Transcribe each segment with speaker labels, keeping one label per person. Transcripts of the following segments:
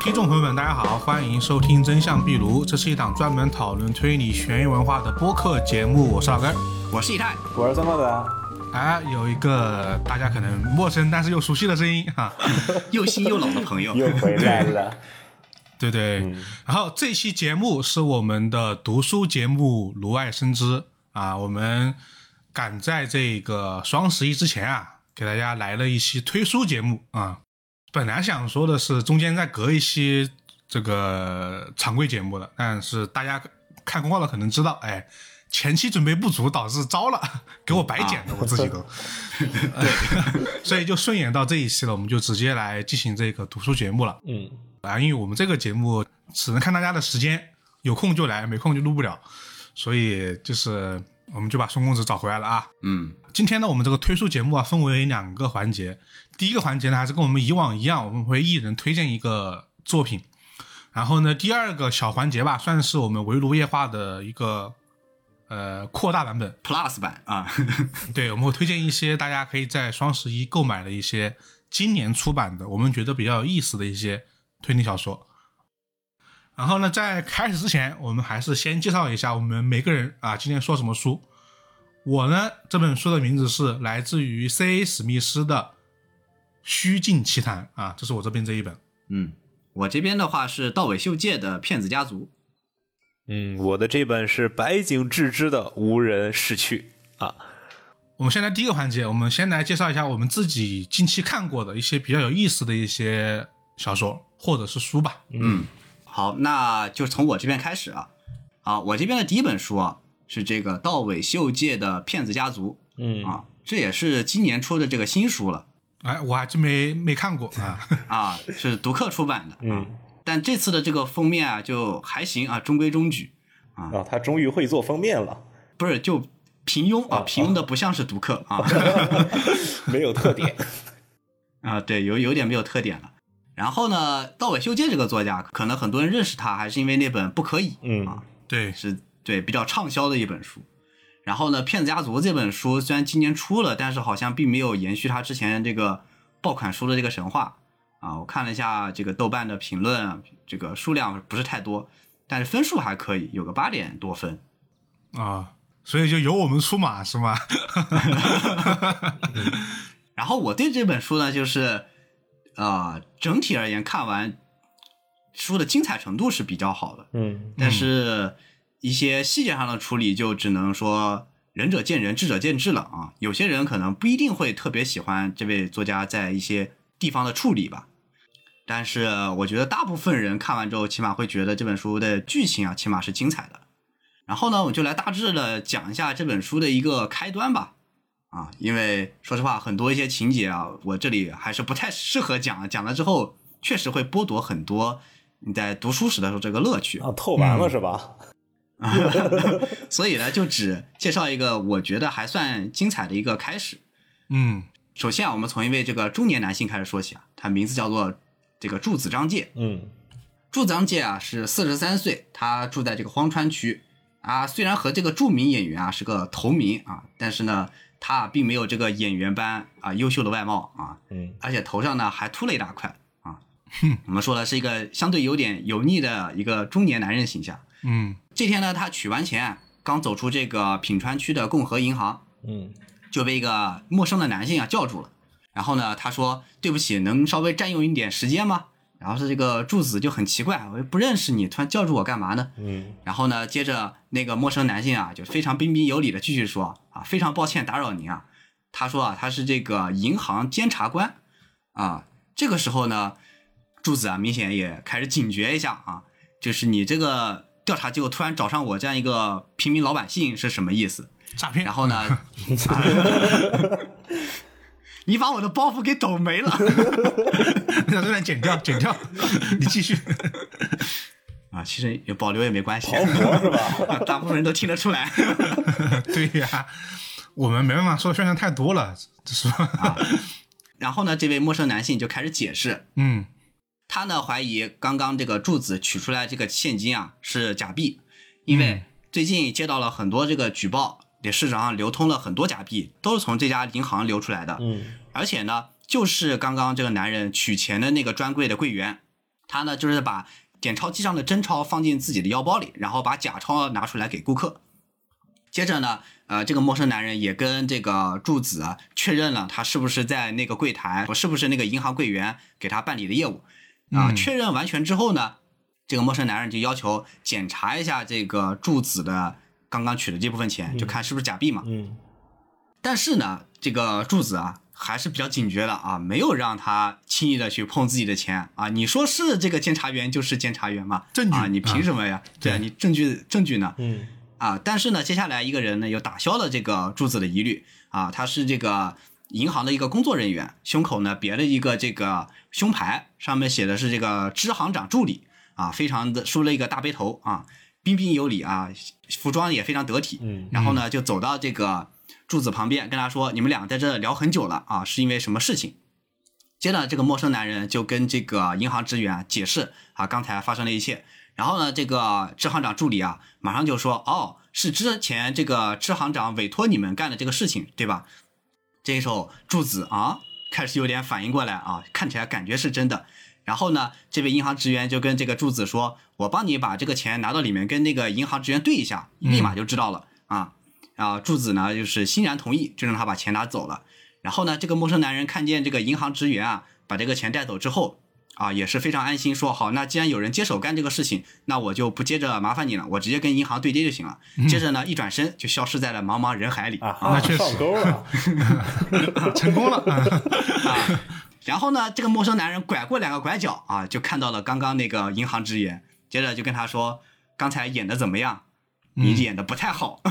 Speaker 1: 听众朋友们，大家好，欢迎收听《真相壁炉》，这是一档专门讨论推理悬疑文化的播客节目。我是老根，
Speaker 2: 我是以太，
Speaker 3: 我是曾老板。
Speaker 1: 哎，有一个大家可能陌生但是又熟悉的声音哈，
Speaker 2: 又新又冷的朋友
Speaker 3: 又回来了。
Speaker 1: 对对，然后这期节目是我们的读书节目《颅外生枝》啊，我们赶在这个双十一之前啊，给大家来了一期推书节目啊。本来想说的是中间再隔一期这个常规节目的，但是大家看公告了可能知道，哎，前期准备不足导致招了，给我白剪了，我自己都。 对， 所以就顺延到这一期了，我们就直接来进行这个读书节目了。
Speaker 3: 嗯，
Speaker 1: 啊，因为我们这个节目只能看大家的时间，有空就来，没空就录不了，所以就是我们就把孙公子找回来了啊。
Speaker 2: 嗯，
Speaker 1: 今天呢，我们这个推书节目啊，分为两个环节。第一个环节呢，还是跟我们以往一样，我们会一人推荐一个作品。然后呢，第二个小环节吧，算是我们围炉夜话的一个呃扩大版本。
Speaker 2: Plus 版啊，
Speaker 1: 对，我们会推荐一些大家可以在双十一购买的一些今年出版的，我们觉得比较有意思的一些推理小说。然后呢，在开始之前，我们还是先介绍一下我们每个人啊，今天说什么书。我呢，这本书的名字是来自于 C.A. 史密斯的《虚境奇谭》啊，这是我这边这一本。
Speaker 2: 嗯，我这边的话是道尾秀介的《骗子家族
Speaker 4: 嗯，我的这本是白井智之的《无人逝去》啊，
Speaker 1: 我们先来第一个环节，我们先来介绍一下我们自己近期看过的一些比较有意思的一些小说或者是书吧。》。
Speaker 2: 嗯，好，那就从我这边开始啊。啊，我这边的第一本书啊是这个道尾秀介的《骗子家族》
Speaker 4: 嗯
Speaker 2: 啊，这也是今年出的这个新书了
Speaker 1: 哎，我还真没没看过啊。
Speaker 2: 啊，是独克出版的。
Speaker 4: 嗯，
Speaker 2: 但这次的这个封面啊就还行啊，中规中矩，
Speaker 3: 啊，他终于会做封面 了，
Speaker 2: 不是就平庸啊，平庸的不像是独克啊。
Speaker 3: 没有特点。
Speaker 2: 啊，对，有有点没有特点了。然后呢，道尾秀介这个作家，可能很多人认识他，还是因为那本《不可以》
Speaker 3: 嗯
Speaker 2: 啊，
Speaker 1: 对，
Speaker 2: 是对比较畅销的一本书。然后呢，《骗子家族》这本书虽然今年出了，但是好像并没有延续他之前这个爆款书的这个神话啊。我看了一下这个豆瓣的评论啊，这个数量不是太多，但是分数还可以，有个八点多分。
Speaker 1: 啊，所以就由我们出马是吗？
Speaker 2: 然后我对这本书呢，就是呃，整体而言看完书的精彩程度是比较好的，
Speaker 3: 嗯
Speaker 2: 但是一些细节上的处理就只能说仁者见仁，智者见智了啊。有些人可能不一定会特别喜欢这位作家在一些地方的处理吧，但是我觉得大部分人看完之后，起码会觉得这本书的剧情啊，起码是精彩的。然后呢，我就来大致的讲一下这本书的一个开端吧。啊，因为说实话，很多一些情节啊，我这里还是不太适合讲，讲了之后确实会剥夺很多你在读书时的时候这个乐趣。
Speaker 3: 啊，透完了
Speaker 1: 嗯
Speaker 3: 是吧？
Speaker 2: 所以呢，就只介绍一个我觉得还算精彩的一个开始。
Speaker 1: 嗯
Speaker 2: 首先啊，我们从一位这个中年男性开始说起啊，他名字叫做这个柱子张介。
Speaker 3: 嗯
Speaker 2: 柱子张介啊是四十三岁，他住在这个荒川区啊。虽然和这个著名演员啊是个同名啊，但是呢，他啊并没有这个演员般啊优秀的外貌啊，
Speaker 3: 嗯
Speaker 2: 而且头上呢还秃了一大块啊。我们说的是一个相对有点油腻的一个中年男人形象。
Speaker 1: 嗯
Speaker 2: 这天呢，他取完钱，刚走出这个品川区的共和银行，
Speaker 3: 嗯
Speaker 2: 就被一个陌生的男性啊叫住了。然后呢，他说：“对不起，能稍微占用一点时间吗？”然后是这个柱子就很奇怪，我又不认识你，突然叫住我干嘛呢？
Speaker 3: 嗯
Speaker 2: 然后呢，接着那个陌生男性啊，就非常彬彬有礼的继续说啊，非常抱歉打扰您啊。他说啊，他是这个银行监察官啊。这个时候呢，柱子啊，明显也开始警觉一下啊，就是你这个调查机构突然找上我这样一个平民老百姓是什么意思？
Speaker 1: 诈骗。
Speaker 2: 然后呢，啊你把我的包袱给抖没了。
Speaker 1: 让这段剪 掉，剪掉， 你继续。
Speaker 2: 啊，其实有保留也没关系，
Speaker 3: 活是吧？
Speaker 2: 大部分人都听得出来。
Speaker 1: 对呀、我们没办法，说的宣传太多了，这是吧？
Speaker 2: 然后呢，这位陌生男性就开始解释，
Speaker 1: 嗯
Speaker 2: 他呢怀疑刚刚这个柱子取出来这个现金啊是假币，因
Speaker 1: 嗯
Speaker 2: 为最近接到了很多这个举报，这市场上流通了很多假币，都是从这家银行流出来的。
Speaker 3: 嗯
Speaker 2: 而且呢，就是刚刚这个男人取钱的那个专柜的柜员，他呢就是把点钞机上的真钞放进自己的腰包里，然后把假钞拿出来给顾客。接着呢，呃，这个陌生男人也跟这个柱子啊确认了他是不是在那个柜台，我是不是那个银行柜员给他办理的业务啊、
Speaker 1: 嗯
Speaker 2: 确认完全之后呢，这个陌生男人就要求检查一下这个柱子的刚刚取的这部分钱，就看是不是假币嘛。
Speaker 3: 嗯，
Speaker 2: 但是呢，这个柱子啊还是比较警觉的啊，没有让他轻易的去碰自己的钱啊。你说是这个监察员就是监察员嘛，
Speaker 1: 证据
Speaker 2: 啊，你凭什么呀？对啊，
Speaker 1: 对
Speaker 2: 你证据证据呢？
Speaker 3: 嗯
Speaker 2: 啊，但是呢，接下来一个人呢又打消了这个柱子的疑虑啊，他是这个银行的一个工作人员，胸口呢别了一个这个胸牌，上面写的是这个支行长助理啊，非常的梳了一个大背头啊，彬彬有礼啊，服装也非常得体，
Speaker 3: 嗯
Speaker 2: 然后呢就走到这个柱子旁边，跟他说：“你们俩在这聊很久了啊，是因为什么事情？”接着，这个陌生男人就跟这个银行职员解释啊刚才发生的一切。然后呢，这个支行长助理啊，马上就说：“哦，是之前这个支行长委托你们干的这个事情，对吧？”这时候柱子啊开始有点反应过来啊，看起来感觉是真的。然后呢，这位银行职员就跟这个柱子说：“我帮你把这个钱拿到里面，跟那个银行职员对一下，立马就知道了、啊。”啊，柱子呢就是欣然同意，就让他把钱拿走了。然后呢，这个陌生男人看见这个银行职员啊把这个钱带走之后，啊也是非常安心，说好，那既然有人接手干这个事情，那我就不接着麻烦你了，我直接跟银行对接就行了。接着呢，一转身就消失在了茫茫人海里
Speaker 3: 啊，
Speaker 1: 那确实
Speaker 3: 上钩 了，
Speaker 1: 成功了，啊
Speaker 2: 啊。然后呢，这个陌生男人拐过两个拐角啊，就看到了刚刚那个银行职员，接着就跟他说：“刚才演的怎么样？你演的不太好。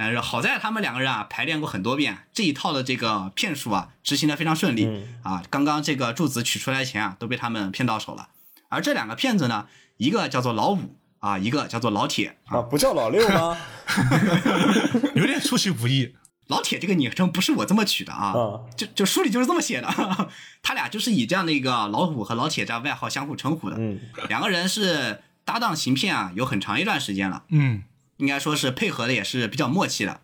Speaker 2: 但是好在他们两个人啊排练过很多遍，这一套的这个骗术啊执行的非常顺利、
Speaker 3: 嗯
Speaker 2: 啊。刚刚这个柱子取出来的钱啊都被他们骗到手了。而这两个骗子呢，一个叫做老五啊，一个叫做老铁。
Speaker 3: 啊，不叫老六吗？
Speaker 1: 有点出其不意。
Speaker 2: 老铁这个昵称不是我这么取的啊，
Speaker 3: 啊
Speaker 2: 就就书里就是这么写的， 他俩就是以这样的一个老虎和老铁这样外号相互称呼的。
Speaker 3: 嗯，
Speaker 2: 两个人是搭档行骗啊，有很长一段时间了，
Speaker 1: 嗯
Speaker 2: 应该说是配合的也是比较默契的。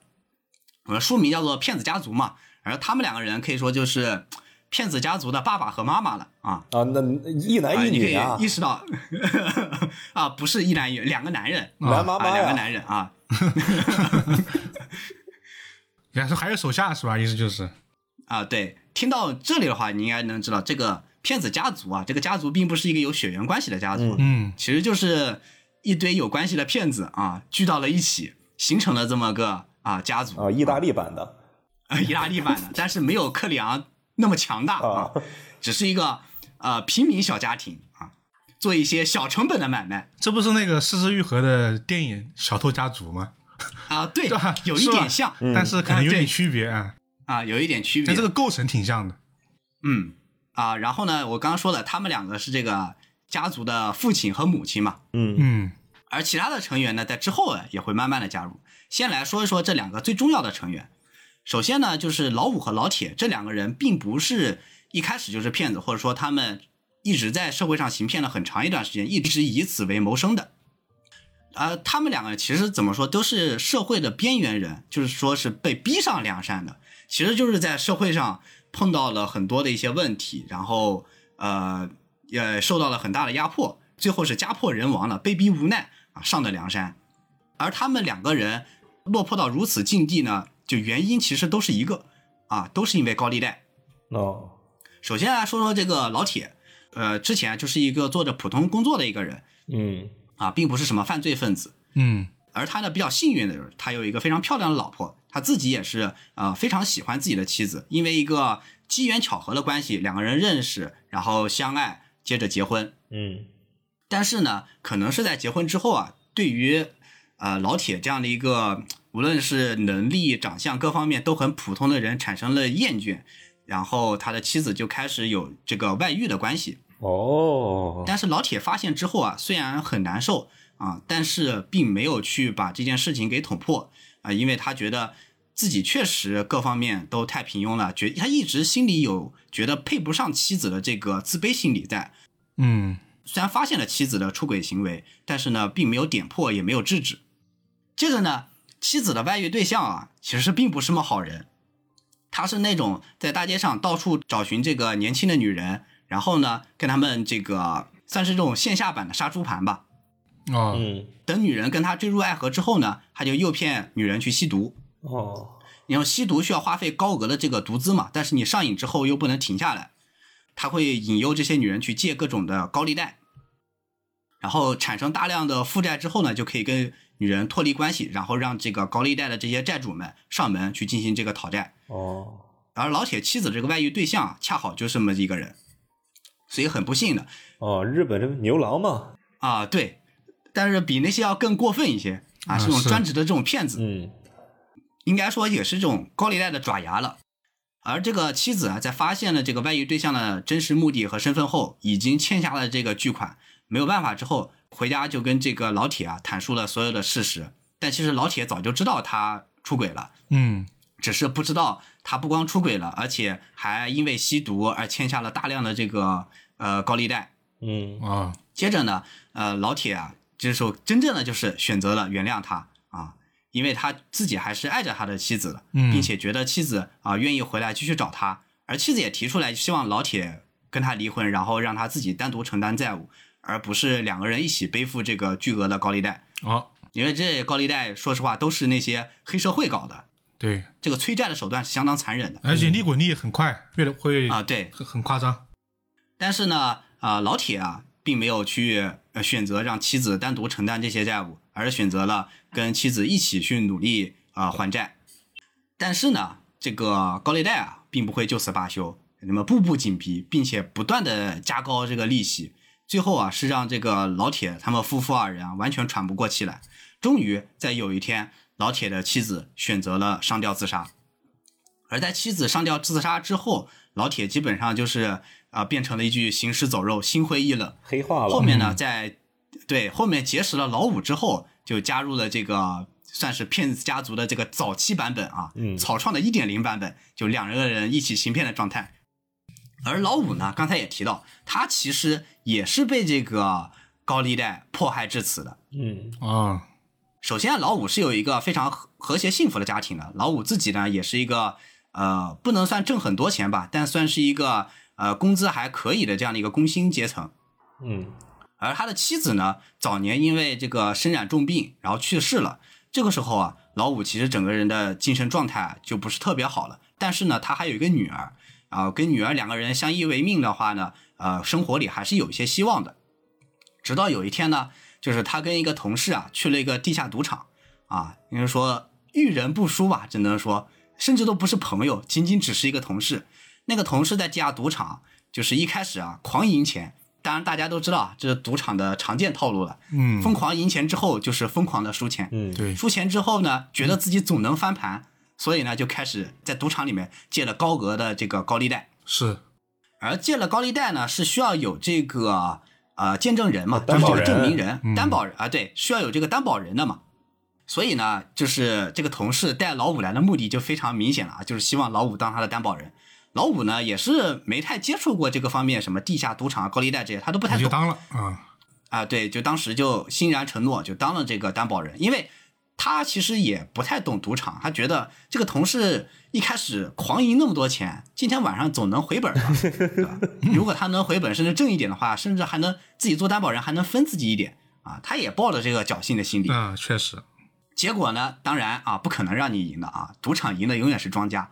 Speaker 2: 我们书名叫做《骗子家族》嘛，而他们两个人可以说就是骗子家族的爸爸和妈妈了啊。呃
Speaker 3: 啊，那一男一
Speaker 2: 你可
Speaker 3: 女
Speaker 2: 以
Speaker 3: 啊，
Speaker 2: 意识到 啊，不是一男一女，两个男人，
Speaker 3: 男妈妈
Speaker 2: 啊，两个
Speaker 3: 呀
Speaker 2: 男人啊，
Speaker 1: 然后还有手下是吧？意思就是，
Speaker 2: 啊，对，听到这里的话，你应该能知道这个骗子家族啊，这个家族并不是一个有血缘关系的家族，
Speaker 1: 嗯
Speaker 2: 其实就是一堆有关系的骗子啊聚到了一起，形成了这么个啊家族
Speaker 3: 啊，意大利版的
Speaker 2: 啊意大利版的，但是没有克里昂那么强大啊
Speaker 3: 啊，
Speaker 2: 只是一个呃平民小家庭啊，做一些小成本的买卖
Speaker 1: 这不是那个四肢愈合的电影《小偷家族》吗？
Speaker 2: 啊，对
Speaker 1: 对吧，
Speaker 2: 有一
Speaker 1: 是吧
Speaker 2: 点像
Speaker 1: 但是可能有
Speaker 2: 啊
Speaker 1: 点
Speaker 2: 对
Speaker 1: 区别啊，
Speaker 2: 啊，有一点区别
Speaker 1: 但这。个构成挺像的。
Speaker 2: 嗯啊，然后呢，我刚刚说了，他们两个是这个家族的父亲和母亲嘛，
Speaker 1: 嗯
Speaker 2: 而其他的成员呢，在之后啊也会慢慢的加入。先来说一说这两个最重要的成员。首先呢，就是老五和老铁这两个人，并不是一开始就是骗子，或者说他们一直在社会上行骗了很长一段时间，一直以此为谋生的。呃，他们两个其实怎么说，都是社会的边缘人，就是说是被逼上梁山的。其实就是在社会上碰到了很多的一些问题，然后呃也受到了很大的压迫，最后是家破人亡了，被逼无奈啊上的梁山。而他们两个人落魄到如此境地呢，就原因其实都是一个啊，都是因为高利贷。
Speaker 3: 哦，
Speaker 2: 首先啊来说说这个老铁，呃，之前就是一个做着普通工作的一个人
Speaker 3: 嗯
Speaker 2: 啊，并不是什么犯罪分子。
Speaker 1: 嗯
Speaker 2: 而他呢比较幸运的就是，他有一个非常漂亮的老婆，他自己也是呃非常喜欢自己的妻子，因为一个机缘巧合的关系，两个人认识，然后相爱，接着结婚。
Speaker 3: 嗯
Speaker 2: 但是呢，可能是在结婚之后啊，对于呃老铁这样的一个无论是能力、长相各方面都很普通的人产生了厌倦，然后他的妻子就开始有这个外遇的关系。
Speaker 3: 哦，
Speaker 2: 但是老铁发现之后啊，虽然很难受啊，但是并没有去把这件事情给捅破啊，因为他觉得自己确实各方面都太平庸了，觉他一直心里有觉得配不上妻子的这个自卑心理在。
Speaker 1: 嗯
Speaker 2: 虽然发现了妻子的出轨行为，但是呢，并没有点破，也没有制止。接着呢，妻子的外遇对象啊，其实并不是什么好人，他是那种在大街上到处找寻这个年轻的女人，然后呢，跟他们这个算是这种线下版的杀猪盘吧。
Speaker 1: 哦，
Speaker 3: 嗯，
Speaker 2: 等女人跟他坠入爱河之后呢，他就诱骗女人去吸毒。
Speaker 3: 哦，
Speaker 2: 然后吸毒需要花费高额的这个毒资嘛，但是你上瘾之后又不能停下来，他会引诱这些女人去借各种的高利贷，然后产生大量的负债之后呢，就可以跟女人脱离关系，然后让这个高利贷的这些债主们上门去进行这个讨债。
Speaker 3: 哦，
Speaker 2: 而老铁妻子这个外遇对象啊恰好就是这么一个人，所以很不幸的
Speaker 3: 哦，日本这不牛郎嘛，
Speaker 2: 啊，对，但是比那些要更过分一些啊，
Speaker 1: 啊
Speaker 2: 是这种
Speaker 1: 是
Speaker 2: 专职的这种骗子。
Speaker 3: 嗯，
Speaker 2: 应该说也是这种高利贷的爪牙了。而这个妻子啊，在发现了这个外遇对象的真实目的和身份后，已经欠下了这个巨款，没有办法之后，回家就跟这个老铁啊阐述了所有的事实。但其实老铁早就知道他出轨了，
Speaker 1: 嗯，
Speaker 2: 只是不知道他不光出轨了，而且还因为吸毒而欠下了大量的这个呃高利贷。
Speaker 3: 嗯，
Speaker 1: 哦，
Speaker 2: 接着呢，呃，老铁啊，这时候真正的就是选择了原谅他啊，因为他自己还是爱着他的妻子的，
Speaker 1: 嗯
Speaker 2: 并且觉得妻子啊愿意回来继续找他，而妻子也提出来希望老铁跟他离婚，然后让他自己单独承担债务，而不是两个人一起背负这个巨额的高利贷，
Speaker 1: 哦，
Speaker 2: 因为这高利贷说实话都是那些黑社会搞的，
Speaker 1: 对，
Speaker 2: 这个催债的手段是相当残忍的
Speaker 1: 而且利滚利很快，越来会
Speaker 2: 啊，对，
Speaker 1: 很很夸张。
Speaker 2: 但是呢，啊、老铁啊，并没有去呃选择让妻子单独承担这些债务，而是选择了跟妻子一起去努力啊、还债。但是呢，这个高利贷啊，并不会就此罢休，那么步步紧逼，并且不断的加高这个利息，最后啊，是让这个老铁他们夫妇二人啊，完全喘不过气来。终于在有一天，老铁的妻子选择了上吊自杀。而在妻子上吊自杀之后，老铁基本上就是啊、变成了一具行尸走肉，心灰意冷。
Speaker 3: 黑化了，嗯
Speaker 2: 后面呢，在对后面结识了老五之后，就加入了这个算是骗子家族的这个早期版本啊，
Speaker 3: 嗯
Speaker 2: 草创的1.0版本，就两个人一起行骗的状态。而老五呢，刚才也提到，他其实也是被这个高利贷迫害致死的。
Speaker 3: 嗯，
Speaker 1: 哦，
Speaker 2: 首先，老五是有一个非常和和谐幸福的家庭的。老五自己呢，也是一个呃，不能算挣很多钱吧，但算是一个呃工资还可以的这样的一个工薪阶层。
Speaker 3: 嗯，
Speaker 2: 而他的妻子呢，早年因为这个身染重病，然后去世了。这个时候啊，老五其实整个人的精神状态啊就不是特别好了。但是呢，他还有一个女儿啊、跟女儿两个人相依为命的话呢，呃，生活里还是有一些希望的。直到有一天呢，就是他跟一个同事啊去了一个地下赌场啊，应该说遇人不淑吧，只能说甚至都不是朋友，仅仅只是一个同事。那个同事在地下赌场就是一开始啊狂赢钱，当然大家都知道啊，这是赌场的常见套路了。
Speaker 1: 嗯，
Speaker 2: 疯狂赢钱之后就是疯狂的输钱，
Speaker 3: 嗯，
Speaker 1: 对，
Speaker 2: 输钱之后呢，觉得自己总能翻盘，所以呢就开始在赌场里面借了高额的这个高利贷。
Speaker 1: 是
Speaker 2: 而借了高利贷呢，是需要有这个呃见证人嘛，
Speaker 3: 担保
Speaker 2: 就是
Speaker 3: 人
Speaker 2: 这个证明人、
Speaker 1: 嗯
Speaker 2: 担保人啊，对，需要有这个担保人的嘛。所以呢，就是这个同事带老五来的目的就非常明显了啊，就是希望老五当他的担保人。老五呢也是没太接触过这个方面，什么地下赌场啊、高利贷这些，他都不太
Speaker 1: 我就
Speaker 2: 懂。
Speaker 1: 当了啊，
Speaker 2: 啊，对，就当时就欣然承诺，就当了这个担保人，因为他其实也不太懂赌场，他觉得这个同事一开始狂赢那么多钱，今天晚上总能回本吧，对吧？如果他能回本，甚至挣一点的话，甚至还能自己做担保人，还能分自己一点啊，他也抱着这个侥幸的心理。
Speaker 1: 嗯，确实，
Speaker 2: 结果呢，当然啊，不可能让你赢的啊，赌场赢的永远是庄家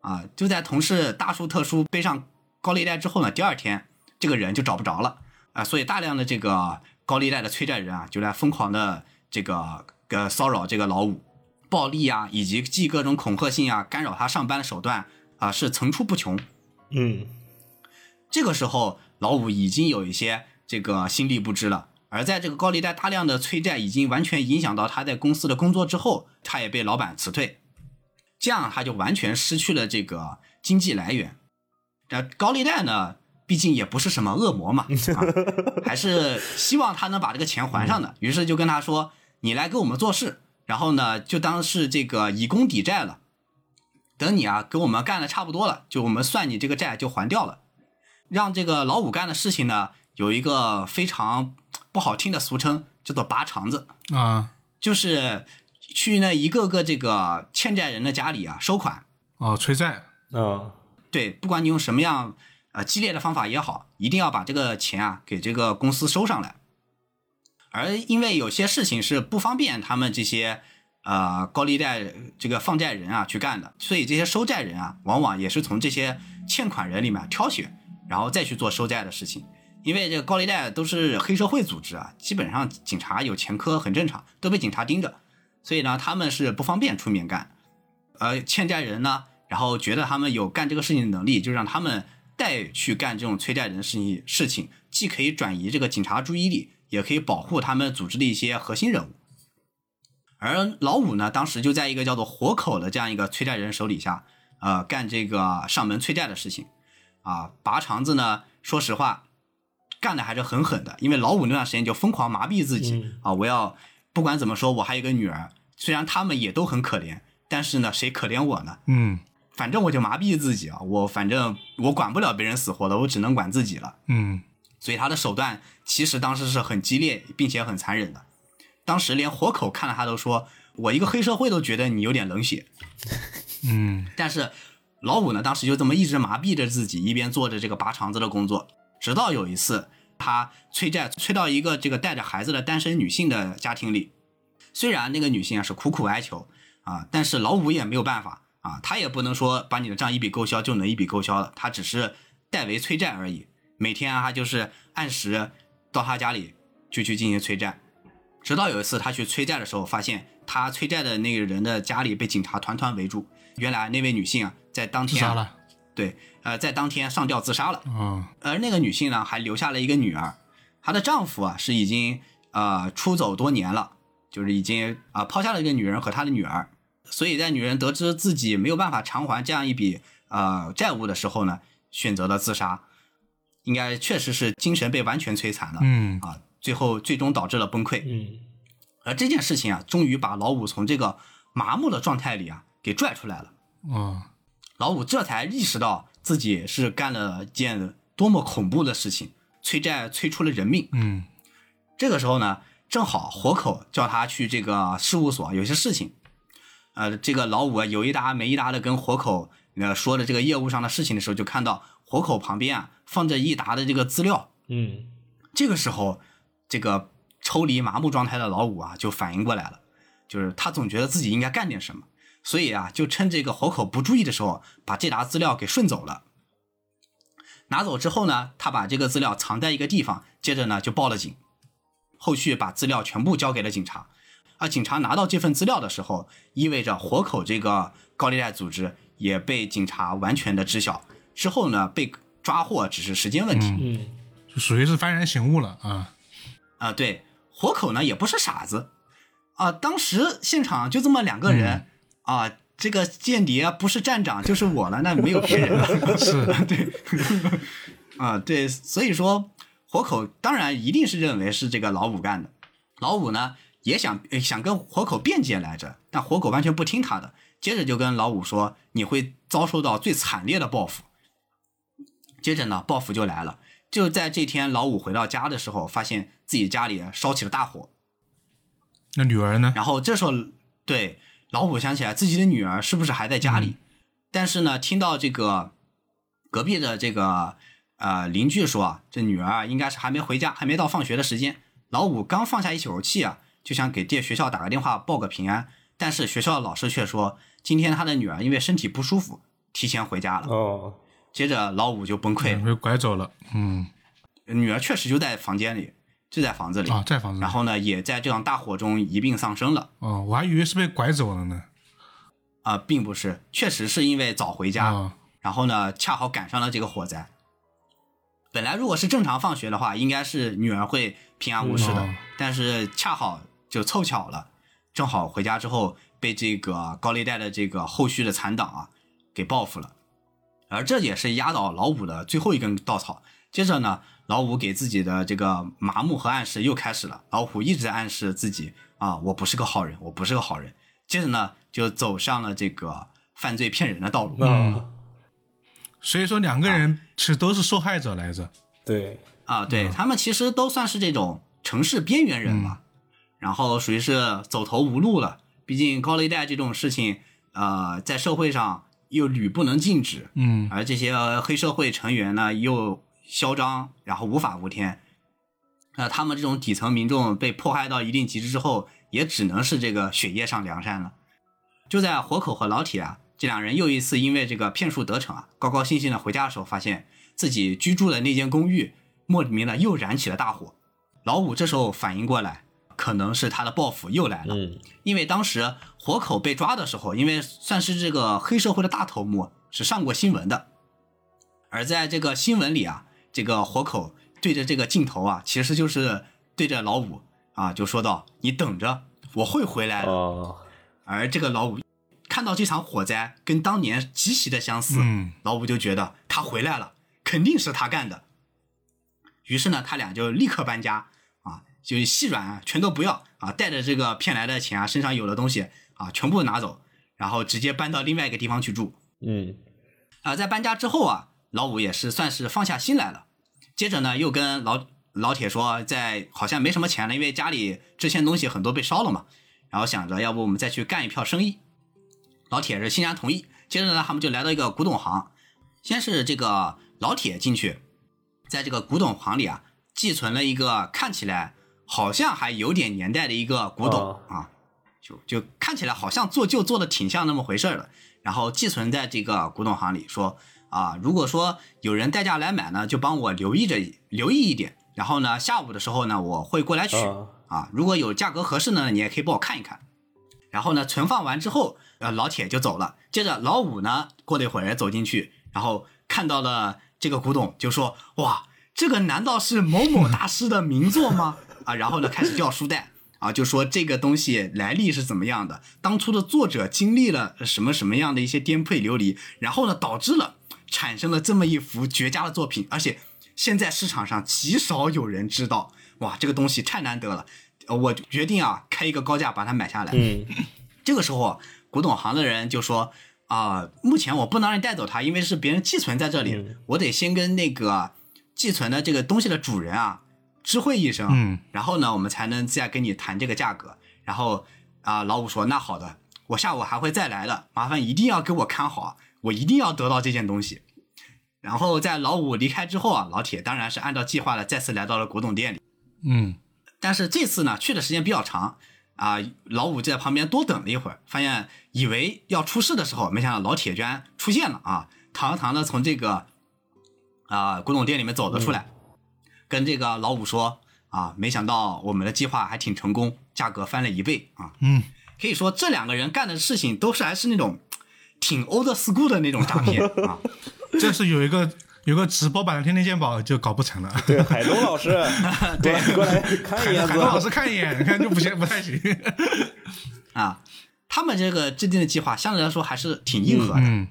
Speaker 2: 啊。就在同事大输特输背上高利贷之后呢，第二天这个人就找不着了啊，所以大量的这个高利贷的催债人啊，就来疯狂的这个呃骚扰这个老五，暴力啊，以及寄各种恐吓信啊，干扰他上班的手段啊，是层出不穷。
Speaker 3: 嗯，
Speaker 2: 这个时候，老五已经有一些这个心力不支了。而在这个高利贷大量的催债已经完全影响到他在公司的工作之后，他也被老板辞退，这样他就完全失去了这个经济来源。那高利贷呢，毕竟也不是什么恶魔嘛，啊、还是希望他能把这个钱还上的。于是就跟他说：“你来给我们做事，然后呢，就当是这个以工抵债了。等你啊，给我们干的差不多了，就我们算你这个债就还掉了。”让这个老五干的事情呢，有一个非常不好听的俗称，叫做拔肠子，
Speaker 1: 啊，
Speaker 2: 就是去那一个个这个欠债人的家里啊收款。
Speaker 1: 哦，催债，
Speaker 3: 啊，
Speaker 2: 对，不管你用什么样啊、激烈的方法也好，一定要把这个钱啊给这个公司收上来。而因为有些事情是不方便他们这些呃高利贷这个放债人啊去干的，所以这些收债人啊，往往也是从这些欠款人里面挑选，然后再去做收债的事情。因为这个高利贷都是黑社会组织啊，基本上警察有前科很正常，都被警察盯着，所以呢他们是不方便出面干。而欠债人呢，然后觉得他们有干这个事情的能力，就让他们带去干这种催债人的事情事情，既可以转移这个警察注意力，也可以保护他们组织的一些核心人物。而老五呢，当时就在一个叫做活口的这样一个催债人手底下，呃，干这个上门催债的事情，啊，拔肠子呢，说实话，干的还是很狠的，因为老五那段时间就疯狂麻痹自己、
Speaker 3: 嗯
Speaker 2: 啊，我要不管怎么说，我还有一个女儿，虽然他们也都很可怜，但是呢，谁可怜我呢？
Speaker 1: 嗯
Speaker 2: 反正我就麻痹自己啊，我反正我管不了别人死活的，我只能管自己了。
Speaker 1: 嗯
Speaker 2: 所以他的手段其实当时是很激烈，并且很残忍的。当时连活口看了他都说：“我一个黑社会都觉得你有点冷血。
Speaker 1: 嗯”
Speaker 2: 但是老五呢，当时就这么一直麻痹着自己，一边做着这个拔肠子的工作，直到有一次他催债催到一个这个带着孩子的单身女性的家庭里，虽然那个女性啊是苦苦哀求啊，但是老五也没有办法啊，他也不能说把你的账一笔勾销就能一笔勾销了，他只是代为催债而已。每天啊，他就是按时到他家里就去进行催债，直到有一次他去催债的时候，发现他催债的那个人的家里被警察团团围住，原来那位女性啊在当
Speaker 1: 自
Speaker 2: 天啊
Speaker 1: 杀了
Speaker 2: 对，呃，在当天上吊自杀了。
Speaker 1: 啊
Speaker 2: 而那个女性呢，还留下了一个女儿。她的丈夫啊，是已经呃出走多年了，就是已经啊、抛下了这个女人和她的女儿。所以在女人得知自己没有办法偿还这样一笔呃债务的时候呢，选择了自杀。应该确实是精神被完全摧残了，
Speaker 1: 嗯
Speaker 2: 啊，最后最终导致了崩溃。
Speaker 3: 嗯
Speaker 2: 而这件事情啊，终于把老五从这个麻木的状态里啊给拽出来了。
Speaker 1: 啊
Speaker 2: 老五这才意识到自己是干了件多么恐怖的事情，催债催出了人命。
Speaker 1: 嗯
Speaker 2: 这个时候呢，正好活口叫他去这个事务所，有些事情。呃，这个老五啊，有一搭没一搭的跟活口呃说的这个业务上的事情的时候，就看到活口旁边啊放着一沓的这个资料。
Speaker 3: 嗯
Speaker 2: 这个时候，这个抽离麻木状态的老五啊，就反应过来了，就是他总觉得自己应该干点什么，所以啊，就趁这个活口不注意的时候，把这沓资料给顺走了。拿走之后呢，他把这个资料藏在一个地方，接着呢就报了警，后续把资料全部交给了警察。而警察拿到这份资料的时候，意味着活口这个高利贷组织也被警察完全的知晓。之后呢，被抓获只是时间问题。
Speaker 3: 嗯
Speaker 1: 就属于是幡然醒悟了啊
Speaker 2: 啊，对，活口呢也不是傻子啊，当时现场就这么两个人、啊，这个间谍不是站长就是我了，那没有别人了，
Speaker 1: 是
Speaker 2: 对，啊对，所以说活口当然一定是认为是这个老五干的，老五呢也想呃想跟活口辩解来着，但活口完全不听他的，接着就跟老五说你会遭受到最惨烈的报复，接着呢报复就来了。就在这天，老五回到家的时候，发现自己家里烧起了大火。
Speaker 1: 那女儿呢？
Speaker 2: 然后这时候，对老五想起来自己的女儿是不是还在家里？
Speaker 1: 嗯
Speaker 2: 但是呢，听到这个隔壁的这个呃邻居说啊，这女儿啊应该是还没回家，还没到放学的时间。老五刚放下一口气啊，就想给这学校打个电话报个平安，但是学校的老师却说，今天他的女儿因为身体不舒服，提前回家了。
Speaker 3: 哦
Speaker 2: 接着老五就崩溃
Speaker 1: 嗯，被拐走了。嗯
Speaker 2: 女儿确实就在房间里，就在房子里
Speaker 1: 啊，在房子里
Speaker 2: 然。后呢，也在这场大火中一并丧生了。
Speaker 1: 哦，我还以为是被拐走了呢。
Speaker 2: 啊、并不是，确实是因为早回家，
Speaker 1: 啊，
Speaker 2: 然后呢，恰好赶上了这个火灾。本来如果是正常放学的话，应该是女儿会平安无事的，
Speaker 1: 嗯哦
Speaker 2: 但是恰好就凑巧了，正好回家之后被这个高利贷的这个后续的残党啊给报复了，而这也是压倒老五的最后一根稻草。接着呢，老五给自己的这个麻木和暗示又开始了，老虎一直在暗示自己啊，我不是个好人，我不是个好人。接着呢，就走上了这个犯罪骗人的道路。
Speaker 3: 那
Speaker 1: 所以说两个人其实都是受害者来着。
Speaker 3: 对
Speaker 2: 啊，对他们其实都算是这种城市边缘人嘛，然后属于是走投无路了。毕竟高利贷这种事情，呃，在社会上又屡不能禁止，
Speaker 1: 嗯
Speaker 2: 而这些呃黑社会成员呢又嚣张，然后无法无天。那他们这种底层民众被迫害到一定极致之后，也只能是这个雪夜上梁山了。就在活口和老铁啊这两人又一次因为这个骗术得逞啊，高高兴兴的回家的时候，发现自己居住的那间公寓莫名的又燃起了大火。老五这时候反应过来，可能是他的报复又来了。
Speaker 4: 嗯
Speaker 2: 因为当时活口被抓的时候，因为算是这个黑社会的大头目，是上过新闻的。而在这个新闻里啊，这个活口对着这个镜头啊，其实就是对着老五啊，就说道：“你等着，我会回来的。
Speaker 4: 哦，
Speaker 2: 而这个老五看到这场火灾跟当年极其的相似，
Speaker 1: 嗯
Speaker 2: 老五就觉得他回来了，肯定是他干的。于是呢，他俩就立刻搬家啊，就是细软啊全都不要啊，带着这个骗来的钱啊，身上有的东西啊，全部拿走，然后直接搬到另外一个地方去住。
Speaker 4: 嗯
Speaker 2: 啊，在搬家之后啊，老五也是算是放下心来了。接着呢，又跟老老铁说，在好像没什么钱了，因为家里之前东西很多被烧了嘛，然后想着要不我们再去干一票生意。老铁是欣然同意。接着呢，他们就来到一个古董行，先是这个老铁进去，在这个古董行里啊，寄存了一个看起来好像还有点年代的一个古董、
Speaker 4: 哦
Speaker 2: 啊，就就看起来好像做旧做的挺像那么回事儿的，然后寄存在这个古董行里说，啊，如果说有人带价来买呢，就帮我留意着留意一点，然后呢，下午的时候呢，我会过来取。
Speaker 4: 啊
Speaker 2: 啊，如果有价格合适呢，你也可以帮我看一看。然后呢，存放完之后，呃，老铁就走了。接着老五呢，过了一会儿也走进去，然后看到了这个古董，就说：“哇，这个难道是某某大师的名作吗？” 啊，然后呢，开始掉书袋。啊，就说这个东西来历是怎么样的，当初的作者经历了什么什么样的一些颠沛流离，然后呢，导致了产生了这么一幅绝佳的作品，而且现在市场上极少有人知道，哇，这个东西太难得了，呃我决定啊，开一个高价把它买下来。
Speaker 4: 嗯
Speaker 2: 这个时候啊，古董行的人就说啊、目前我不能让你带走它，因为是别人寄存在这里，我得先跟那个寄存的这个东西的主人啊知会一声，
Speaker 1: 嗯
Speaker 2: 然后呢，我们才能再跟你谈这个价格。然后啊、老五说那好的，我下午还会再来的，麻烦一定要给我看好，我一定要得到这件东西。然后在老五离开之后啊，老铁当然是按照计划的再次来到了古董店里。
Speaker 1: 嗯
Speaker 2: 但是这次呢，去的时间比较长啊、老五就在旁边多等了一会儿，发现以为要出事的时候，没想到老铁居然出现了啊，堂堂的从这个啊、古董店里面走了出来，跟这个老五说啊，没想到我们的计划还挺成功，价格翻了一倍啊，
Speaker 1: 嗯
Speaker 2: 可以说这两个人干的事情都是还是那种挺 old school 的那种诈骗啊。
Speaker 1: 这是有一个有个直播版的《天天鉴宝》就搞不成了。
Speaker 3: 对，海东老师，对，过来
Speaker 2: 哎
Speaker 3: 看 一眼
Speaker 1: 海
Speaker 3: 子
Speaker 1: 东。老师看一眼，看就不行，不太 行。
Speaker 2: 啊，他们这个制定的计划相对来说还是挺硬核的。
Speaker 1: 嗯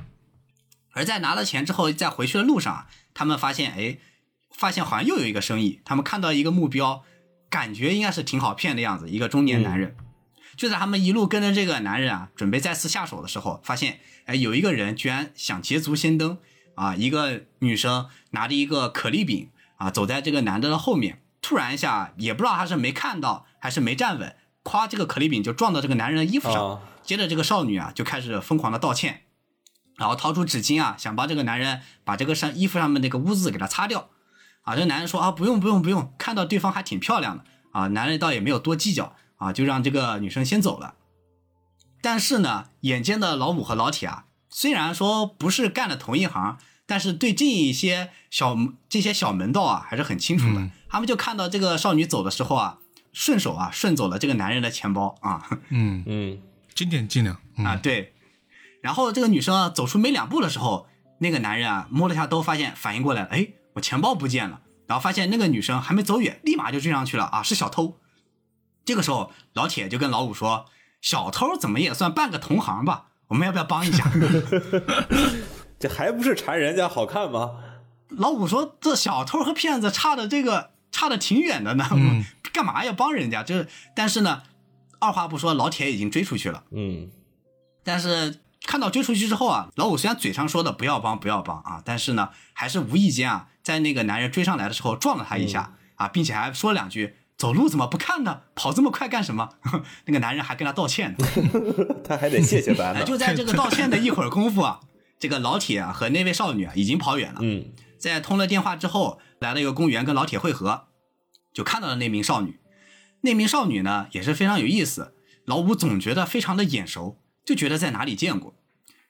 Speaker 2: 而在拿了钱之后，在回去的路上啊，他们发现，哎，发现好像又有一个生意，他们看到一个目标，感觉应该是挺好骗的样子，一个中年男人。就在他们一路跟着这个男人啊，准备再次下手的时候，发现，哎，有一个人居然想捷足先登啊！一个女生拿着一个可丽饼啊，走在这个男的的后面，突然一下，也不知道他是没看到还是没站稳，咵，这个可丽饼就撞到这个男人的衣服上。
Speaker 4: 啊
Speaker 2: 接着这个少女啊就开始疯狂的道歉，然后掏出纸巾啊，想帮这个男人把这个上衣服上面那个污渍给他擦掉。啊，这男人说啊，不用不用不用，看到对方还挺漂亮的啊，男人倒也没有多计较啊，就让这个女生先走了。但是呢，眼尖的老五和老铁啊，虽然说不是干了同一行，但是对这一些小这些小门道啊，还是很清楚的。
Speaker 1: 嗯
Speaker 2: 他们就看到这个少女走的时候啊，顺手啊顺走了这个男人的钱包啊。
Speaker 1: 嗯，
Speaker 4: 嗯
Speaker 1: 经典技能
Speaker 2: 啊，
Speaker 1: 嗯
Speaker 2: 对。然后这个女生啊，走出没两步的时候，那个男人啊摸了一下兜，发现反应过来了，哎，我钱包不见了。然后发现那个女生还没走远，立马就追上去了啊，是小偷。这个时候，老铁就跟老五说：“小偷怎么也算半个同行吧，我们要不要帮一下？”
Speaker 4: 这还不是馋人家好看吗？
Speaker 2: 老五说：“这小偷和骗子差的这个差的挺远的呢，
Speaker 1: 嗯
Speaker 2: 干嘛要帮人家？就是，但是呢，二话不说，老铁已经追出去了。
Speaker 4: 嗯
Speaker 2: 但是看到追出去之后啊，老五虽然嘴上说的不要帮不要帮啊，但是呢，还是无意间啊，在那个男人追上来的时候撞了他一下、啊，并且还说了两句走路怎么不看呢？跑这么快干什么？ 那个男人还跟他道歉呢。
Speaker 4: 他还得谢谢咱
Speaker 2: 哎，
Speaker 4: 呢。
Speaker 2: 就在这个道歉的一会儿功夫啊，这个老铁啊和那位少女啊已经跑远了。
Speaker 4: 嗯
Speaker 2: 在通了电话之后，来了一个公园跟老铁会合，就看到了那名少女。那名少女呢也是非常有意思，老五总觉得非常的眼熟，就觉得在哪里见过，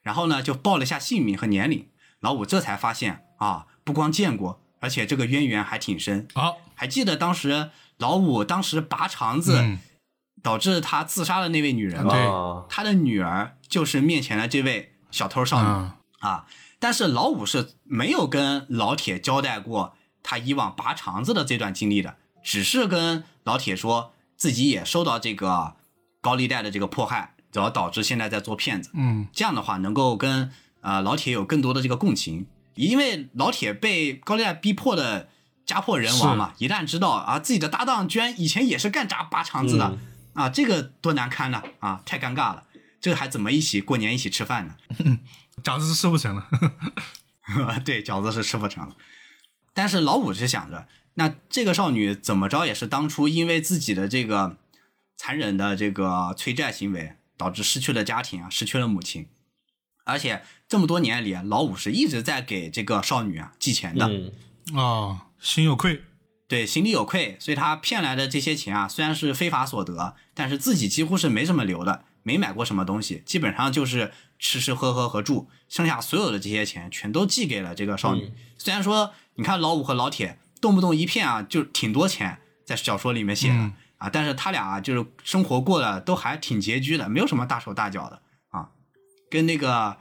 Speaker 2: 然后呢就报了一下姓名和年龄，老五这才发现啊，不光见过，而且这个渊源还挺深。
Speaker 1: 好，
Speaker 2: 还记得当时老五当时拔肠子、
Speaker 1: 嗯
Speaker 2: 导致他自杀的那位女人吗？
Speaker 1: 对
Speaker 4: 啊
Speaker 2: 他的女儿就是面前的这位小偷少女。
Speaker 1: 嗯，
Speaker 2: 啊，但是老五是没有跟老铁交代过他以往拔肠子的这段经历的，只是跟老铁说自己也受到这个高利贷的这个迫害，然后导致现在在做骗子。
Speaker 1: 嗯，
Speaker 2: 这样的话能够跟呃老铁有更多的这个共情，因为老铁被高利贷逼迫的家破人亡嘛，一旦知道啊自己的搭档居然以前也是干炸拔肠子的、
Speaker 4: 嗯
Speaker 2: 啊，这个多难堪呐啊，太尴尬了，这还怎么一起过年一起吃饭呢？
Speaker 1: 饺子是吃不成了。
Speaker 2: 对，饺子是吃不成了。但是老五是想着，那这个少女怎么着也是当初因为自己的这个残忍的这个催债行为，导致失去了家庭啊，失去了母亲，而且这么多年里啊，老五是一直在给这个少女啊寄钱的，
Speaker 4: 嗯
Speaker 1: 哦，心有愧。
Speaker 2: 对，心里有愧，所以他骗来的这些钱啊，虽然是非法所得，但是自己几乎是没什么留的，没买过什么东西，基本上就是吃吃喝喝和住，剩下所有的这些钱全都寄给了这个少女。虽然说你看老五和老铁动不动一骗啊，就挺多钱，在小说里面写的、
Speaker 1: 嗯
Speaker 2: 啊，但是他俩、啊、就是生活过得都还挺拮据的，没有什么大手大脚的啊，跟那个。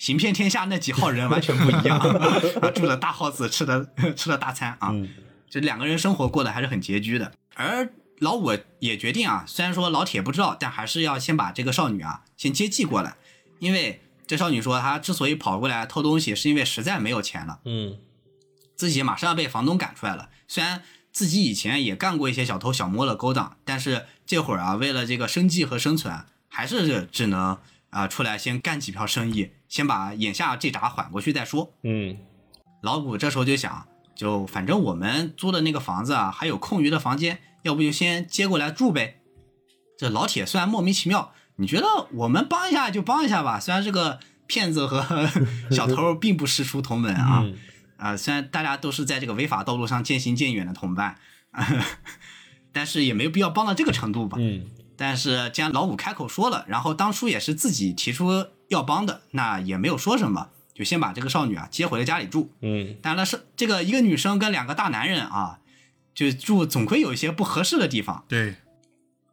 Speaker 2: 行骗天下那几号人完全不一样， 啊，住的大 house，吃的 吃的大餐啊，
Speaker 4: 嗯
Speaker 2: 这两个人生活过得还是很拮据的。而老五也决定啊，虽然说老铁不知道，但还是要先把这个少女啊先接济过来，因为这少女说她之所以跑过来偷东西，是因为实在没有钱了，
Speaker 4: 嗯
Speaker 2: 自己马上要被房东赶出来了。虽然自己以前也干过一些小偷小摸的勾当，但是这会儿啊，为了这个生计和生存，还是只能啊、出来先干几票生意，先把眼下这闸缓过去再说。
Speaker 4: 嗯
Speaker 2: 老谷这时候就想，就反正我们租的那个房子啊，还有空余的房间，要不就先接过来住呗。这老铁虽然莫名其妙，你觉得我们帮一下就帮一下吧，虽然这个骗子和 小偷并不师出同门啊，
Speaker 4: 嗯
Speaker 2: 啊、虽然大家都是在这个违法道路上渐行渐远的同伴， 但是也没有必要帮到这个程度吧。
Speaker 4: 嗯
Speaker 2: 但是既然老五开口说了，然后当初也是自己提出要帮的，那也没有说什么，就先把这个少女啊接回了家里住。
Speaker 4: 嗯
Speaker 2: 当然了，是这个一个女生跟两个大男人啊，就住总会有一些不合适的地方
Speaker 1: 对，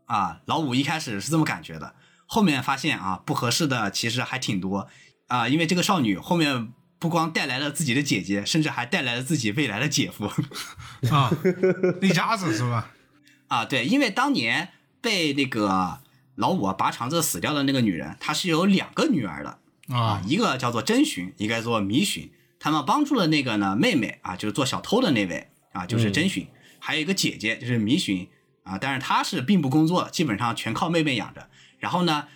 Speaker 2: 啊。老五一开始是这么感觉的，后面发现啊，不合适的其实还挺多啊，因为这个少女后面不光带来了自己的姐姐，甚至还带来了自己未来的姐夫
Speaker 1: 啊，一家子是吧？
Speaker 2: 啊。对，因为当年被那个老五啊拔肠子死掉的那个女人，她是有两个女儿的，啊
Speaker 1: 啊，，
Speaker 2: 一个叫做真寻，一个叫做迷寻。他们帮助了那个呢妹妹啊，就是做小偷的那位啊，就是真寻，还有一个姐姐就是迷寻啊，但是她是并不工作，基本上全靠妹妹养着。然后呢，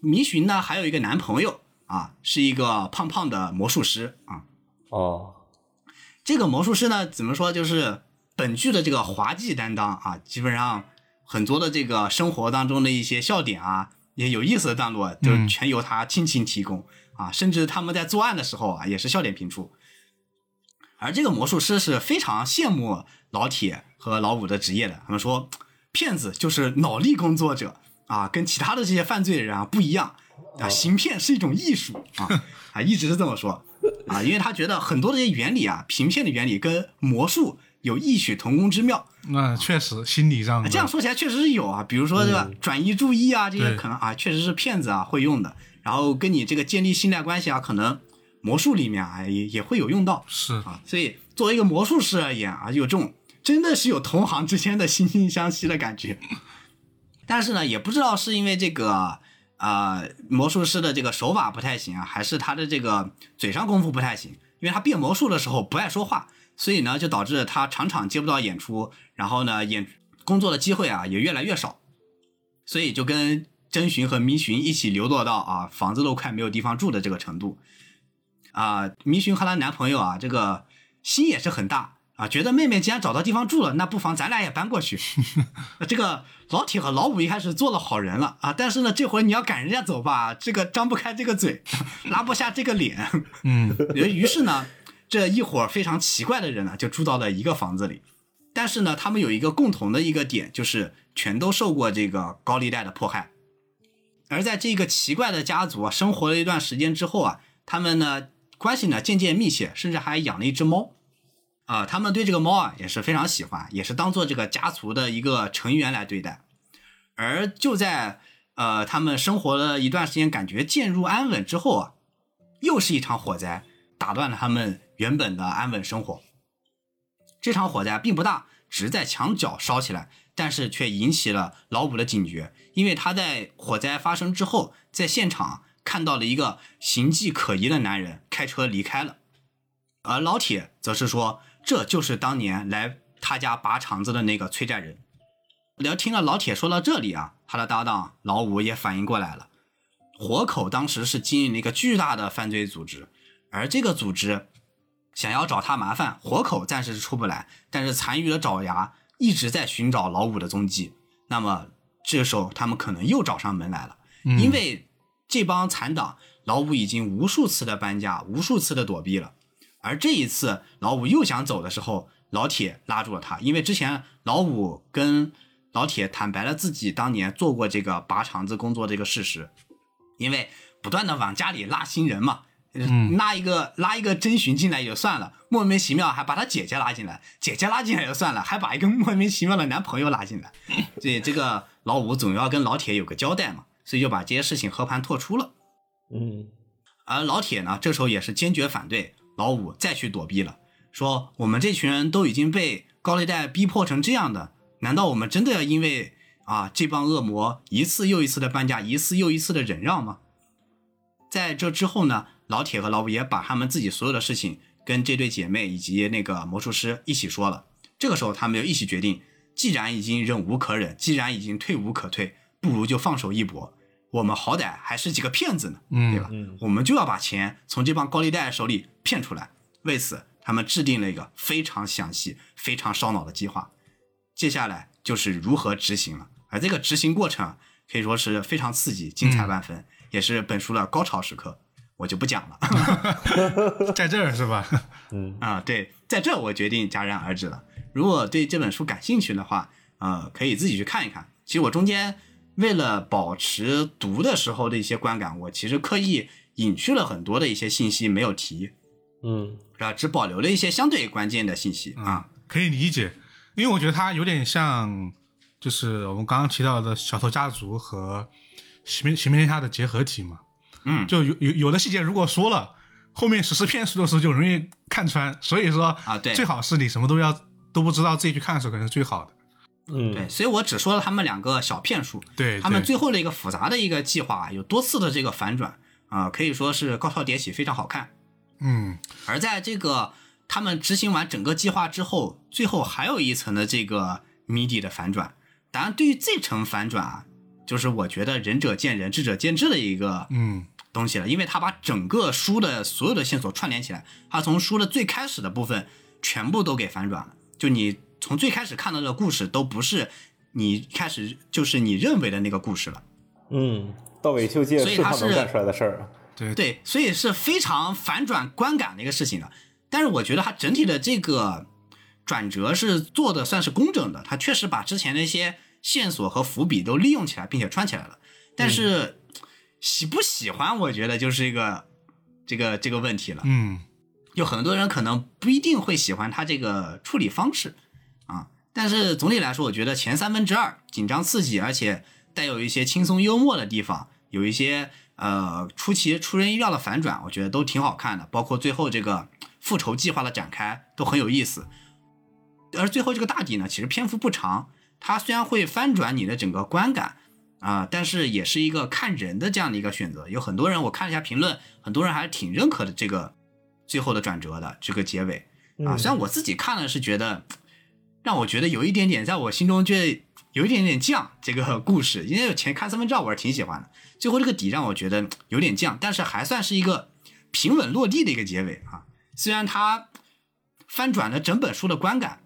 Speaker 2: 迷寻呢还有一个男朋友啊，是一个胖胖的魔术师啊。
Speaker 4: 哦
Speaker 2: 这个魔术师呢，怎么说就是本剧的这个滑稽担当啊，基本上很多的这个生活当中的一些笑点啊，也有意思的段落，就是全由他亲情提供、啊，甚至他们在作案的时候啊，也是笑点频出。而这个魔术师是非常羡慕老铁和老五的职业的，他们说，骗子就是脑力工作者啊，跟其他的这些犯罪人啊不一样啊，行骗是一种艺术啊啊，一直是这么说啊，因为他觉得很多的这些原理啊，行骗的原理跟魔术有异曲同工之妙。
Speaker 1: 那确实心理上
Speaker 2: 啊
Speaker 1: 的
Speaker 2: 这样说起来确实是有啊，比如说这个转移注意啊，这些
Speaker 1: 对
Speaker 2: 可能啊，确实是骗子啊会用的。然后跟你这个建立信赖关系啊，可能魔术里面啊也也会有用到
Speaker 1: 是
Speaker 2: 啊。所以作为一个魔术师而言啊，有这种真的是有同行之间的惺惺相惜的感觉。 但是呢，也不知道是因为这个呃魔术师的这个手法不太行啊，还是他的这个嘴上功夫不太行，因为他变魔术的时候不爱说话，所以呢就导致他场场接不到演出，然后呢演工作的机会啊也越来越少，所以就跟真寻和迷寻一起流落到啊房子都快没有地方住的这个程度。啊，迷寻和她男朋友啊，这个心也是很大啊、啊，觉得妹妹既然找到地方住了，那不妨咱俩也搬过去。那这个老铁和老五一开始做了好人了啊，但是呢，这回你要赶人家走吧，这个张不开这个嘴， 拉不下这个脸。
Speaker 1: 嗯，
Speaker 2: 于是呢，这一伙非常奇怪的人呢，就住到了一个房子里。但是呢，他们有一个共同的一个点，就是全都受过这个高利贷的迫害。而在这个奇怪的家族啊，生活了一段时间之后啊，他们呢关系呢渐渐密切，甚至还养了一只猫。啊、他们对这个猫啊也是非常喜欢，也是当做这个家族的一个成员来对待。而就在呃他们生活了一段时间，感觉渐入安稳之后啊，又是一场火灾打断了他们原本的安稳生活。这场火灾并不大，只是在墙角烧起来，但是却引起了老五的警觉，因为他在火灾发生之后，在现场看到了一个形迹可疑的男人开车离开了，而老铁则是说这就是当年来他家拔肠子的那个催债人。聊听了老铁说到这里啊，他的搭档老五也反应过来了，活口当时是经营了一个巨大的犯罪组织，而这个组织想要找他麻烦，活口暂时是出不来，但是残余的爪牙一直在寻找老五的踪迹。那么这个时候，他们可能又找上门来了，
Speaker 1: 嗯
Speaker 2: 因为这帮残党，老五已经无数次的搬家，无数次的躲避了。而这一次，老五又想走的时候，老铁拉住了他，因为之前老五跟老铁坦白了自己当年做过这个拔肠子工作这个事实，因为不断的往家里拉新人嘛，呃拉一个拉一个甄巡进来也就算了，莫名其妙还把他姐姐拉进来，姐姐拉进来也就算了，还把一个莫名其妙的男朋友拉进来，所以这个老五总要跟老铁有个交代嘛，所以就把这些事情和盘托出了。
Speaker 3: 嗯，
Speaker 2: 而老铁呢，这时候也是坚决反对老五再去躲避了，说我们这群人都已经被高利贷逼迫成这样的，难道我们真的要因为啊这帮恶魔一次又一次的搬家，一次又一次的忍让吗？在这之后呢，老铁和老五也把他们自己所有的事情跟这对姐妹以及那个魔术师一起说了。这个时候，他们就一起决定，既然已经忍无可忍，既然已经退无可退，不如就放手一搏。我们好歹还是几个骗子呢，对
Speaker 1: 嗯
Speaker 2: 吧？我们就要把钱从这帮高利贷手里骗出来。为此，他们制定了一个非常详细、非常烧脑的计划。接下来就是如何执行了，而这个执行过程啊可以说是非常刺激、精彩万分，也是本书的高潮时刻，我就不讲了。
Speaker 1: 在这儿是吧？
Speaker 2: 啊，对，在这我决定戛然而止了。如果对这本书感兴趣的话，呃，可以自己去看一看。其实我中间为了保持读的时候的一些观感，我其实刻意隐去了很多的一些信息没有提，
Speaker 3: 嗯，
Speaker 2: 是吧？只保留了一些相对关键的信息啊。
Speaker 1: 可以理解，因为我觉得它有点像，就是我们刚刚提到的《小偷家族》和《行骗行骗天下》的结合体嘛。
Speaker 2: 嗯
Speaker 1: 就有有有的细节如果说了，后面实施骗术的时候就容易看穿，所以说
Speaker 2: 啊对
Speaker 1: 最好是你什么都要都不知道，自己去看的时候可能是最好的。
Speaker 3: 嗯，
Speaker 2: 对，所以我只说了他们两个小骗术，
Speaker 1: 对，
Speaker 2: 他们
Speaker 1: 哎对
Speaker 2: 最后的一个复杂的一个计划啊有多次的这个反转啊、可以说是高潮迭起，非常好看。
Speaker 1: 嗯
Speaker 2: 而在这个他们执行完整个计划之后，最后还有一层的这个谜底的反转。当然，对于这层反转啊，就是我觉得仁者见仁，智者见智的一个
Speaker 1: 嗯
Speaker 2: 东西了，因为他把整个书的所有的线索串联起来，他从书的最开始的部分全部都给反转了。就你从最开始看到的故事，都不是你一开始就是你认为的那个故事了。
Speaker 3: 嗯，到尾秀界
Speaker 2: 所以
Speaker 3: 是
Speaker 2: 他
Speaker 3: 他
Speaker 2: 是
Speaker 3: 能干出来的事儿啊，
Speaker 1: 对
Speaker 2: 对，所以是非常反转观感的一个事情的。但是我觉得它整体的这个转折是做的算是工整的，它确实把之前的一些线索和伏笔都利用起来，并且串起来了。但是喜不喜欢，我觉得就是一个这个这个问题了。
Speaker 1: 嗯
Speaker 2: 有很多人可能不一定会喜欢它这个处理方式啊，但是总体来说，我觉得前三分之二紧张刺激，而且带有一些轻松幽默的地方，有一些呃出奇出人意料的反转，我觉得都挺好看的。包括最后这个复仇计划的展开都很有意思。而最后这个大底呢，其实篇幅不长，它虽然会翻转你的整个观感，啊、但是也是一个看人的这样的一个选择。有很多人我看了一下评论，很多人还是挺认可的这个最后的转折的这个结尾啊。
Speaker 3: 嗯
Speaker 2: 虽然我自己看了是觉得，让我觉得有一点点，在我心中觉得有一点点犟这个 故事，因为我前看三分之二我是挺喜欢的，最后这个底让我觉得有点犟，但是还算是一个平稳落地的一个结尾啊。虽然它翻转了整本书的观感，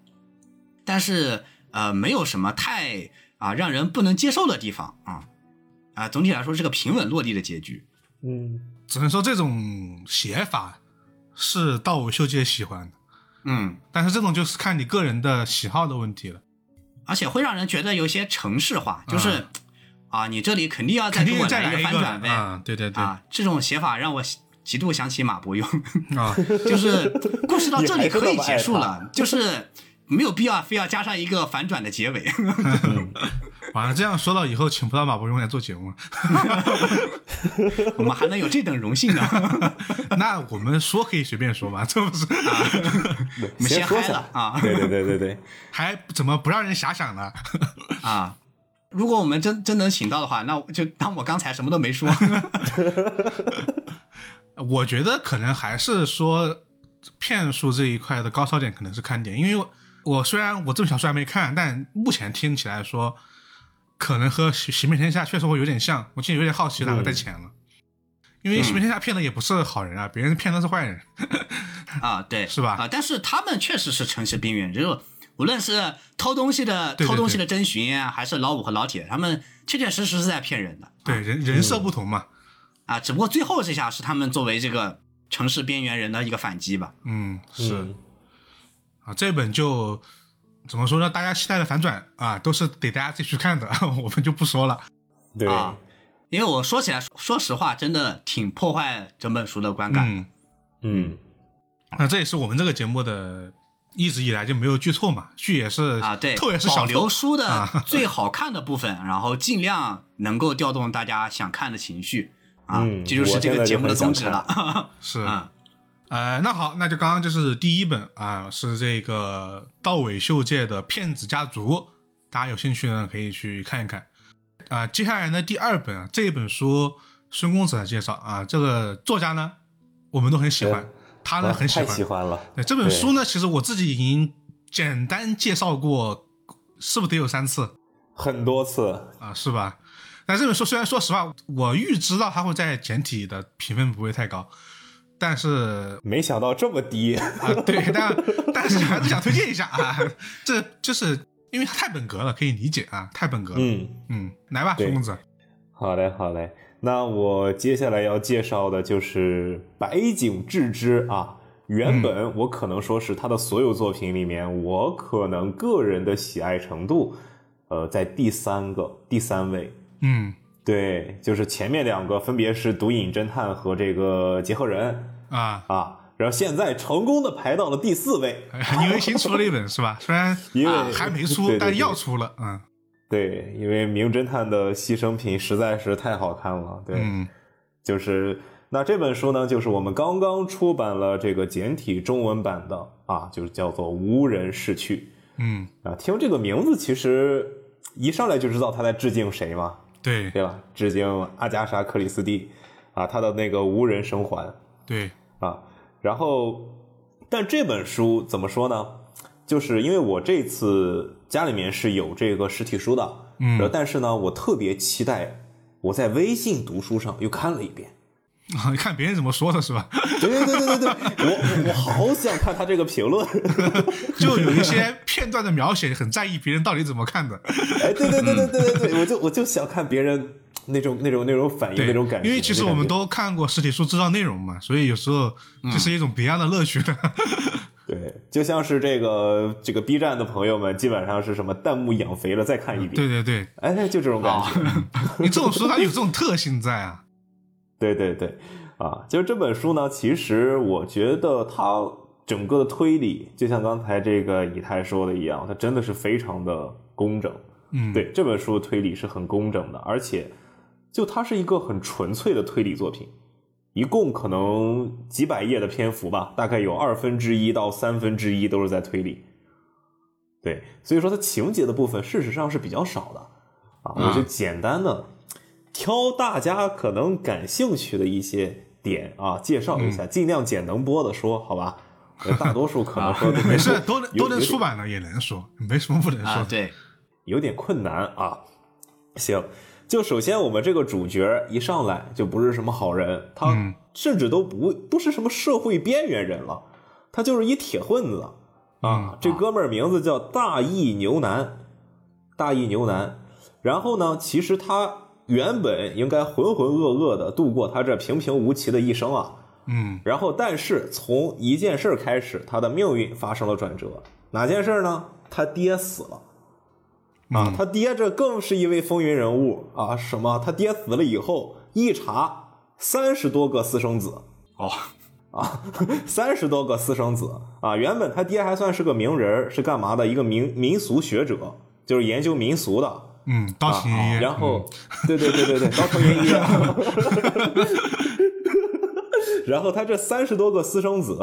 Speaker 2: 但是呃，没有什么太啊让人不能接受的地方啊啊，总体来说是个平稳落地的结局。
Speaker 3: 嗯
Speaker 1: 只能说这种写法是道尾秀介喜欢的，
Speaker 2: 嗯，
Speaker 1: 但是这种就是看你个人的喜好的问题了，
Speaker 2: 而且会让人觉得有些城市化，就是、啊，你这里肯定要再
Speaker 1: 嗯肯
Speaker 2: 给我
Speaker 1: 定再
Speaker 2: 来
Speaker 1: 来
Speaker 2: 个
Speaker 1: 一
Speaker 2: 翻转呗
Speaker 1: 啊，对对对
Speaker 2: 啊这种写法让我极度想起马伯庸。
Speaker 1: 啊
Speaker 2: 就是故事到这里可以结束
Speaker 3: 你还
Speaker 2: 了，就是没有必要非要加上一个反转的结尾。
Speaker 1: 完了，这样说到以后，请不到马伯庸来做节目了。
Speaker 2: 我们还能有这等荣幸呢？
Speaker 1: 那我们说可以随便说嘛，这不是
Speaker 2: 啊
Speaker 3: 对
Speaker 2: 我们先
Speaker 3: 说
Speaker 2: 嗨
Speaker 3: 起
Speaker 2: 了
Speaker 3: 来
Speaker 2: 啊
Speaker 3: 对对对对 对，
Speaker 1: 还怎么不让人遐想呢？
Speaker 2: 啊！如果我们真真能请到的话，那我就当我刚才什么都没说。
Speaker 1: 呃我觉得可能还是说骗术这一块的高潮点可能是看点，因为我我虽然我这么小说还没看，但目前听起来说，可能和《洗洗面天下》确实会有点像。我现在有点好奇哪个在前了，因为《洗面天下》骗的也不是好人啊，别人骗的是坏人。
Speaker 2: 啊，对，
Speaker 1: 是吧
Speaker 2: 啊，但是他们确实是城市边缘，就是无论是偷东西的
Speaker 1: 对对对
Speaker 2: 偷东西的甄巡啊，还是老五和老铁，他们确确实实是在骗人的
Speaker 1: 对，人人设不同嘛，
Speaker 2: 啊。只不过最后这下是他们作为这个城市边缘人的一个反击吧。
Speaker 1: 嗯，是。
Speaker 3: 嗯
Speaker 1: 啊，这本就怎么说呢？大家期待的反转啊，都是得大家自己去看的， 我们就不说了。
Speaker 3: 对，
Speaker 2: 啊，因为我说起来，说实话，真的挺破坏整本书的观感。
Speaker 1: 嗯，
Speaker 3: 嗯
Speaker 1: 那这也是我们这个节目的一直以来就没有剧透嘛，剧也是
Speaker 2: 啊，对，
Speaker 1: 透也是
Speaker 2: 保
Speaker 1: 小
Speaker 2: 留
Speaker 1: 透
Speaker 2: 书的
Speaker 1: 啊
Speaker 2: 最好看的部分，然后尽量能够调动大家想看的情绪啊，
Speaker 3: 嗯
Speaker 2: 这就是这个节目的宗旨了。
Speaker 1: 是。
Speaker 2: 啊
Speaker 1: 呃，那好，那就刚刚就是第一本啊，是这个道尾秀介的《骗子家族》，大家有兴趣呢可以去看一看。啊、接下来呢第二本啊，这一本书孙公子来介绍啊，这个作家呢我们都很喜欢
Speaker 3: 嗯，
Speaker 1: 他
Speaker 3: 哇
Speaker 1: 呢很喜
Speaker 3: 太喜欢了，
Speaker 1: 对这本书呢，其实我自己已经简单介绍过，是不是得有三次
Speaker 3: 很多次，
Speaker 1: 啊？是吧？但这本书虽然说实话，我预知到它会在简体的评分不会太高，但是
Speaker 3: 没想到这么低，
Speaker 1: 啊，对，但但是还是想推荐一下啊，这就是因为它太本格了，可以理解啊，太本格了。
Speaker 3: 嗯。
Speaker 1: 嗯来吧，
Speaker 3: 对
Speaker 1: 孙公子，
Speaker 3: 好嘞，好嘞。那我接下来要介绍的就是白井智之啊。原本我可能说是他的所有作品里面，我可能个人的喜爱程度，呃，在第三个第三位。
Speaker 1: 嗯
Speaker 3: 对，就是前面两个分别是《毒瘾侦探》和这个《结合人
Speaker 1: 啊》，
Speaker 3: 啊，然后现在成功的排到了第四位，
Speaker 1: 因为新出了一本是吧？虽然
Speaker 3: 因为、
Speaker 2: 啊
Speaker 1: 还没出，
Speaker 3: 对对
Speaker 1: 但
Speaker 3: 对
Speaker 1: 要出了，嗯
Speaker 3: 对，因为《名侦探》的牺牲品实在是太好看了，对，
Speaker 1: 嗯
Speaker 3: 就是那这本书呢，就是我们刚刚出版了这个简体中文版的啊，就是叫做《无人逝去
Speaker 1: 嗯，》
Speaker 3: 啊。听这个名字，其实一上来就知道他在致敬谁嘛，
Speaker 1: 对
Speaker 3: 对吧？致敬阿加莎·克里斯蒂啊，他的那个《无人生还》
Speaker 1: 对，
Speaker 3: 啊。然后，但这本书怎么说呢？就是因为我这次家里面是有这个实体书的，然后
Speaker 1: 嗯，
Speaker 3: 但是呢，我特别期待我在微信读书上又看了一遍。
Speaker 1: 啊，看别人怎么说的是吧？
Speaker 3: 对对对对对，对，我我好想看他这个评论。
Speaker 1: 就有一些片段的描写，很在意别人到底怎么看的，
Speaker 3: 哎，对对对对对对对，我就我就想看别人那种那种那种反应
Speaker 1: 对，
Speaker 3: 那种感觉。嗯
Speaker 1: 因为其实我们
Speaker 3: 那种
Speaker 1: 都看过实体书，知道内容嘛，所以有时候这是一种别样的乐趣的。
Speaker 3: 感觉对，就像是这个这个 B 站的朋友们，基本上是什么弹幕养肥了再看一遍
Speaker 1: 对，对啊对，
Speaker 3: 哎，就这种感觉。
Speaker 1: 你这种书它有这种特性在啊。
Speaker 3: 对对对，啊，就是这本书呢，其实我觉得它整个的推理，就像刚才这个以太说的一样，它真的是非常的工整。
Speaker 1: 嗯，
Speaker 3: 对这本书的推理是很工整的，而且就它是一个很纯粹的推理作品，一共可能几百页的篇幅吧，大概有二分之一到三分之一都是在推理。对，所以说它情节的部分事实上是比较少的啊，我
Speaker 1: 嗯
Speaker 3: 就简单的挑大家可能感兴趣的一些点啊，介绍一下，
Speaker 1: 嗯
Speaker 3: 尽量简能播的说，好吧？呃大多数可能说的
Speaker 1: 啊没事，都能
Speaker 3: 有
Speaker 1: 都能
Speaker 3: 有点
Speaker 1: 出版了，也能说，没什么不能说
Speaker 2: 啊，
Speaker 1: 的。
Speaker 2: 对，
Speaker 3: 有点困难啊。行，就首先我们这个主角一上来就不是什么好人，他甚至都不不是什么社会边缘人了，他就是一铁混子。
Speaker 1: 啊，
Speaker 3: 这哥们儿名字叫大义牛腩，大义牛腩。然后呢，其实他原本应该浑浑噩噩的度过他这平平无奇的一生啊。
Speaker 1: 嗯
Speaker 3: 然后，但是从一件事儿开始，他的命运发生了转折。哪件事儿呢？他爹死了。
Speaker 1: 嗯
Speaker 3: 啊，他爹这更是一位风云人物啊！什么？他爹死了以后，一查三十多个私生子，
Speaker 2: 哦，
Speaker 3: 啊，三十多个私生子啊！原本他爹还算是个名人儿，是干嘛的？一个民民俗学者，就是研究民俗的。啊
Speaker 1: 嗯，道奇爷爷，
Speaker 3: 然后，对对对对对，高成爷爷。然后他这三十多个私生子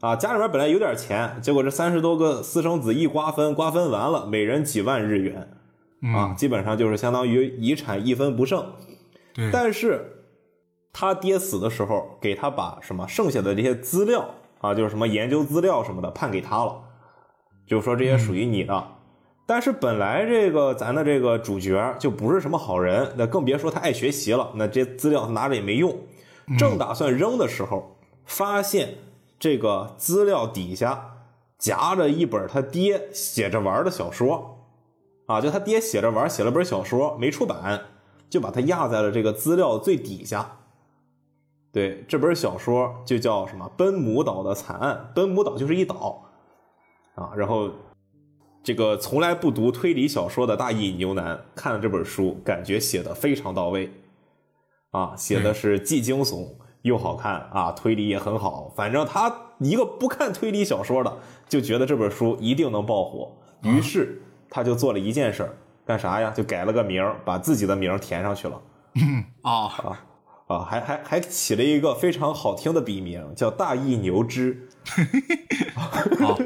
Speaker 3: 啊，家里面本来有点钱，结果这三十多个私生子一瓜分，瓜分完了，每人几万日元
Speaker 1: 嗯
Speaker 3: 啊，基本上就是相当于遗产一分不剩。
Speaker 1: 对，
Speaker 3: 但是他爹死的时候，给他把什么剩下的这些资料啊，就是什么研究资料什么的判给他了，就是说这些属于你的。但是本来这个咱的这个主角就不是什么好人，那更别说他爱学习了，那这些资料他拿着也没用。正打算扔的时候，发现这个资料底下夹着一本他爹写着玩儿的小说。啊，就他爹写着玩儿，写了本小说，没出版，就把它压在了这个资料最底下。对，这本小说就叫什么《奔母岛的惨案》，奔母岛就是一岛啊。然后，这个从来不读推理小说的大义牛腩看了这本书，感觉写的非常到位啊，写的是既惊悚又好看啊，推理也很好。反正他一个不看推理小说的，就觉得这本书一定能爆火，于是他就做了一件事儿，干啥呀？就改了个名儿，把自己的名儿填上去了。
Speaker 2: 哦，
Speaker 3: 啊，还还还起了一个非常好听的笔名，叫大义牛之，
Speaker 2: 哦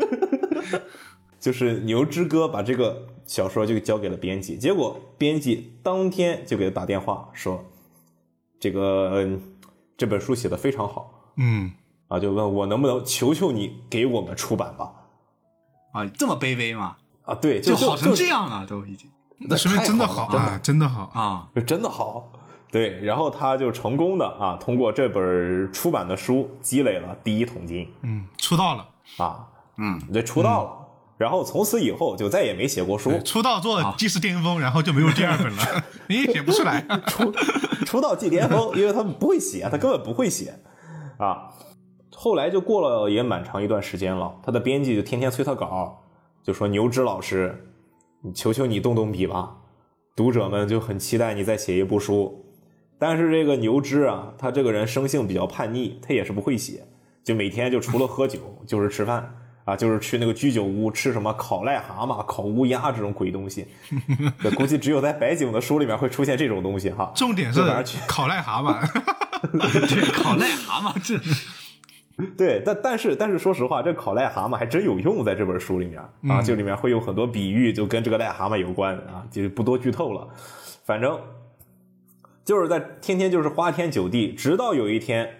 Speaker 3: 就是牛之哥把这个小说就交给了编辑，结果编辑当天就给他打电话说，这个、嗯、这本书写的非常好
Speaker 1: 嗯，
Speaker 3: 啊，就问我能不能求求你给我们出版吧？
Speaker 2: 啊，这么卑微吗？
Speaker 3: 啊，对，就
Speaker 2: 就好成这
Speaker 3: 就
Speaker 2: 样了，都已经
Speaker 1: 那说明真的好
Speaker 3: 太好了
Speaker 1: 啊，真的好，
Speaker 2: 啊，
Speaker 3: 就真的好。对，然后他就成功的啊，通过这本出版的书积累了第一桶金
Speaker 1: 嗯，出道了，
Speaker 3: 啊，
Speaker 2: 嗯，
Speaker 3: 你这出道了。然后从此以后就再也没写过书
Speaker 1: 对，出道
Speaker 3: 啊
Speaker 1: 做既是巅峰，然后就没有第二本 了，你也写不出来，
Speaker 3: 出道即巅峰，因为他们不会写，他根本不会写啊。后来就过了也蛮长一段时间了，他的编辑就天天催他稿，就说牛之老师，你求求你动动笔吧，读者们就很期待你再写一部书。但是这个牛之啊，他这个人生性比较叛逆，他也是不会写，就每天就除了喝酒就是吃饭 啊，就是去那个居酒屋吃什么烤癞蛤蟆、烤乌鸦这种鬼东西。这估计只有在白井的书里面会出现这种东西哈。
Speaker 1: 重点是
Speaker 3: 就玩去
Speaker 1: 烤癞蛤 蟆，
Speaker 2: 烤癞蛤蟆这
Speaker 3: 对，但但是但是说实话，这烤癞蛤蟆还真有用，在这本书里面啊，这里面会有很多比喻，就跟这个癞蛤蟆有关啊，就不多剧透了。反正就是在天天就是花天酒地，直到有一天，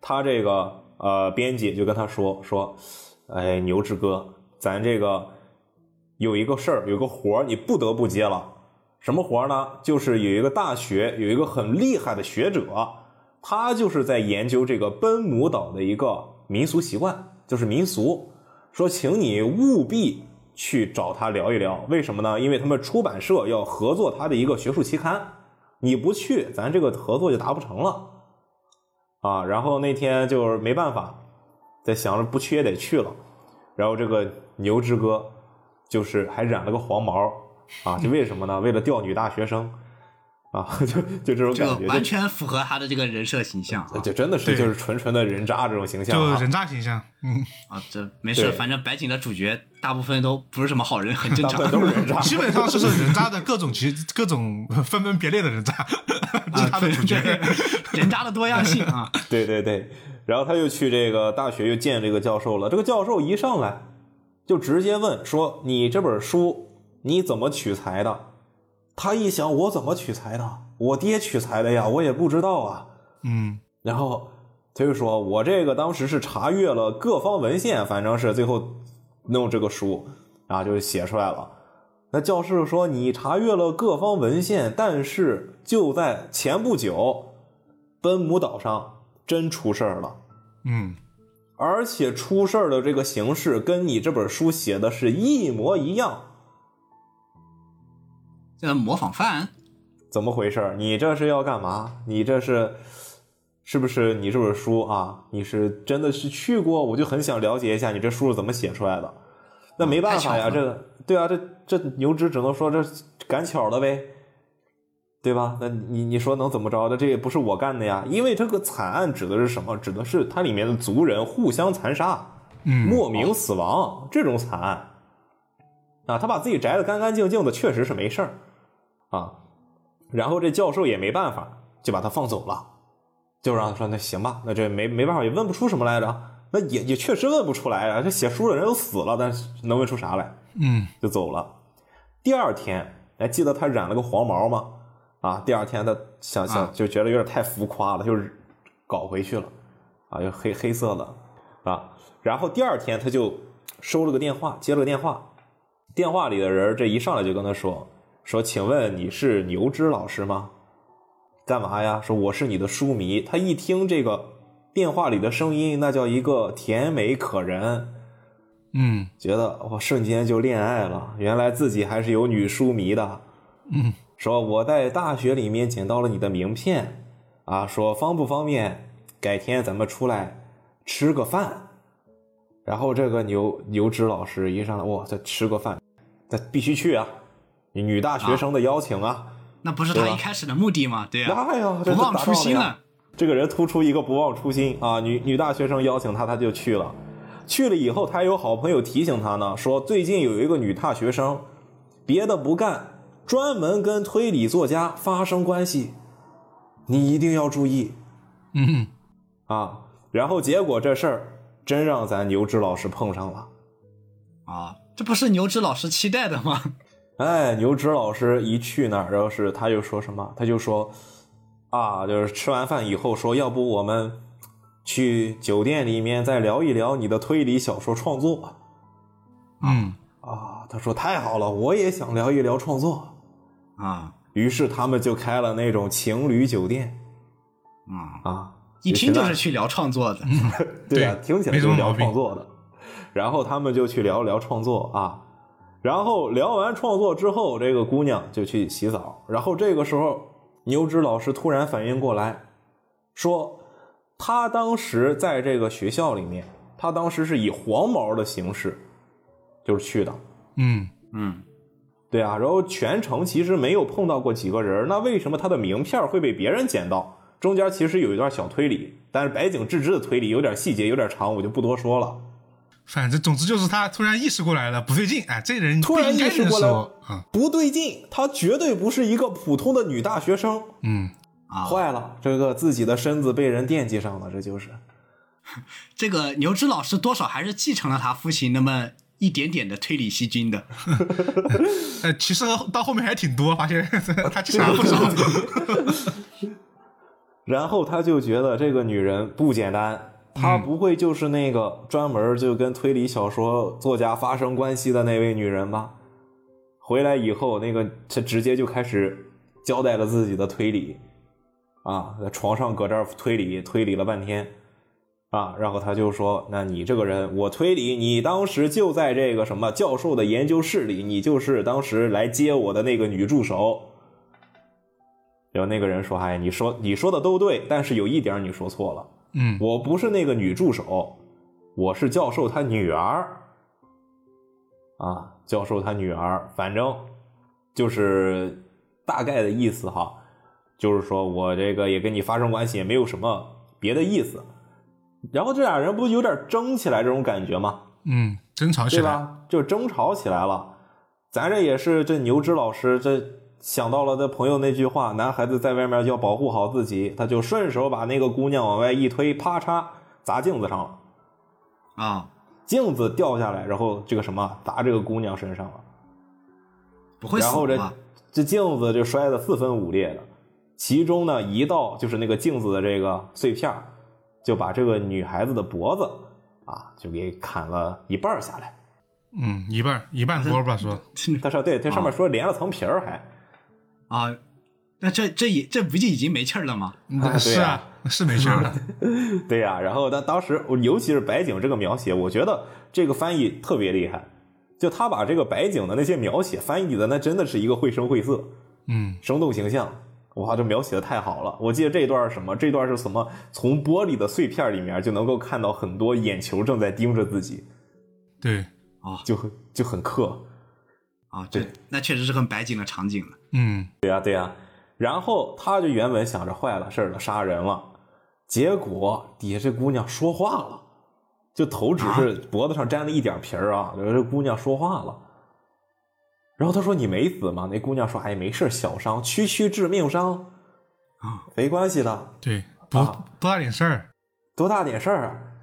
Speaker 3: 他这个呃编辑就跟他说说，哎，牛志哥，咱这个有一个事儿，有个活儿你不得不接了。什么活儿呢？就是有一个大学有一个很厉害的学者，他就是在研究这个奔母岛的一个民俗习惯，就是民俗。说，请你务必去找他聊一聊，为什么呢？因为他们出版社要合作他的一个学术期刊，你不去，咱这个合作就达不成了。啊，然后那天就是没办法，在想着不去也得去了。然后这个牛之哥就是还染了个黄毛啊，就为什么呢？为了钓女大学生啊， 就就这种
Speaker 2: 这
Speaker 3: 感
Speaker 2: 个
Speaker 3: 觉，就
Speaker 2: 完全符合他的这个人设形象啊
Speaker 3: 就真的是
Speaker 1: 对
Speaker 3: 就是纯纯的人渣这种形象、
Speaker 1: 就
Speaker 3: 啊，
Speaker 1: 人渣形象，嗯，
Speaker 2: 啊，这没事，
Speaker 3: 对
Speaker 2: 反正白井的主角大部分都不是什么好人，很正
Speaker 3: 大部分
Speaker 2: 常啊
Speaker 3: 都是人渣。
Speaker 1: 基本上就是人渣的各种其各种分门别类的人渣，这是他的
Speaker 2: 啊，对
Speaker 1: 主
Speaker 2: 对
Speaker 1: 角，，
Speaker 2: 人渣的多样性啊，
Speaker 3: 对对对，然后他又去这个大学又见这个教授了。这个教授一上来就直接问说：“你这本书你怎么取材的？”他一想，我怎么取材的？我爹取材的呀，我也不知道啊。
Speaker 1: 嗯
Speaker 3: 然后他就说：“我这个当时是查阅了各方文献，反正是最后弄这个书啊，就写出来了。”那教授说：“你查阅了各方文献，但是就在前不久，奔母岛上真出事儿了，
Speaker 1: 嗯，
Speaker 3: 而且出事儿的这个形式跟你这本书写的是一模一样，
Speaker 2: 这呃模仿犯
Speaker 3: 怎么回事儿？你这是要干嘛？你这是是不是你这本书啊？你是真的是去过？我就很想了解一下你这书是怎么写出来的。那没办法呀，
Speaker 2: 太巧
Speaker 3: 这个对啊，这这牛只只能说这赶巧了呗，对吧？那你你说能怎么着？那这也不是我干的呀，因为这个惨案指的是什么？指的是它里面的族人互相残杀，
Speaker 1: 嗯
Speaker 3: 莫名死亡这种惨案啊，他把自己摘得干干净净的，确实是没事儿啊。然后这教授也没办法，就把他放走了，就让他说那行吧，那这没没办法，也问不出什么来着，那也也确实问不出来啊。这写书的人都死了，但是能问出啥来？
Speaker 1: 嗯
Speaker 3: 就走了。第二天，还记得他染了个黄毛吗？啊，第二天他想
Speaker 2: 啊
Speaker 3: 想就觉得有点太浮夸了，就是搞回去了，啊，就黑黑色的啊。然后第二天他就收了个电话，接了个电话，电话里的人这一上来就跟他说说，请问你是牛芝老师吗？干嘛呀？说我是你的书迷。他一听这个电话里的声音，那叫一个甜美可人。
Speaker 1: 嗯
Speaker 3: 觉得我瞬间就恋爱了，原来自己还是有女书迷的。
Speaker 1: 嗯，
Speaker 3: 说我在大学里面捡到了你的名片，啊，说方不方便改天咱们出来吃个饭。然后这个牛牛芝老师一上来，哇，这吃个饭，那必须去啊！女大学生的邀请啊！
Speaker 2: 那不是
Speaker 3: 对
Speaker 2: 他
Speaker 3: 吧
Speaker 2: 一开始的目的吗？对呀、
Speaker 3: 哎呀，
Speaker 2: 不
Speaker 3: 这
Speaker 2: 忘初心
Speaker 3: 了
Speaker 2: 了。。
Speaker 3: 这个人突出一个不忘初心啊，女女大学生邀请他，他就去了。去了以后，他还有好朋友提醒他呢，说最近有一个女大学生，别的不干，专门跟推理作家发生关系，你一定要注意
Speaker 1: 嗯
Speaker 3: 啊。然后结果这事儿真让咱牛志老师碰上了。
Speaker 2: 啊，这不是牛之老师期待的吗？
Speaker 3: 哎，牛芝老师一去那儿，然后是他就说什么，他就说啊，就是吃完饭以后说，要不我们去酒店里面再聊一聊你的推理小说创作吧
Speaker 1: 嗯
Speaker 3: 啊。他说太好了，我也想聊一聊创作。
Speaker 2: 啊
Speaker 3: 于是他们就开了那种情侣酒店
Speaker 2: 啊，
Speaker 3: 啊，
Speaker 2: 一听就
Speaker 3: 那
Speaker 2: 是去聊创作的。
Speaker 3: 对啊，
Speaker 1: 对
Speaker 3: 听起来
Speaker 1: 没什
Speaker 3: 就
Speaker 1: 么
Speaker 3: 是聊
Speaker 1: 毛病
Speaker 3: 创作的。然后他们就去聊聊创作啊，然后聊完创作之后，这个姑娘就去洗澡。然后这个时候，牛芝老师突然反应过来，说他当时在这个学校里面，他当时是以黄毛的形式就是去的，
Speaker 1: 嗯
Speaker 2: 嗯，
Speaker 3: 对啊。然后全程其实没有碰到过几个人，那为什么他的名片会被别人捡到？中间其实有一段小推理，但是白井智之的推理有点细节有点长，我就不多说了。
Speaker 1: 反正总之就是他突然意识过来了，不对劲，哎，这人
Speaker 3: 突然
Speaker 1: 不应
Speaker 3: 意
Speaker 1: 该
Speaker 3: 识过来
Speaker 1: 认识我嗯
Speaker 3: 不对劲，她绝对不是一个普通的女大学生。
Speaker 1: 嗯
Speaker 2: 啊，
Speaker 3: 坏了，这个自己的身子被人惦记上了，这就是
Speaker 2: 这个牛之老师多少还是继承了他父亲那么一点点的推理细菌的。
Speaker 1: 呃，其实到后面还挺多，发现他其实还不少。
Speaker 3: 然后他就觉得这个女人不简单，她不会就是那个专门就跟推理小说作家发生关系的那位女人吧？回来以后，那个她直接就开始交代了自己的推理，啊，在床上搁这儿推理推理了半天，啊，然后他就说：“那你这个人，我推理你当时就在这个什么教授的研究室里，你就是当时来接我的那个女助手。”然后那个人说：“哎，你说你说的都对，但是有一点你说错了，
Speaker 1: 嗯
Speaker 3: 我不是那个女助手，我是教授他女儿。”啊，教授他女儿，反正就是大概的意思哈，就是说我这个也跟你发生关系，也没有什么别的意思。然后这俩人不有点争起来这种感觉吗？
Speaker 1: 嗯，争吵起
Speaker 3: 对
Speaker 1: 来，
Speaker 3: 吧？就争吵起来了。咱这也是这牛芝老师这想到了这朋友那句话，男孩子在外面要保护好自己，他就顺手把那个姑娘往外一推，啪嚓砸镜子上了，
Speaker 2: 啊，
Speaker 3: 镜子掉下来，然后这个什么砸这个姑娘身上了，
Speaker 2: 不会死
Speaker 3: 然后这
Speaker 2: 吧？
Speaker 3: 这镜子就摔得四分五裂的，其中呢一道就是那个镜子的这个碎片儿，就把这个女孩子的脖子啊就给砍了一半儿下来。
Speaker 1: 嗯，一半一半多吧，说，
Speaker 2: 哦
Speaker 3: 他说对，这上面说连了层皮儿还。
Speaker 2: 啊，那这这也这不就已经没气儿了吗？
Speaker 1: 嗯是啊，是没事儿了。
Speaker 3: 对呀、然后他当时，尤其是白景这个描写，我觉得这个翻译特别厉害，就他把这个白景的那些描写翻译的那真的是一个绘声绘色，
Speaker 1: 嗯，
Speaker 3: 生动形象。哇，这描写的太好了！我记得这段是什么？这段是什么？从玻璃的碎片里面就能够看到很多眼球正在盯着自己，
Speaker 1: 对，
Speaker 3: 就很就很刻。
Speaker 2: 啊，这
Speaker 3: 对
Speaker 2: 那确实是很白景的场景了。
Speaker 1: 嗯，
Speaker 3: 对呀、对呀、然后他就原本想着坏了事儿了，杀人了，结果底下这姑娘说话了，就头只是
Speaker 2: 啊
Speaker 3: 脖子上沾了一点皮儿啊，这姑娘说话了。然后他说：“你没死吗？”那姑娘说：“哎，没事儿，小伤，区区致命伤，
Speaker 2: 啊
Speaker 3: 没关系的，
Speaker 1: 对，不、
Speaker 3: 啊
Speaker 1: 多大点事儿。
Speaker 3: 多大点事儿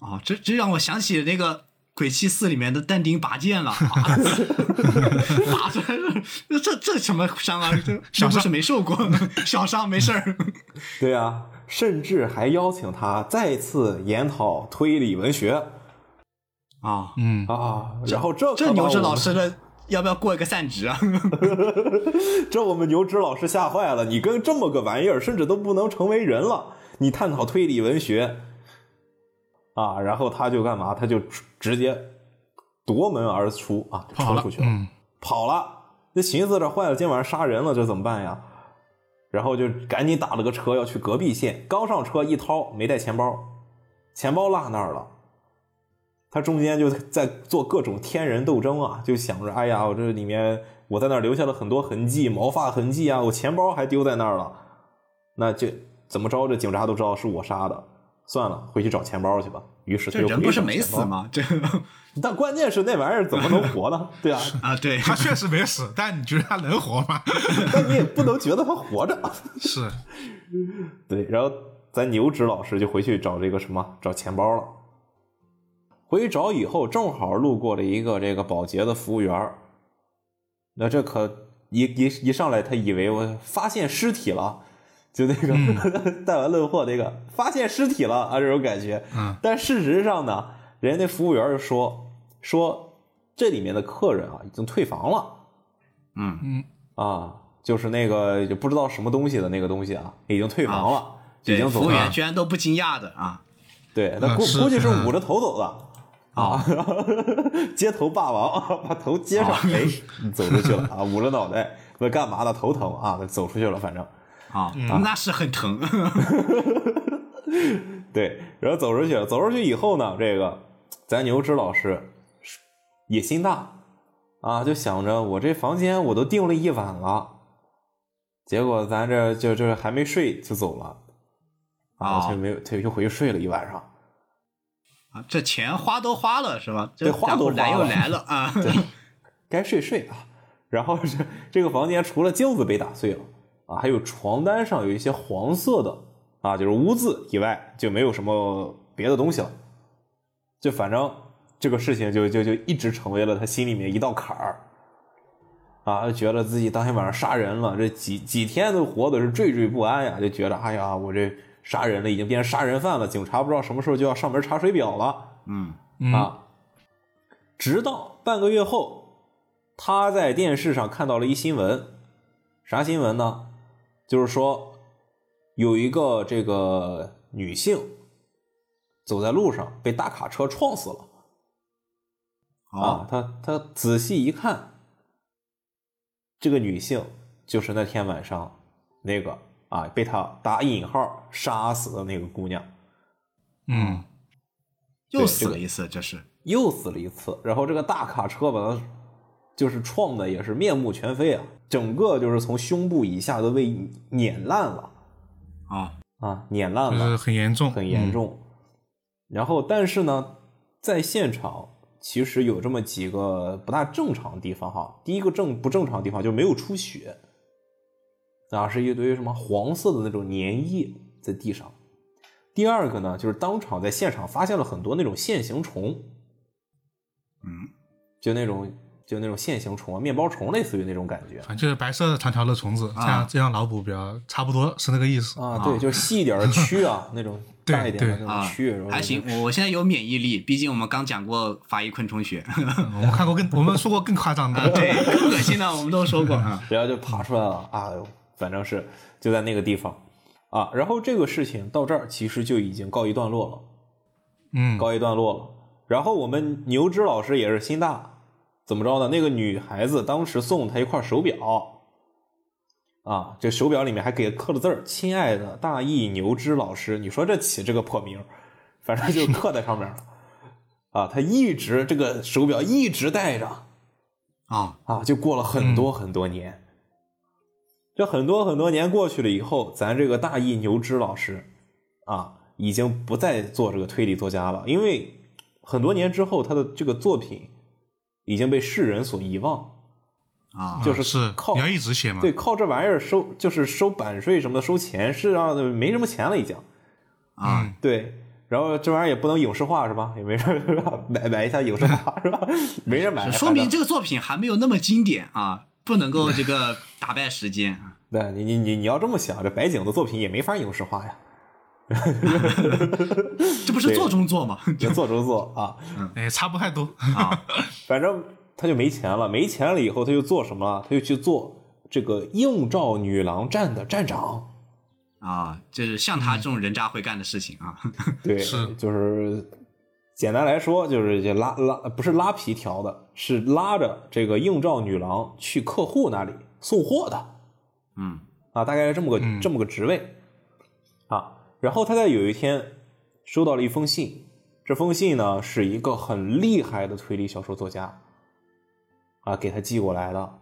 Speaker 3: 啊。”
Speaker 2: 啊，这这让我想起那个《鬼泣四》里面的但丁拔剑了，啊 拔出来了，这这这什么伤啊？这
Speaker 1: 小
Speaker 2: 又
Speaker 1: 伤
Speaker 2: 不是没 受过，小伤没事儿。
Speaker 3: 对啊，甚至还邀请他再次研讨推理文学
Speaker 2: 啊，
Speaker 1: 嗯，
Speaker 3: 啊。然后这
Speaker 2: 这
Speaker 3: 可把
Speaker 2: 牛志
Speaker 3: 我
Speaker 2: 老
Speaker 3: 们，
Speaker 2: 师的要不要过一个散职啊？
Speaker 3: 这我们牛志老师吓坏了。你跟这么个玩意儿，甚至都不能成为人了，你探讨推理文学啊？然后他就干嘛？他就直直接夺门而出啊，就
Speaker 1: 跑
Speaker 3: 冲
Speaker 1: 了
Speaker 3: 出去，了。
Speaker 1: 嗯，
Speaker 3: 跑了。那寻思着坏了，今晚上杀人了，这怎么办呀？然后就赶紧打了个车要去隔壁县，刚上车一掏没带钱包，钱包落那儿了。他中间就在做各种天人斗争啊，就想着，哎呀，我这里面我在那儿留下了很多痕迹，毛发痕迹啊，我钱包还丢在那儿了，那这怎么着？这警察都知道是我杀的，算了，回去找钱包去吧。于是他
Speaker 2: 这
Speaker 3: 就
Speaker 2: 人
Speaker 3: 回去
Speaker 2: 不是
Speaker 3: 找
Speaker 2: 没
Speaker 3: 钱
Speaker 2: 死
Speaker 3: 包？
Speaker 2: 吗？这
Speaker 3: 但关键是那玩意儿怎么能活呢？对啊，
Speaker 2: 啊， 对，
Speaker 1: 他确实没死，但你觉得他能活 吗？
Speaker 3: 但你也不能觉得他活着。
Speaker 1: 是，
Speaker 3: 对，然后咱牛指老师就回去找这个什么，找钱包了。回去找以后，正好路过了一个这个保洁的服务员儿那这可一一一上来，他以为我发现尸体了，就那个 带完论货那个发现尸体了啊，这种感觉。
Speaker 1: 嗯，
Speaker 3: 但事实上呢，人家那服务员儿就说说这里面的客人啊已经退房了。
Speaker 2: 嗯
Speaker 1: 嗯
Speaker 3: 啊，就是那个就不知道什么东西的那个东西啊，已经退房了，已
Speaker 2: 对，
Speaker 3: 经
Speaker 2: 服
Speaker 3: 走
Speaker 2: 务
Speaker 3: 了
Speaker 2: 员。居然都不惊讶的啊。
Speaker 3: 对，那
Speaker 1: 啊
Speaker 3: 估
Speaker 1: 是
Speaker 3: 估计是
Speaker 1: 嗯
Speaker 3: 捂着头走的。啊， 街头霸王把头接上，哎，走出去了啊，捂着脑袋，那干嘛呢？头疼啊，走出去了，反正
Speaker 2: 啊，
Speaker 3: 嗯
Speaker 2: 那是很疼。
Speaker 3: 对，然后走出去了，走出去以后呢，这个咱牛芝老师野心大啊，就想着我这房间我都订了一晚了，结果咱这就就是还没睡就走了啊，
Speaker 2: 啊
Speaker 3: 就没有，他又回去睡了一晚上。
Speaker 2: 啊，这钱花都花了是吧？
Speaker 3: 对
Speaker 2: 这
Speaker 3: 花都花了
Speaker 2: 然后来又来了啊！
Speaker 3: 该睡睡啊。然后这这个房间除了镜子被打碎了啊，还有床单上有一些黄色的啊，就是污渍以外，就没有什么别的东西了。就反正这个事情就就就一直成为了他心里面一道坎儿啊，觉得自己当天晚上杀人了，这几几天都活的是惴惴不安呀，就觉得哎呀，我这杀人了，已经变成杀人犯了，警察不知道什么时候就要上门查水表了。
Speaker 2: 嗯
Speaker 1: 嗯，
Speaker 3: 啊。直到半个月后，他在电视上看到了一新闻，啥新闻呢？就是说有一个这个女性走在路上被大卡车撞死了啊
Speaker 2: 哦。
Speaker 3: 他他仔细一看，这个女性就是那天晚上那个啊被他打引号杀死的那个姑娘。
Speaker 1: 嗯，
Speaker 2: 又死了一次，这是
Speaker 3: 又死了一次，然后这个大卡车把他就是撞的也是面目全非啊，整个就是从胸部以下都被碾烂了
Speaker 2: 啊
Speaker 3: 啊，碾烂
Speaker 1: 就
Speaker 3: 了
Speaker 1: 是，很严重，
Speaker 3: 很严重。然后，但是呢，在现场其实有这么几个不大正常的地方哈。第一个正不正常的地方就是没有出血，啊，是一堆什么黄色的那种粘液在地上。第二个呢，就是当场在现场发现了很多那种线形虫，
Speaker 2: 嗯，
Speaker 3: 就那种就那种线形虫啊，面包虫类似于那种感
Speaker 1: 嗯
Speaker 3: 觉
Speaker 1: 反正就是白色长条的虫子，这样这样脑补比较差不多是那个意思。
Speaker 3: 啊，对，就是细一点的蛆啊，那种
Speaker 1: 对
Speaker 3: 大一点的
Speaker 1: 对
Speaker 3: 那种
Speaker 2: 啊
Speaker 3: 蛆，然后，
Speaker 2: 还行，我我现在有免疫力，毕竟我们刚讲过法医昆虫 学，
Speaker 1: 嗯我们看过更，我们说过更夸张的，
Speaker 3: 嗯
Speaker 2: 对，更恶心的我们都说过啊。
Speaker 3: 然后就爬出来了，哎呦，反正是就在那个地方啊。然后这个事情到这儿其实就已经告一段落了，
Speaker 1: 嗯，
Speaker 3: 告一段落了。然后我们牛之老师也是心大，怎么着呢？那个女孩子当时送她一块手表，啊，这手表里面还给刻了字儿：“亲爱的大义牛之老师。”你说这起这个破名儿，反正就刻在上面了。 啊，她一直这个手表一直戴着，
Speaker 2: 啊，
Speaker 3: 啊，就过了
Speaker 2: 嗯
Speaker 3: 很多很多年。这很多很多年过去了以后，咱这个大义牛之老师啊，已经不再做这个推理作家了，因为很多年之后，他的这个作品已经被世人所遗忘。
Speaker 2: 啊，
Speaker 3: 就
Speaker 1: 啊
Speaker 3: 是
Speaker 1: 是
Speaker 3: 靠
Speaker 1: 你要一直
Speaker 2: 嗯
Speaker 1: 写嘛，
Speaker 3: 对，靠这玩意儿收，就是收版税什么的，收钱，是让没什么钱了已经。
Speaker 1: 嗯
Speaker 2: 啊，
Speaker 3: 对，然后这玩意儿也不能影视化是吧？也没事儿是吧？买买一下影视化是吧？ 没人买，
Speaker 2: 说
Speaker 3: 反
Speaker 2: 明
Speaker 3: 正
Speaker 2: 这个作品还没有那么经典啊，不能够这个打败时间啊。
Speaker 3: 对你你你你要这么想，这白景的作品也没法影视化呀，
Speaker 2: 这不是做中做 吗？
Speaker 3: 就做就做啊。
Speaker 1: 哎，差不太多。
Speaker 2: 啊，
Speaker 3: 反正他就没钱了，没钱了以后他就做什么了？他就去做这个应召女郎站的站长。
Speaker 2: 啊，就是像他这种人渣会干的事情啊。
Speaker 3: 对，
Speaker 1: 是
Speaker 3: 就是简单来说，就是就拉拉不是拉皮条的，是拉着这个应召女郎去客户那里送货的
Speaker 2: 嗯
Speaker 3: 啊，大概是这么个、
Speaker 1: 嗯
Speaker 3: 这么个职位啊。然后他在有一天收到了一封信，这封信呢是一个很厉害的推理小说作家啊给他寄过来的。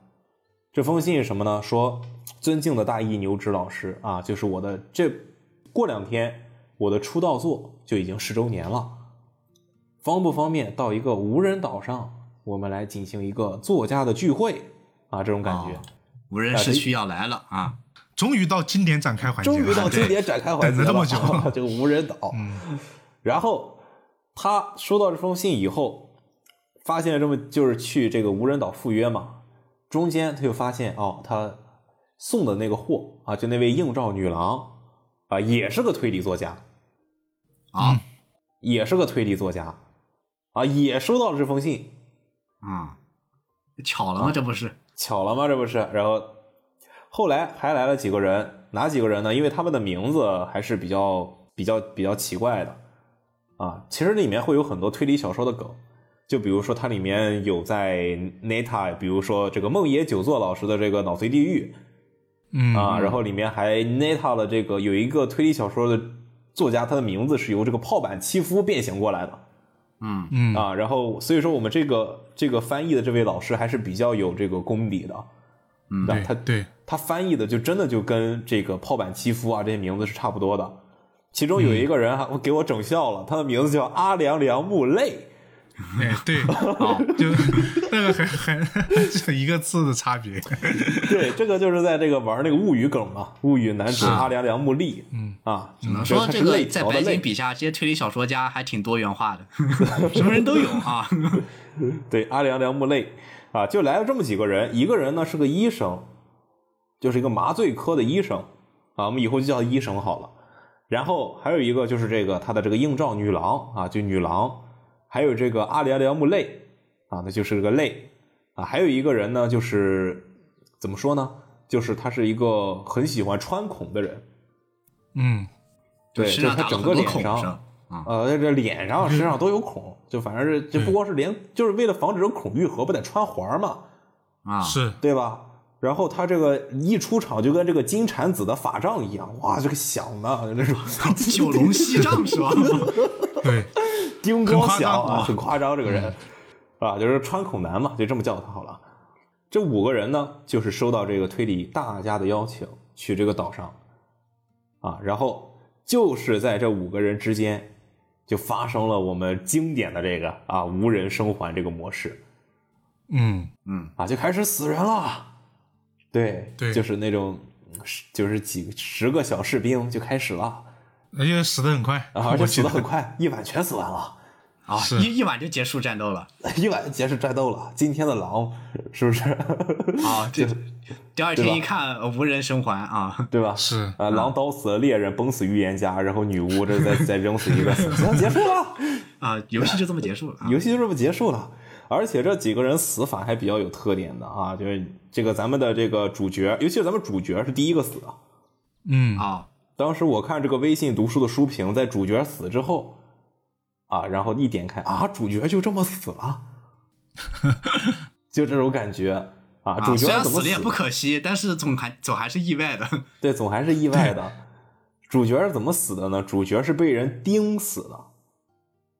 Speaker 3: 这封信是什么呢？说尊敬的大义牛之老师啊，就是我的这过两天我的出道作就已经十周年了，方不方便到一个无人岛上，我们来进行一个作家的聚会啊？这种感觉，
Speaker 2: 哦无
Speaker 3: 啊
Speaker 2: 人市区要来了啊！
Speaker 1: 终于到经典展开环节了，
Speaker 3: 终于到经典展开环节
Speaker 1: 等了这么久嗯
Speaker 3: 啊 这个无人岛。然后他收到这封信以后，发现这么就是去这个无人岛赴约嘛，中间他就发现哦，他送的那个货啊，就那位应召女郎啊，也是个推理作家，
Speaker 2: 啊
Speaker 3: 也是个推理作家啊，也收到了这封信，
Speaker 1: 嗯
Speaker 2: 啊，巧了
Speaker 1: 啊
Speaker 2: 吗？这不是
Speaker 3: 巧了吗？这不是？然后后来还来了几个人，哪几个人呢？因为他们的名字还是比较比较比较奇怪的啊。其实里面会有很多推理小说的梗，就比如说它里面有在 Neta，比如说这个梦野久作老师的这个脑髓地狱
Speaker 1: 嗯
Speaker 3: 啊，然后里面还 Neta 的这个有一个推理小说的作家，他的名字是由这个泡板七夫变形过来的。
Speaker 2: 嗯
Speaker 1: 嗯
Speaker 3: 啊，然后所以说我们这个这个翻译的这位老师还是比较有这个功底的，
Speaker 2: 嗯
Speaker 3: 对吧，他
Speaker 1: 对对，
Speaker 3: 他翻译的就真的就跟这个泡板七夫啊这些名字是差不多的。其
Speaker 2: 嗯
Speaker 3: 中有一个人还我给我整笑了，他的名字叫阿良良木泪
Speaker 1: 哎对， 就那个很很很一个字的差别，
Speaker 3: 对，这个就是在这个玩那个物语梗嘛，物语男主
Speaker 2: 是
Speaker 3: 阿良良木丽，嗯啊，只
Speaker 2: 只能说
Speaker 3: 他
Speaker 2: 这
Speaker 3: 是
Speaker 2: 个
Speaker 3: 泪
Speaker 2: 在
Speaker 3: 条的
Speaker 2: 白
Speaker 3: 泪
Speaker 2: 金，笔下，这些推理小说家还挺多元化 的，什么人都有啊。
Speaker 3: 对，阿良良木泪啊，就来了这么几个人，一个人呢是个医生，就是一个麻醉科的医生啊，我们以后就叫他医生好了。然后还有一个就是这个他的这个应召女郎啊，就女郎，还有这个阿良良木泪啊，那就是个泪啊，还有一个人呢就是怎么说呢，就是他是一个很喜欢穿孔的人，
Speaker 1: 嗯
Speaker 3: 对，
Speaker 2: 身
Speaker 3: 就
Speaker 2: 上
Speaker 3: 是
Speaker 2: 打
Speaker 3: 他
Speaker 2: 了
Speaker 3: 整
Speaker 2: 很
Speaker 3: 个
Speaker 2: 多
Speaker 3: 脸
Speaker 2: 孔
Speaker 3: 上
Speaker 2: 是吧？啊，
Speaker 3: 呃，这这脸上、身上都有孔，就反正是，就不光是连，就是为了防止这孔愈合，不得穿环儿嘛，
Speaker 2: 啊，
Speaker 1: 是
Speaker 3: 对吧？然后他这个一出场就跟这个金蝉子的法杖一样，哇，这个响 的那种
Speaker 2: 九龙西藏是吧？
Speaker 1: 对，
Speaker 3: 叮咣
Speaker 1: 很夸
Speaker 3: 响
Speaker 1: 张
Speaker 3: 啊，
Speaker 1: 啊嗯
Speaker 3: 很夸张这个人啊，就是穿孔男嘛，就这么叫他好了。这五个人呢，就是收到这个推理大家的邀请去这个岛上啊，然后就是在这五个人之间就发生了我们经典的这个啊无人生还这个模式。
Speaker 1: 嗯
Speaker 2: 嗯
Speaker 3: 啊，就开始死人了。对，
Speaker 1: 对
Speaker 3: 就是那种，嗯十就是几十个小士兵就开始了，
Speaker 1: 而且死的很快，
Speaker 3: 啊，而且
Speaker 1: 我
Speaker 3: 死
Speaker 1: 记
Speaker 3: 的
Speaker 1: 得
Speaker 3: 很快，一晚全死完了，
Speaker 2: 啊，
Speaker 1: 是
Speaker 2: 一一晚就结束战斗了
Speaker 3: 一晚就结束战斗了。今天的狼是不是？
Speaker 2: 啊！这第二
Speaker 3: 对
Speaker 2: 天
Speaker 3: 吧
Speaker 2: 一看呃无人生还啊，
Speaker 3: 对吧？
Speaker 1: 是
Speaker 3: 啊，狼刀死了猎人，崩死预言家，然后女 巫这再再扔死一个，行，结束了，
Speaker 2: 啊，游戏就这么结束了啊
Speaker 3: 游戏就这么结束了。而且这几个人死法还比较有特点的啊，就是这个咱们的这个主角，尤其是咱们主角是第一个死啊。
Speaker 1: 嗯，
Speaker 2: 啊，
Speaker 3: 当时我看这个微信读书的书评，在主角死之后啊，然后一点开啊，主角就这么死了，就这种感觉啊，
Speaker 2: 啊
Speaker 3: 主角
Speaker 2: 虽然
Speaker 3: 怎么
Speaker 2: 死了也
Speaker 3: 死
Speaker 2: 不可惜，但是总还总还是意外的。
Speaker 3: 对，总还是意外的。主角是怎么死的呢？主角是被人钉死的，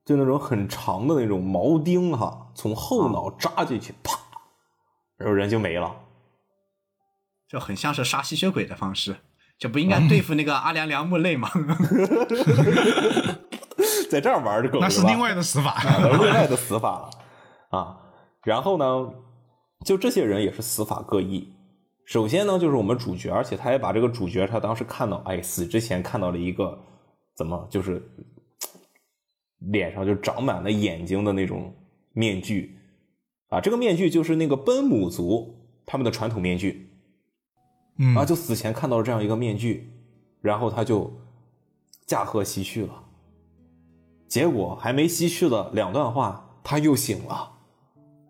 Speaker 3: 就那种很长的那种矛钉哈，从
Speaker 2: 啊
Speaker 3: 后脑扎进去，啪，然后人就没 了。
Speaker 2: 就很像是杀吸血鬼的方式，这不应
Speaker 3: 嗯
Speaker 2: 该对付那个阿良良木累吗？
Speaker 3: 在这儿玩这个，
Speaker 1: 那是
Speaker 3: 对吧啊
Speaker 1: 另外的死法。
Speaker 3: 另外的死法了啊。然后呢，就这些人也是死法各异。首先呢，就是我们主角，而且他也把这个主角他当时看到，哎，死之前看到了一个怎么就是嘖脸上就长满了眼睛的那种面具啊，这个面具就是那个奔姆族他们的传统面具。
Speaker 1: 嗯
Speaker 3: 啊，就死前看到了这样一个面具，然后他就驾鹤西去了。结果还没西去了两段话，他又醒了，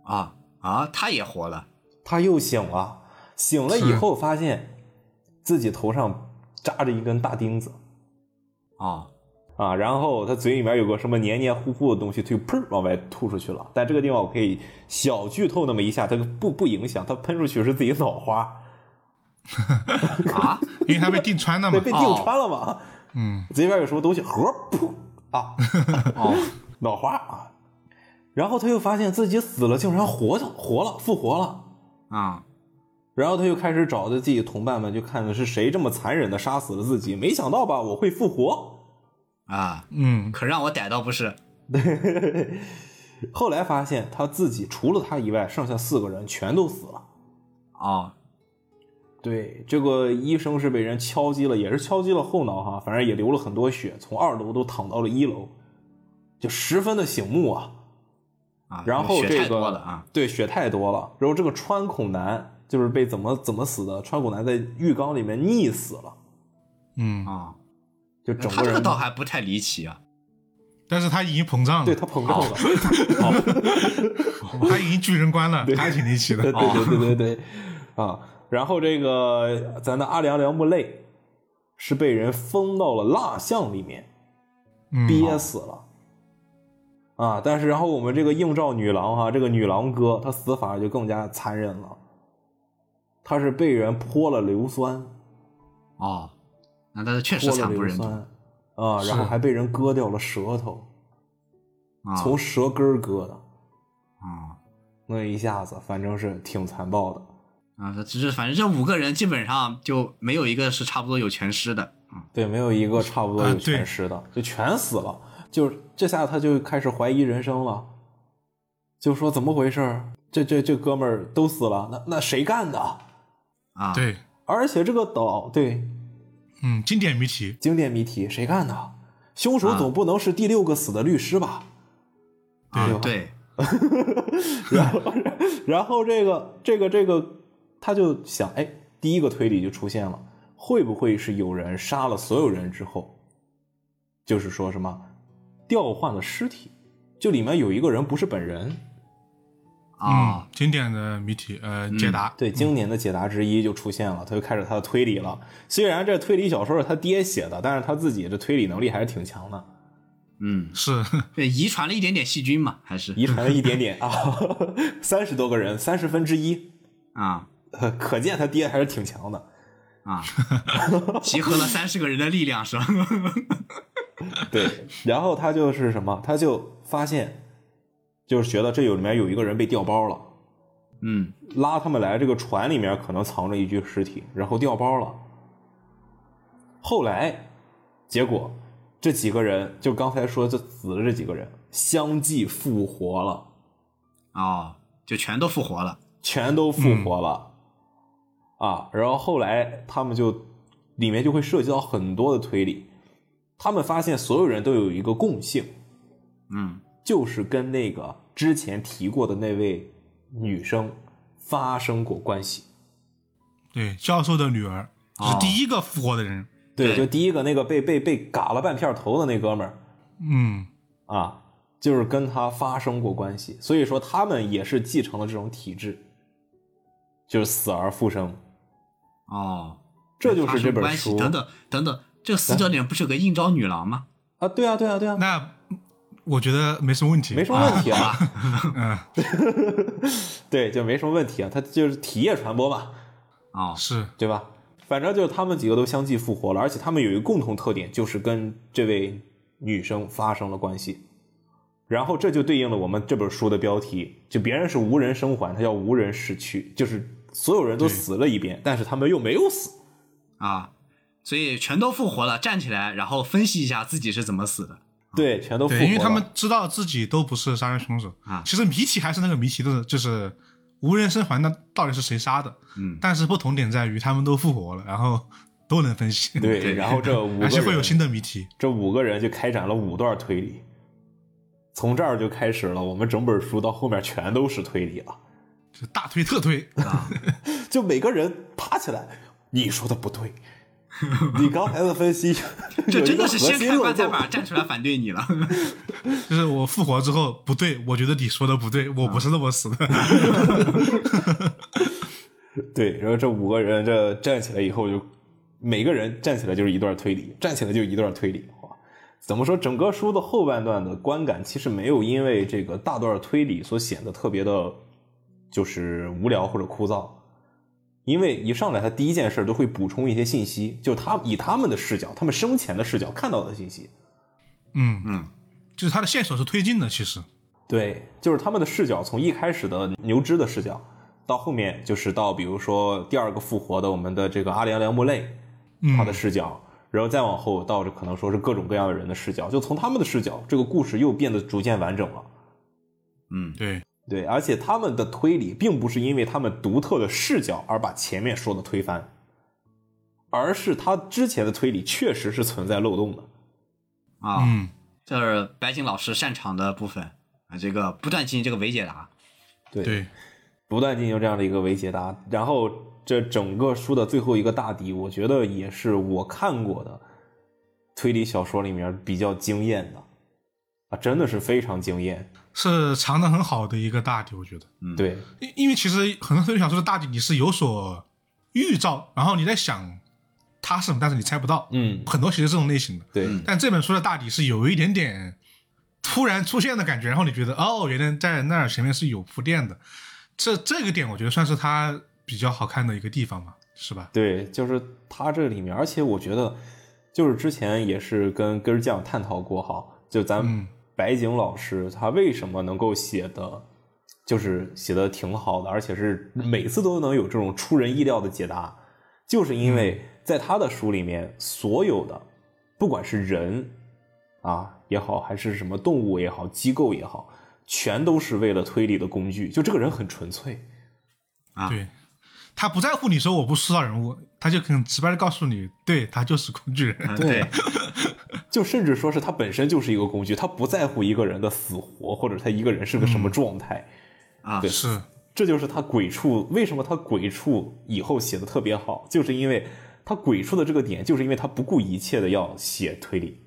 Speaker 2: 啊啊，他也活了
Speaker 3: 他又醒了，醒了以后发现自己头上扎着一根大钉子
Speaker 2: 啊！
Speaker 3: 啊，然后他嘴里面有个什么黏黏糊糊的东西，他就砰儿往外吐出去了。但这个地方我可以小剧透那么一下，它不不影响，它喷出去是自己脑花，
Speaker 2: 啊，
Speaker 1: 因为他被定穿了
Speaker 3: 被
Speaker 1: 嘛。
Speaker 3: 被钉穿了嘛。
Speaker 1: 嗯，
Speaker 3: 嘴里边有什么东西，盒儿噗啊，
Speaker 2: 哦，
Speaker 3: 脑花啊。然后他又发现自己死了，竟然活着，活了，复活了。
Speaker 2: 啊
Speaker 3: 然后他又开始找着自己同伴们，就看看是谁这么残忍的杀死了自己。没想到吧，我会复活。
Speaker 2: 啊，
Speaker 1: 嗯，
Speaker 2: 可让我逮到不是？
Speaker 3: 后来发现他自己除了他以外，剩下四个人全都死了。
Speaker 2: 哦
Speaker 3: 对，这个医生是被人敲击了，也是敲击了后脑哈，反正也流了很多血，从二楼都躺到了一楼，就十分的醒目啊。
Speaker 2: 啊，
Speaker 3: 然后
Speaker 2: 血
Speaker 3: 这
Speaker 2: 太多
Speaker 3: 个
Speaker 2: 了啊，
Speaker 3: 对，血太多了。然后这个川口男就是被怎么怎么死的？川口男在浴缸里面溺死了，
Speaker 1: 嗯，
Speaker 2: 啊，
Speaker 3: 就
Speaker 2: 那
Speaker 3: 整
Speaker 2: 他
Speaker 3: 个
Speaker 2: 这个
Speaker 3: 人
Speaker 2: 倒还不太离奇啊，
Speaker 1: 但是他已经膨胀
Speaker 3: 对
Speaker 1: 了，
Speaker 3: 他膨胀了。
Speaker 1: 他已经巨人观了，他挺离奇
Speaker 3: 对
Speaker 1: 的。
Speaker 3: 对对对对对啊！然后这个咱的阿良良木累是被人封到了蜡像里面，
Speaker 1: 嗯，
Speaker 3: 憋死了。啊！但是然后我们这个映照女郎哈、这个女郎哥他死法就更加残忍了，他是被人泼了硫酸。
Speaker 2: 哦，那他确实
Speaker 3: 泼了
Speaker 2: 惨不
Speaker 3: 硫
Speaker 2: 忍睹
Speaker 3: 酸啊，然后还被人割掉了舌头，
Speaker 2: 啊
Speaker 3: 从舌根儿割的，
Speaker 2: 啊
Speaker 3: 那一下子反正是挺残暴的。
Speaker 2: 啊，这这反正这五个人基本上就没有一个是差不多有全尸的，嗯
Speaker 3: 对，没有一个差不多
Speaker 1: 啊
Speaker 3: 有
Speaker 1: 对
Speaker 3: 全尸的，就全死了。就是这下他就开始怀疑人生了，就说怎么回事儿？这这这哥们儿都死了，那那谁干的？
Speaker 2: 啊，
Speaker 1: 对，
Speaker 3: 而且这个岛对
Speaker 1: 嗯，经典谜题。
Speaker 3: 经典谜题，谁干的？凶手
Speaker 2: 啊
Speaker 3: 总不能是第六个死的律师吧？
Speaker 2: 啊对，
Speaker 3: 然后， 然后这个这个这个，他就想，哎，第一个推理就出现了，会不会是有人杀了所有人之后，就是说什么调换了尸体，就里面有一个人不是本人？
Speaker 2: 啊
Speaker 3: 啊
Speaker 2: 哦
Speaker 1: 嗯，经典的谜题，呃，
Speaker 3: 嗯
Speaker 1: 解答。
Speaker 3: 对，经典的解答之一就出现了，他就开始他的推理了。虽然这推理小说是他爹写的，但是他自己这推理能力还是挺强的，
Speaker 2: 嗯，
Speaker 1: 是，
Speaker 2: 对，遗传了一点点细菌嘛，还是
Speaker 3: 遗传了一点点啊， 三十多个人，三十分之一，
Speaker 2: 啊
Speaker 3: 可见他爹还是挺强的。
Speaker 2: 啊，集合了三十个人的力量是吧？
Speaker 3: 对，然后他就是什么，他就发现，就是觉得这有里面有一个人被调包了，
Speaker 2: 嗯
Speaker 3: 拉他们来这个船里面可能藏着一具尸体，然后调包了。后来，结果这几个人就刚才说这死了这几个人相继复活了，
Speaker 2: 哦，就全都复活了
Speaker 3: 全都复活了，啊，然后后来他们就里面就会涉及到很多的推理，他们发现所有人都有一个共性，
Speaker 2: 嗯
Speaker 3: 就是跟那个之前提过的那位女生发生过关系。
Speaker 1: 对，教授的女儿
Speaker 3: 啊
Speaker 1: 是第一个复活的人。
Speaker 3: 对，
Speaker 2: 对
Speaker 3: 就第一个那个被被被嘎了半片头的那哥们儿
Speaker 1: 嗯，
Speaker 3: 啊，就是跟他发生过关系，所以说他们也是继承了这种体质，就是死而复生。
Speaker 2: 哦，
Speaker 3: 这就是这本
Speaker 2: 发生
Speaker 3: 书
Speaker 2: 关系等等等等，这个死者脸不是有个应招女郎吗？
Speaker 3: 啊，对啊，对啊，对啊，
Speaker 1: 那我觉得没什么问题，
Speaker 3: 没什么问题啊， 对，就没什么问题啊，它就是体液传播嘛，
Speaker 2: 哦，
Speaker 1: 是
Speaker 3: 对吧？反正就是他们几个都相继复活了，而且他们有一个共同特点，就是跟这位女生发生了关系。然后这就对应了我们这本书的标题，就别人是无人生还，他叫无人逝去，就是所有人都死了一遍，但是他们又没有死。
Speaker 2: 啊，所以全都复活了，站起来，然后分析一下自己是怎么死的
Speaker 3: 对，全都复活了。
Speaker 1: 对，因为他们知道自己都不是杀人凶手
Speaker 2: 啊
Speaker 1: 其实谜题还是那个谜题的，就是无人生还，那到底是谁杀的？
Speaker 2: 嗯
Speaker 1: 但是不同点在于他们都复活了，然后都能分析，
Speaker 3: 对，
Speaker 2: 对
Speaker 3: 然后这五个
Speaker 1: 而且会有
Speaker 3: 人，
Speaker 1: 新的谜题。
Speaker 3: 这五个人就开展了五段推理，从这儿就开始了，我们整本书到后面全都是推理了。
Speaker 1: 就大推特推，
Speaker 2: 啊。
Speaker 3: 就每个人爬起来，你说的不对， 你刚才的分析
Speaker 2: 这
Speaker 3: 有一
Speaker 2: 真
Speaker 3: 个
Speaker 2: 的
Speaker 3: 核
Speaker 2: 是掀
Speaker 3: 心
Speaker 2: 开
Speaker 3: 漏
Speaker 2: 棺材
Speaker 3: 洞。
Speaker 2: 板站出来反对你了。
Speaker 1: 就是我复活之后不对，我觉得你说的不对，我不是那么死的。
Speaker 3: 对，然后这五个人这站起来以后就，每个人站起来就是一段推理，站起来就一段推理。哇，怎么说？整个书的后半段的观感其实没有因为这个大段推理所显得特别的，就是无聊或者枯燥。因为一上来，他第一件事都会补充一些信息，就他以他们的视角，他们生前的视角看到的信息，
Speaker 1: 嗯
Speaker 2: 嗯，
Speaker 1: 就是他的线索是推进的，其实
Speaker 3: 对，就是他们的视角，从一开始的牛只的视角，到后面就是到比如说第二个复活的我们的这个阿良良木类，
Speaker 1: 嗯
Speaker 3: 他的视角，然后再往后到这可能说是各种各样的人的视角，就从他们的视角，这个故事又变得逐渐完整了。
Speaker 2: 嗯，
Speaker 1: 对，
Speaker 3: 对，而且他们的推理并不是因为他们独特的视角而把前面说的推翻，而是他之前的推理确实是存在漏洞的。
Speaker 2: 啊，
Speaker 1: 嗯，
Speaker 2: 这是白景老师擅长的部分啊，这个不断进行这个伪解答。
Speaker 3: 对
Speaker 1: 对，
Speaker 3: 不断进行这样的一个伪解答。然后这整个书的最后一个大敌，我觉得也是我看过的推理小说里面比较惊艳的啊，真的是非常惊艳。
Speaker 1: 是藏的很好的一个大底，我觉得。
Speaker 3: 对
Speaker 1: 因因为其实很多推理小说的大底你是有所预兆，然后你在想它是什么，但是你猜不到。
Speaker 3: 嗯
Speaker 1: 很多其实这种类型的，
Speaker 3: 对
Speaker 2: 嗯
Speaker 1: 但这本书的大底是有一点点突然出现的感觉，然后你觉得哦，原来在那儿前面是有铺垫的，这这个点我觉得算是它比较好看的一个地方嘛，是吧？
Speaker 3: 对，就是它这里面，而且我觉得就是之前也是跟根儿酱探讨过哈，就咱
Speaker 1: 嗯
Speaker 3: 白景老师他为什么能够写的。就是写的挺好的，而且是每次都能有这种出人意料的解答。就是因
Speaker 1: 嗯
Speaker 3: 为在他的书里面，所有的不管是人啊也好，还是什么动物也好、机构也好，全都是为了推理的工具。就这个人很纯粹，
Speaker 2: 啊
Speaker 1: 对，他不在乎你说我不是塑造人物，他就很直白的告诉你，对他就是工具人。
Speaker 2: 嗯，
Speaker 3: 对，就甚至说是他本身就是一个工具，他不在乎一个人的死活，或者他一个人是个什么状态。
Speaker 2: 啊
Speaker 3: 对，
Speaker 1: 是，
Speaker 3: 这就是他鬼畜为什么他鬼畜以后写的特别好，就是因为他鬼畜的这个点，就是因为他不顾一切的要写推理。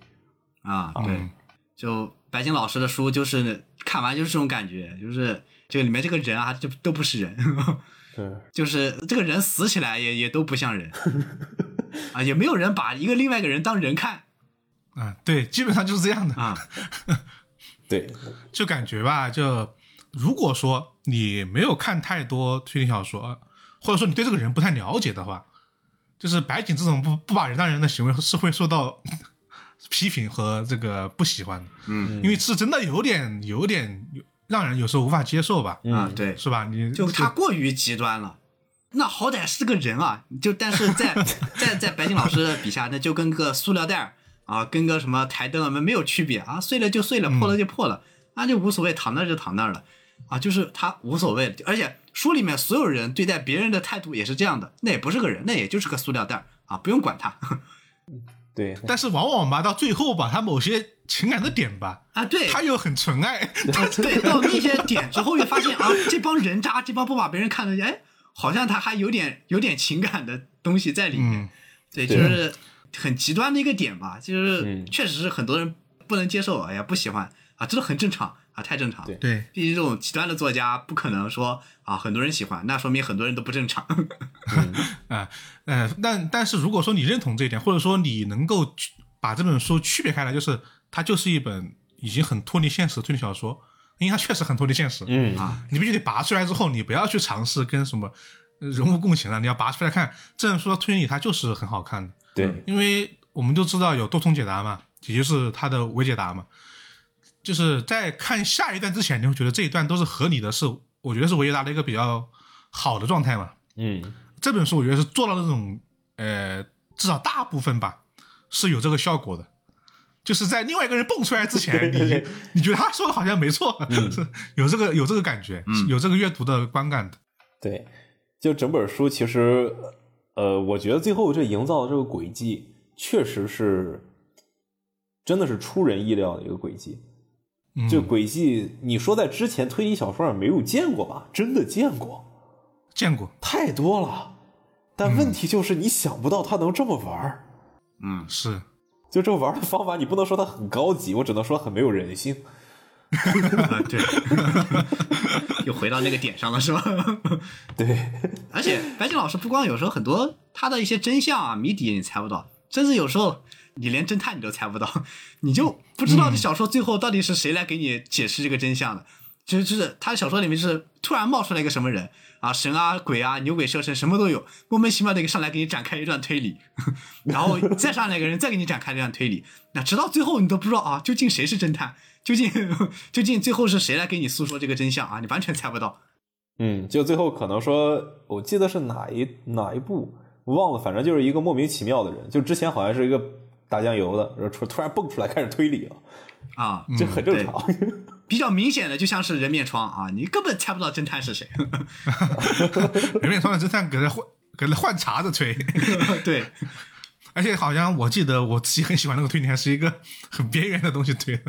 Speaker 2: 啊，
Speaker 3: 嗯
Speaker 2: 对，就白景老师的书就是看完就是这种感觉，就是这个里面这个人啊，就都不是人，
Speaker 3: 对，
Speaker 2: 就是这个人死起来也也都不像人啊，也没有人把一个另外一个人当人看
Speaker 1: 嗯，对，基本上就是这样的。
Speaker 2: 啊，
Speaker 3: 对，
Speaker 1: 就感觉吧，就如果说你没有看太多推理小说，或者说你对这个人不太了解的话，就是白景这种不不把人当人的行为是会受到批评和这个不喜欢的，
Speaker 2: 嗯，
Speaker 1: 因为是真的有点有点让人有时候无法接受吧，
Speaker 2: 啊，对，
Speaker 1: 是吧？你
Speaker 2: 就他过于极端了。那好歹是个人啊，就但是在在在白敬老师的笔下，那就跟个塑料袋儿啊，跟个什么台灯啊没没有区别啊，碎了就碎了，破了就破了，啊就无所谓，躺那儿就躺那儿了，啊就是他无所谓，而且书里面所有人对待别人的态度也是这样的，那也不是个人，那也就是个塑料袋儿啊，不用管他
Speaker 3: 对，
Speaker 1: 但是往往吧，到最后吧，他某些情感的点吧，
Speaker 2: 啊，对，
Speaker 1: 他又很纯爱，
Speaker 2: 对，到那些点之后，会发现啊，这帮人渣，这帮不把别人看得见，哎，好像他还有点有点情感的东西在里面。
Speaker 1: 嗯
Speaker 2: 对，就
Speaker 3: 对
Speaker 2: 是很极端的一个点吧，就是
Speaker 3: 嗯
Speaker 2: 确实是很多人不能接受，哎呀不喜欢。啊，这都很正常啊，太正常。
Speaker 3: 对
Speaker 1: 对，
Speaker 2: 毕竟这种极端的作家不可能说啊，很多人喜欢，那说明很多人都不正常。
Speaker 1: 啊、呃，但但是如果说你认同这一点，或者说你能够区把这本书区别开来，就是它就是一本已经很脱离现实的推理小说，因为它确实很脱离现实。
Speaker 3: 嗯
Speaker 1: 你必须得拔出来之后，你不要去尝试跟什么呃人物共情了，你要拔出来看。这本书的推理它就是很好看的，
Speaker 3: 对，
Speaker 1: 因为我们都知道有多重解答嘛，也就是它的伪解答嘛。就是在看下一段之前，你会觉得这一段都是合理的，是我觉得是伪解答的一个比较好的状态嘛。
Speaker 3: 嗯
Speaker 1: 这本书我觉得是做到那种，呃，至少大部分吧，是有这个效果的。就是在另外一个人蹦出来之 前，你你觉得他说的好像没错，是有这个有这个感觉，
Speaker 2: 嗯
Speaker 1: 有这个阅读的观感的。
Speaker 3: 对，就整本书其实，呃，我觉得最后这营造的这个轨迹，确实是，真的是出人意料的一个轨迹。
Speaker 1: 嗯，
Speaker 3: 这轨迹，你说在之前推理小说上没有见过吧？真的见过，
Speaker 1: 见过，
Speaker 3: 太多了。但问题就是你想不到他能这么玩儿，
Speaker 2: 嗯，
Speaker 1: 是
Speaker 3: 就这玩儿的方法，你不能说它很高级，我只能说很没有人性。
Speaker 2: 啊对， 又回到那个点上了，是吧？
Speaker 3: 对，
Speaker 2: 而且白敬老师不光有时候很多他的一些真相啊、谜底你猜不到，甚至有时候你连侦探你都猜不到， 你就不知道这小说最后到底是谁来给你解释这个真相的。就是就是他小说里面是突然冒出来一个什么人啊，神啊、鬼啊、牛鬼蛇神什么都有，莫名其妙的一个上来给你展开一段推理， 然后再上来一个人再给你展开一段推理，那直到最后你都不知道啊，究竟谁是侦探，究竟 究竟最后是谁来给你诉说这个真相啊，你完全猜不到。
Speaker 3: 嗯，就最后可能说，我记得是哪一哪一部忘了，反正就是一个莫名其妙的人，就之前好像是一个打酱油的，然后突突然蹦出来开始推理了，
Speaker 2: 啊，
Speaker 3: 这很正常。
Speaker 2: 比较明显的，就像是人面疮啊，你根本猜不到侦探是谁。
Speaker 1: 人面双的侦探搁那换 搁那换茬子吹，
Speaker 2: 对，
Speaker 1: 而且好像我记得我自己很喜欢那个推理，还是一个很边缘的东西推 的。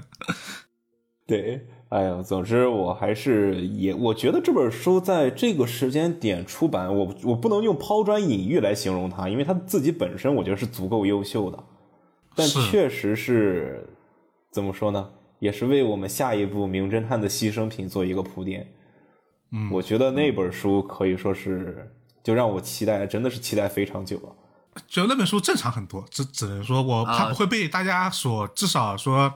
Speaker 3: 对，哎呀，总之我还是也，我觉得这本书在这个时间点出版，我我不能用抛砖引玉来形容它，因为它自己本身我觉得是足够优秀的，但
Speaker 1: 是
Speaker 3: 确实是怎么说呢，也是为我们下一部《名侦探》的牺牲品做一个铺垫。
Speaker 1: 嗯
Speaker 3: 我觉得那本书可以说是就让我期待，真的是期待非常久了。
Speaker 1: 就那本书正常很多，只只能说我
Speaker 2: 啊
Speaker 1: 怕不会被大家所至少说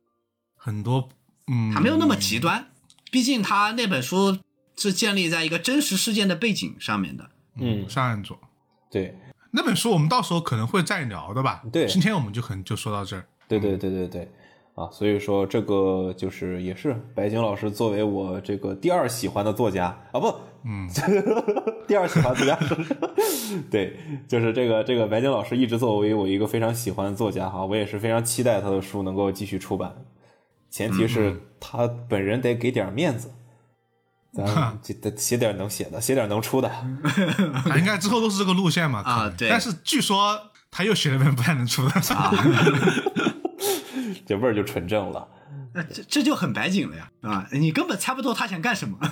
Speaker 1: 很多嗯，
Speaker 2: 他没有那么极端，毕竟他那本书是建立在一个真实事件的背景上面的。
Speaker 3: 嗯，
Speaker 1: 上岸左。
Speaker 3: 对，
Speaker 1: 那本书我们到时候可能会再聊的吧？
Speaker 3: 对
Speaker 1: 今天我们就可能就说到这儿。
Speaker 3: 对对对对对，啊，所以说这个就是也是白鲸老师作为我这个第二喜欢的作家啊，不，
Speaker 1: 嗯，
Speaker 3: 第二喜欢作家是，对，就是这个这个白鲸老师一直作为我一个非常喜欢的作家哈，我也是非常期待他的书能够继续出版，前提
Speaker 1: 嗯
Speaker 3: 是他本人得给点面子。 咱就得写点能写的，写点能出的。
Speaker 1: 啊应该之后都是这个路线嘛？
Speaker 2: 啊
Speaker 1: 可能
Speaker 2: 对
Speaker 1: 但是据说他又写了本不太能出的，
Speaker 3: 这味儿就纯正了。
Speaker 2: 那这这就很白景了呀，啊，你根本猜不透他想干什么。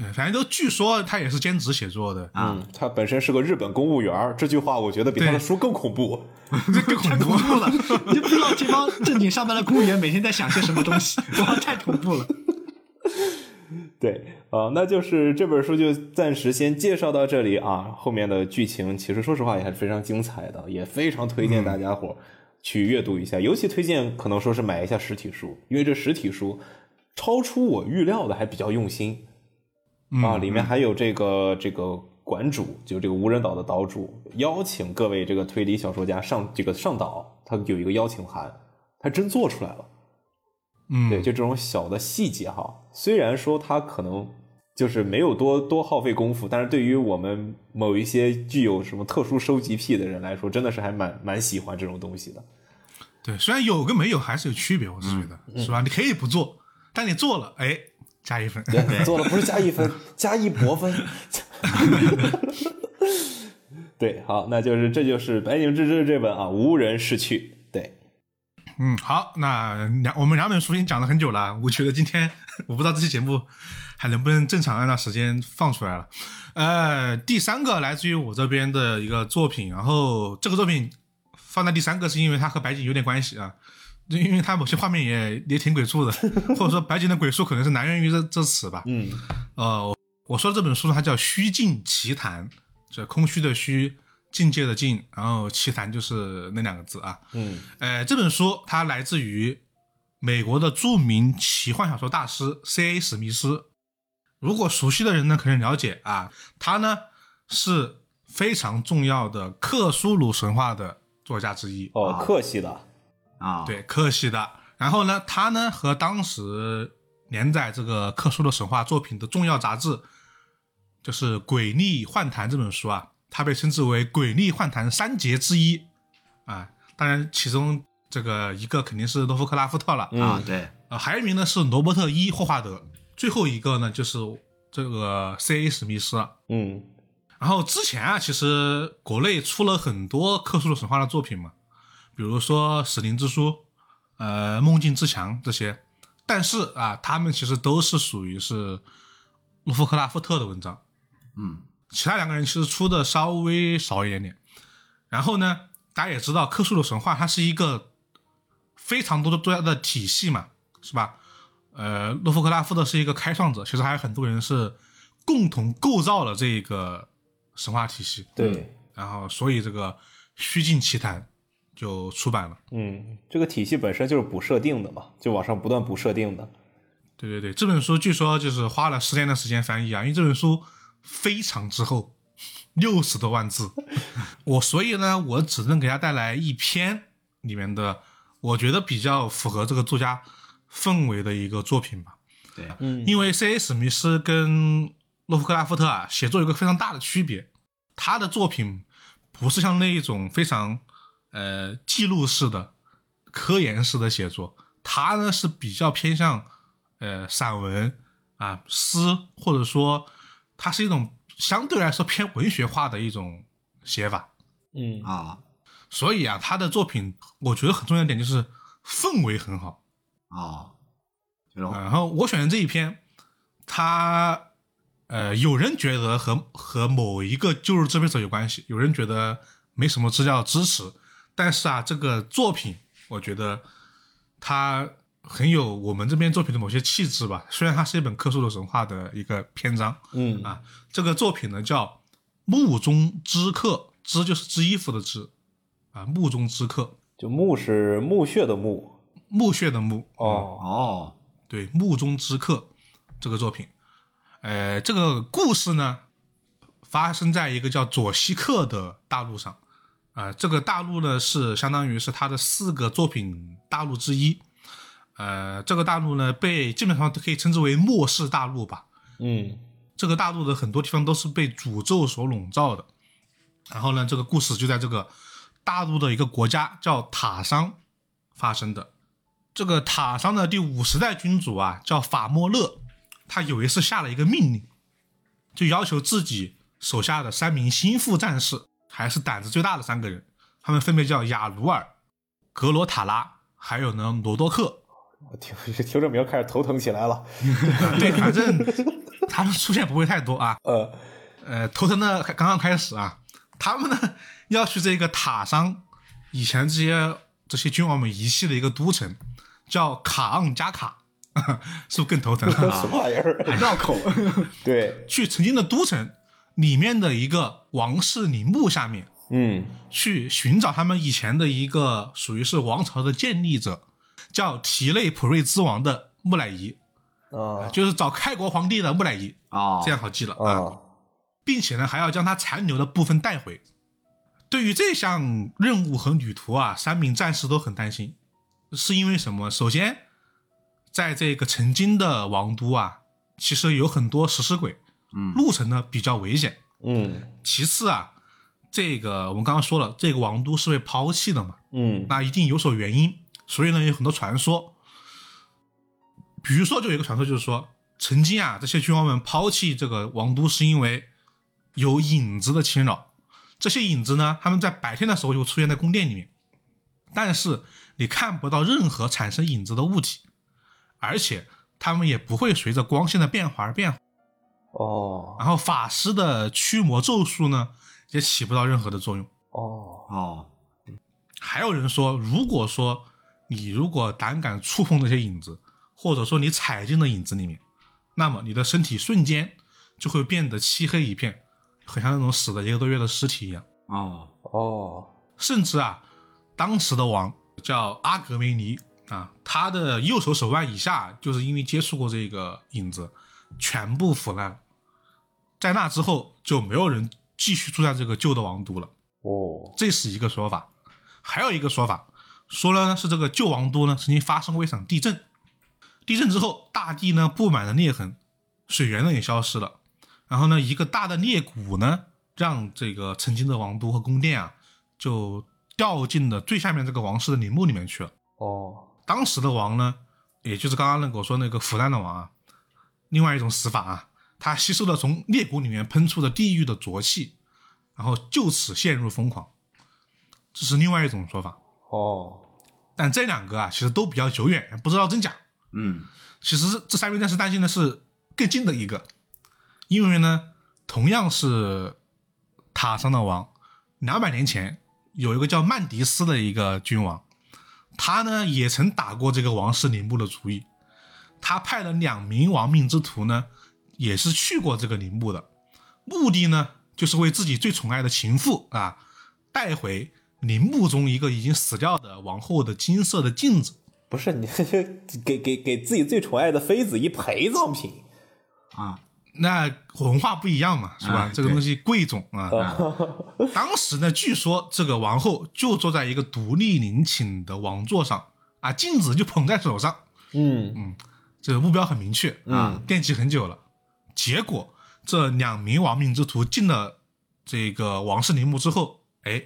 Speaker 1: 对反正都据说他也是兼职写作的，
Speaker 2: 啊
Speaker 3: 嗯，他本身是个日本公务员儿，这句话我觉得比他的
Speaker 1: 对
Speaker 3: 书更恐怖。
Speaker 1: 这更恐
Speaker 2: 太恐
Speaker 1: 怖。
Speaker 2: 怖了，你就不知道这帮正经上班的公务员每天在想些什么东西， 哇，太恐怖了。
Speaker 3: 对啊、那就是这本书就暂时先介绍到这里啊。后面的剧情其实说实话也还是非常精彩的，也非常推荐大家伙儿去阅读一下，尤其推荐可能说是买一下实体书，因为这实体书超出我预料的还比较用心啊，里面还有这个这个。馆主就这个无人岛的岛主邀请各位这个推理小说家上这个上岛，他有一个邀请函，他真做出来了。
Speaker 1: 嗯，
Speaker 3: 对，就这种小的细节哈，虽然说它可能就是没有多多耗费功夫，但是对于我们某一些具有什么特殊收集癖的人来说，真的是还蛮蛮喜欢这种东西的。
Speaker 1: 对，虽然有跟没有还是有区别，我是觉得，是吧？你可以不做，但你做了，哎，加一分。
Speaker 3: 对，做了不是加一分， 加一博分。 对，好，那就是这就是《白井之治》这本啊，无人逝去。对，
Speaker 1: 嗯，好，那两我们两本书已经讲了很久了，我觉得今天我不知道这期节目还能不能正常按照时间放出来了。呃，第三个来自于我这边的一个作品，然后这个作品放在第三个是因为它和白景有点关系啊，因为他某些画面也也挺鬼畜的， 或者说白景的鬼畜可能是来源于这这词吧。
Speaker 3: 嗯，
Speaker 1: 呃，我说这本书呢它叫《虚境奇谈》，这空虚的虚，境界的境，然后奇谈就是那两个字啊。
Speaker 3: 嗯，
Speaker 1: 呃，这本书它来自于美国的著名奇幻小说大师 C.A. 史密斯。如果熟悉的人呢，可能了解啊，他呢是非常重要的克苏鲁神话的作家之一。
Speaker 3: 哦，客气的，
Speaker 2: 啊，，
Speaker 1: 对，克西的。然后呢，他呢和当时连载这个克苏鲁神话作品的重要杂志，就是《鬼力幻谈》这本书啊，它被称之为《鬼力幻谈三杰》之一啊。当然，其中这个一个肯定是诺夫克拉夫特了，
Speaker 2: 啊，对，
Speaker 1: 呃，还有一名呢是罗伯特伊霍华德，最后一个呢就是这个 C.A. 史密斯。啊
Speaker 3: 嗯
Speaker 1: 然后之前啊，其实国内出了很多克苏鲁神话的作品嘛，比如说《死灵之书》、呃《梦境之墙》这些，但是啊，他们其实都是属于是洛夫克拉夫特的文章，
Speaker 2: 嗯，
Speaker 1: 其他两个人其实出的稍微少一点点。然后呢，大家也知道克苏鲁神话它是一个非常多的多样的体系嘛，是吧？呃，洛夫克拉夫特是一个开创者，其实还有很多人是共同构造了这个神话体系。
Speaker 3: 对，
Speaker 1: 然后所以这个《虚境奇谭》就出版了。
Speaker 3: 嗯，这个体系本身就是补设定的嘛，就往上不断补设定的。
Speaker 1: 对对对，这本书据说就是花了十年的时间翻译啊，因为这本书非常之厚，六十多万字。 我所以呢，我只能给大家带来一篇里面的，我觉得比较符合这个作家氛围的一个作品吧。
Speaker 2: 对，
Speaker 1: 因为 C.A. 史密斯跟洛夫克拉夫特啊写作有一个非常大的区别，他的作品不是像那一种非常呃记录式的、科研式的写作，他呢是比较偏向呃散文啊诗，或者说它是一种相对来说偏文学化的一种写法。
Speaker 3: 嗯
Speaker 2: 啊，
Speaker 1: 所以啊，他的作品我觉得很重要一点就是氛围很好。
Speaker 2: 啊，就是
Speaker 1: 然后我选的这一篇，它呃，有人觉得和和某一个旧日支配者有关系，有人觉得没什么资料支持，但是啊，这个作品我觉得它很有我们这边作品的某些气质吧。虽然它是一本克苏鲁神话的一个篇章，
Speaker 3: 嗯
Speaker 1: 啊，这个作品呢叫《目中之客》，之就是织衣服的织啊，《目中之客》
Speaker 3: 就墓是墓穴的墓
Speaker 1: 墓穴的墓
Speaker 3: 哦，
Speaker 2: 哦，
Speaker 1: 对《墓中之客》这个作品。呃，这个故事呢，发生在一个叫佐西克的大陆上。啊、这个大陆呢是相当于是他的四个作品大陆之一。呃，这个大陆呢被基本上都可以称之为末世大陆吧。
Speaker 3: 嗯
Speaker 1: 这个大陆的很多地方都是被诅咒所笼罩的。然后呢，这个故事就在这个大陆的一个国家叫塔桑发生的。这个塔桑的第五十代君主啊，叫法莫勒，他有一次下了一个命令，就要求自己手下的三名心腹战士，还是胆子最大的三个人，他们分别叫雅鲁尔、格罗塔拉，还有呢罗多克。
Speaker 3: 我听 听这名儿开始头疼起来了。
Speaker 1: 对，反正他们出现不会太多啊。
Speaker 3: 呃，
Speaker 1: 呃，头疼的刚刚开始啊，他们呢要去这个塔桑，以前这些这些君王们遗弃的一个都城，叫卡昂加卡， 是不是更头疼了？
Speaker 3: 什么玩意儿？
Speaker 2: 绕口，
Speaker 3: 对，
Speaker 1: 去曾经的都城里面的一个王室陵墓下面，
Speaker 3: 嗯
Speaker 1: 去寻找他们以前的一个属于是王朝的建立者，叫提内普瑞之王的木乃伊，
Speaker 3: 啊
Speaker 1: 就是找开国皇帝的木乃伊，
Speaker 2: 哦，
Speaker 1: 这样好记了啊。
Speaker 3: 啊，
Speaker 1: 并且呢还要将它残留的部分带回。对于这项任务和旅途啊，三名战士都很担心，是因为什么？首先，在这个曾经的王都啊，其实有很多食尸鬼，
Speaker 2: 嗯
Speaker 1: 路程呢比较危险。
Speaker 3: 嗯
Speaker 1: 其次啊，这个我们刚刚说了，这个王都是被抛弃的嘛，
Speaker 3: 嗯
Speaker 1: 那一定有所原因，所以呢有很多传说。比如说，就有一个传说，就是说，曾经啊，这些君王们抛弃这个王都是因为有影子的侵扰。这些影子呢，他们在白天的时候就出现在宫殿里面，但是你看不到任何产生影子的物体，而且他们也不会随着光线的变化而变化。
Speaker 3: 哦
Speaker 1: 然后法师的驱魔咒术呢，也起不到任何的作用。
Speaker 3: 哦
Speaker 2: 哦，
Speaker 1: 还有人说，如果说你如果胆敢触碰这些影子，或者说你踩进了影子里面，那么你的身体瞬间就会变得漆黑一片，很像那种死了一个多月的尸体一样。
Speaker 2: 哦，
Speaker 3: 哦，
Speaker 1: 甚至啊，当时的王叫阿格梅尼啊，他的右手手腕以下就是因为接触过这个影子，全部腐烂了。在那之后，就没有人继续住在这个旧的王都了。
Speaker 3: 哦，
Speaker 1: 这是一个说法。还有一个说法说了呢，是这个旧王都呢曾经发生过一场地震，地震之后大地呢布满了裂痕，水源呢也消失了，然后呢一个大的裂谷呢让这个曾经的王都和宫殿啊就掉进了最下面这个王室的陵墓里面去了。
Speaker 3: 哦，
Speaker 1: 当时的王呢，也就是刚刚那个我说那个腐烂的王啊，另外一种死法啊，他吸收了从裂谷里面喷出的地狱的浊气，然后就此陷入疯狂，这是另外一种说法。
Speaker 3: 哦，
Speaker 1: 但这两个啊，其实都比较久远，不知道真假。
Speaker 2: 嗯，
Speaker 1: 其实这三位战士担心的是更近的一个，因为呢，同样是塔上的王，两百年前有一个叫曼迪斯的一个君王，他呢也曾打过这个王室陵墓的主意，他派了两名亡命之徒呢，也是去过这个陵墓的，目的呢就是为自己最宠爱的情妇啊带回陵墓中一个已经死掉的王后的金色的镜子。
Speaker 3: 不是你 给给给自己最宠爱的妃子一陪葬品，
Speaker 2: 啊，
Speaker 1: 那文化不一样嘛，是吧？
Speaker 2: 啊
Speaker 1: 这个东西贵重啊。
Speaker 3: 呃
Speaker 1: 当时呢，据说这个王后就坐在一个独立陵寝的王座上啊，镜子就捧在手上，
Speaker 3: 嗯，
Speaker 1: 这个目标很明确啊，惦记很久了。结果这两名亡命之徒进了这个王室陵墓之后，哎，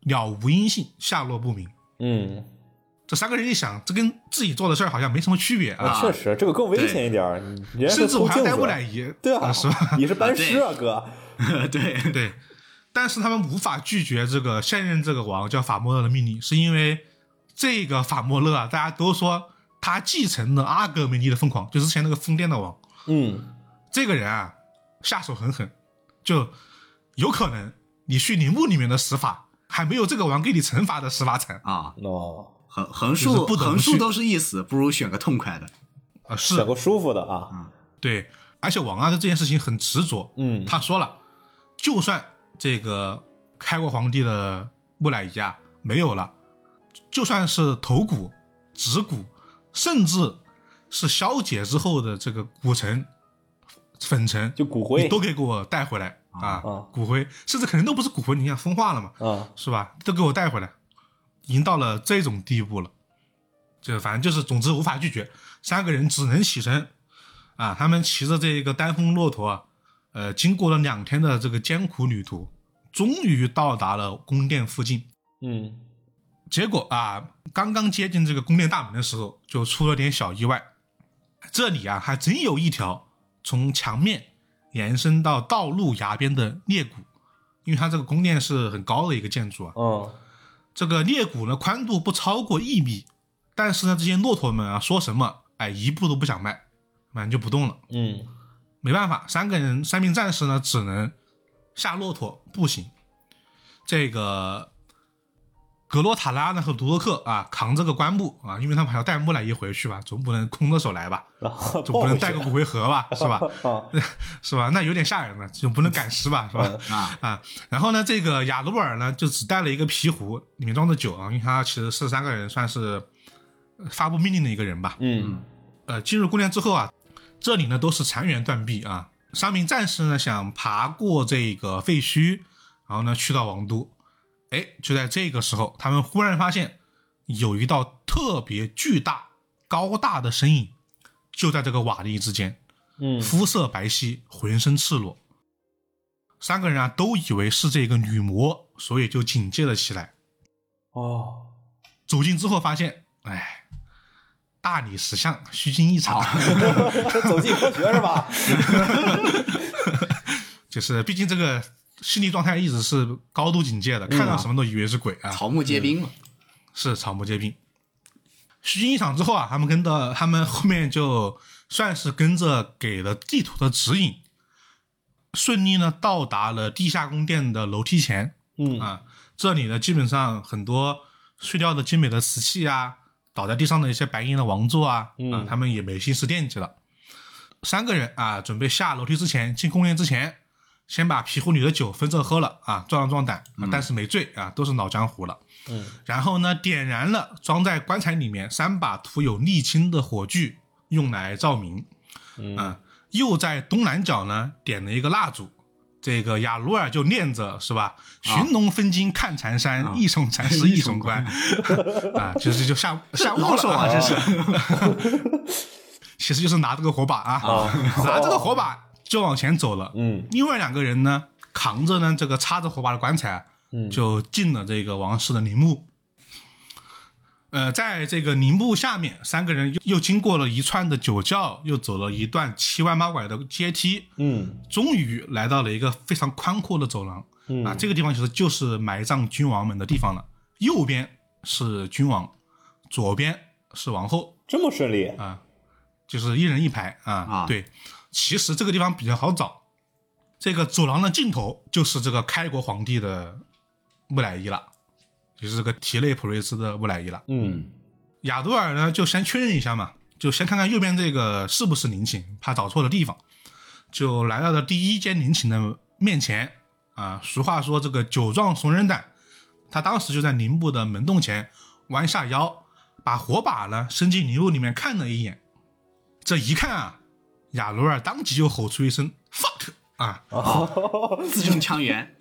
Speaker 1: 杳无音信，下落不明。
Speaker 3: 嗯，
Speaker 1: 这三个人一想，这跟自己做的事儿好像没什么区别啊，
Speaker 3: 啊确实这个更危险一点儿，人家
Speaker 1: 甚
Speaker 3: 是
Speaker 1: 至我还要
Speaker 3: 偷镜
Speaker 1: 带
Speaker 3: 子
Speaker 1: 木，乃伊，
Speaker 3: 对
Speaker 1: 啊，
Speaker 3: 啊，
Speaker 1: 是吧？
Speaker 3: 你是班师啊，哥，
Speaker 2: 对，
Speaker 1: 对，但是他们无法拒绝这个现任这个王叫法莫勒的命令，是因为这个法莫勒啊，大家都说他继承了阿格梅尼的疯狂，就之前那个疯癫的王。
Speaker 3: 嗯，
Speaker 1: 这个人啊，下手很狠，就有可能你去陵墓里面的死法，还没有这个王给你惩罚的死法惨啊、
Speaker 2: 啊，
Speaker 3: 哦，
Speaker 2: 横横
Speaker 1: 就是
Speaker 2: 竖
Speaker 1: 不得不
Speaker 2: 横竖
Speaker 1: 去
Speaker 2: 都是一死，不如选个痛快的。
Speaker 1: 是
Speaker 3: 选个舒服的啊，
Speaker 1: 对，而且王啊对这件事情很执着，
Speaker 3: 嗯
Speaker 1: 他说了，就算这个开国皇帝的木乃伊啊没有了，就算是头骨、指骨，甚至是消解之后的这个骨尘、粉尘，
Speaker 3: 就骨
Speaker 1: 你
Speaker 3: 灰
Speaker 1: 都给我带回来啊
Speaker 3: 啊！
Speaker 1: 骨灰，甚至可能都不是骨灰，你想风化了嘛，
Speaker 3: 啊，
Speaker 1: 是吧？都给我带回来，已经到了这种地步了。就反正就是，总之无法拒绝。三个人只能起身，啊，他们骑着这个单峰骆驼啊，呃，经过了两天的这个艰苦旅途，终于到达了宫殿附近。
Speaker 3: 嗯，
Speaker 1: 结果啊，刚刚接近这个宫殿大门的时候，就出了点小意外。这里啊，还真有一条从墙面延伸到道路崖边的裂谷，因为它这个宫殿是很高的一个建筑啊。
Speaker 3: 嗯，
Speaker 1: 这个裂谷呢，宽度不超过一米，但是呢，这些骆驼们啊，说什么哎，一步都不想迈，反正就不动了。
Speaker 3: 嗯，
Speaker 1: 没办法，三个人三名战士呢，只能下骆驼步行。这个格洛塔拉呢和图多克啊，扛着个棺木啊，因为他们还要带木乃伊回去吧，总不能空着手来吧，
Speaker 3: 然后
Speaker 1: 总不
Speaker 3: 抱
Speaker 1: 能
Speaker 3: 一
Speaker 1: 带个
Speaker 3: 下
Speaker 1: 骨灰盒吧，是吧？
Speaker 3: 啊，
Speaker 1: 是吧？那有点吓人了，总不能赶尸吧，是吧？
Speaker 2: 啊
Speaker 1: 啊，然后呢，这个亚鲁尔呢，就只带了一个皮壶，里面装着酒啊，因为他其实是三个人算是呃发布命令的一个人吧。
Speaker 3: 嗯，
Speaker 1: 呃，进入宫殿之后啊，这里呢都是残垣断壁啊。三名战士呢想爬过这个废墟，然后呢去到王都。哎，就在这个时候，他们忽然发现有一道特别巨大、高大的身影，就在这个瓦砾之间，
Speaker 3: 嗯，
Speaker 1: 肤色白皙，浑身赤裸。三个人啊都以为是这个女魔，所以就警戒了起来。
Speaker 3: 哦，
Speaker 1: 走近之后发现，哎，大理石像，虚惊一场。
Speaker 3: 走进科学 是吧？
Speaker 1: 就是毕竟这个心理状态一直是高度警戒的，看到什么都以为是鬼啊，
Speaker 2: 草木皆兵嘛，
Speaker 1: 是草木皆兵。虚惊一场之后啊，他们跟着他们后面就算是跟着给了地图的指引，顺利呢到达了地下宫殿的楼梯前。
Speaker 3: 嗯
Speaker 1: 啊，这里呢基本上很多碎掉的精美的瓷器啊、倒在地上的一些白银的王座啊，啊，他们也没心思惦记了。三个人啊，准备下楼梯之前，进宫殿之前，先把皮狐女的酒分着喝了啊，壮了壮胆，啊但是没醉啊，都是老江湖了。嗯，然后呢，点燃了装在棺材里面三把涂有沥青的火炬，用来照明。嗯、啊，又在东南角呢点了一个蜡烛。这个雅鲁尔就念着是吧？
Speaker 2: 啊
Speaker 1: 寻龙分金看缠山，一重禅 师一重关 啊，其实就下下悟
Speaker 2: 老手
Speaker 1: 了
Speaker 2: 啊，
Speaker 1: 啊，
Speaker 2: 真是。
Speaker 1: 其实就是拿这个火把啊， 拿这个火把就往前走了。
Speaker 3: 嗯，
Speaker 1: 另外两个人呢，扛着呢这个插着火把的棺材，就进了这个王室的陵墓。呃，在这个陵墓下面，三个人又又经过了一串的酒窖，又走了一段七弯八拐的阶梯，
Speaker 3: 嗯
Speaker 1: 终于来到了一个非常宽阔的走廊。啊，这个地方其实就是埋葬君王们的地方了。右边是君王，左边是王后，
Speaker 3: 这么顺利，
Speaker 1: 就是一人一排啊。
Speaker 2: 啊
Speaker 1: 对，其实这个地方比较好找。这个走廊的尽头就是这个开国皇帝的木乃伊了，就是这个提内普瑞斯的木乃伊了。
Speaker 3: 嗯
Speaker 1: 亚多尔呢就先确认一下嘛，就先看看右边这个是不是陵寝，怕找错了地方，就来到了第一间陵寝的面前啊。俗话说这个酒壮怂人胆，他当时就在陵墓的门洞前弯下腰，把火把呢伸进陵墓里面看了一眼。这一看啊，亚罗尔当即就吼出一声 “fuck” 啊！
Speaker 2: 字正腔圆，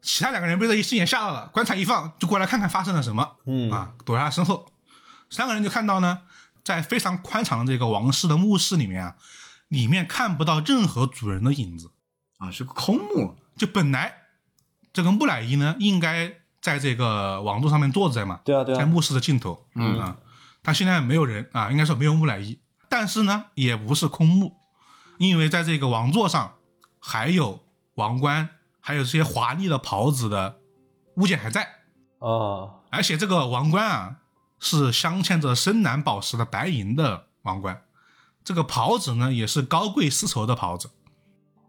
Speaker 1: 其他两个人被这一视眼吓到了，棺材一放就过来看看发生了什么。
Speaker 3: 嗯
Speaker 1: 啊，躲在他身后。三个人就看到呢，在非常宽敞的这个王室的墓室里面啊，里面看不到任何主人的影子。
Speaker 2: 啊，是个空木，
Speaker 1: 就本来这个木乃伊呢，应该在这个王座上面坐着嘛，
Speaker 3: 对啊对啊
Speaker 1: 在墓室的尽头，嗯啊，但现在没有人啊，应该说没有木乃伊，但是呢，也不是空墓，因为在这个王座上还有王冠，还有这些华丽的袍子的物件还在，
Speaker 3: 啊，
Speaker 1: 而且这个王冠啊，是镶嵌着深蓝宝石的白银的王冠。这个袍子呢，也是高贵丝绸的袍子。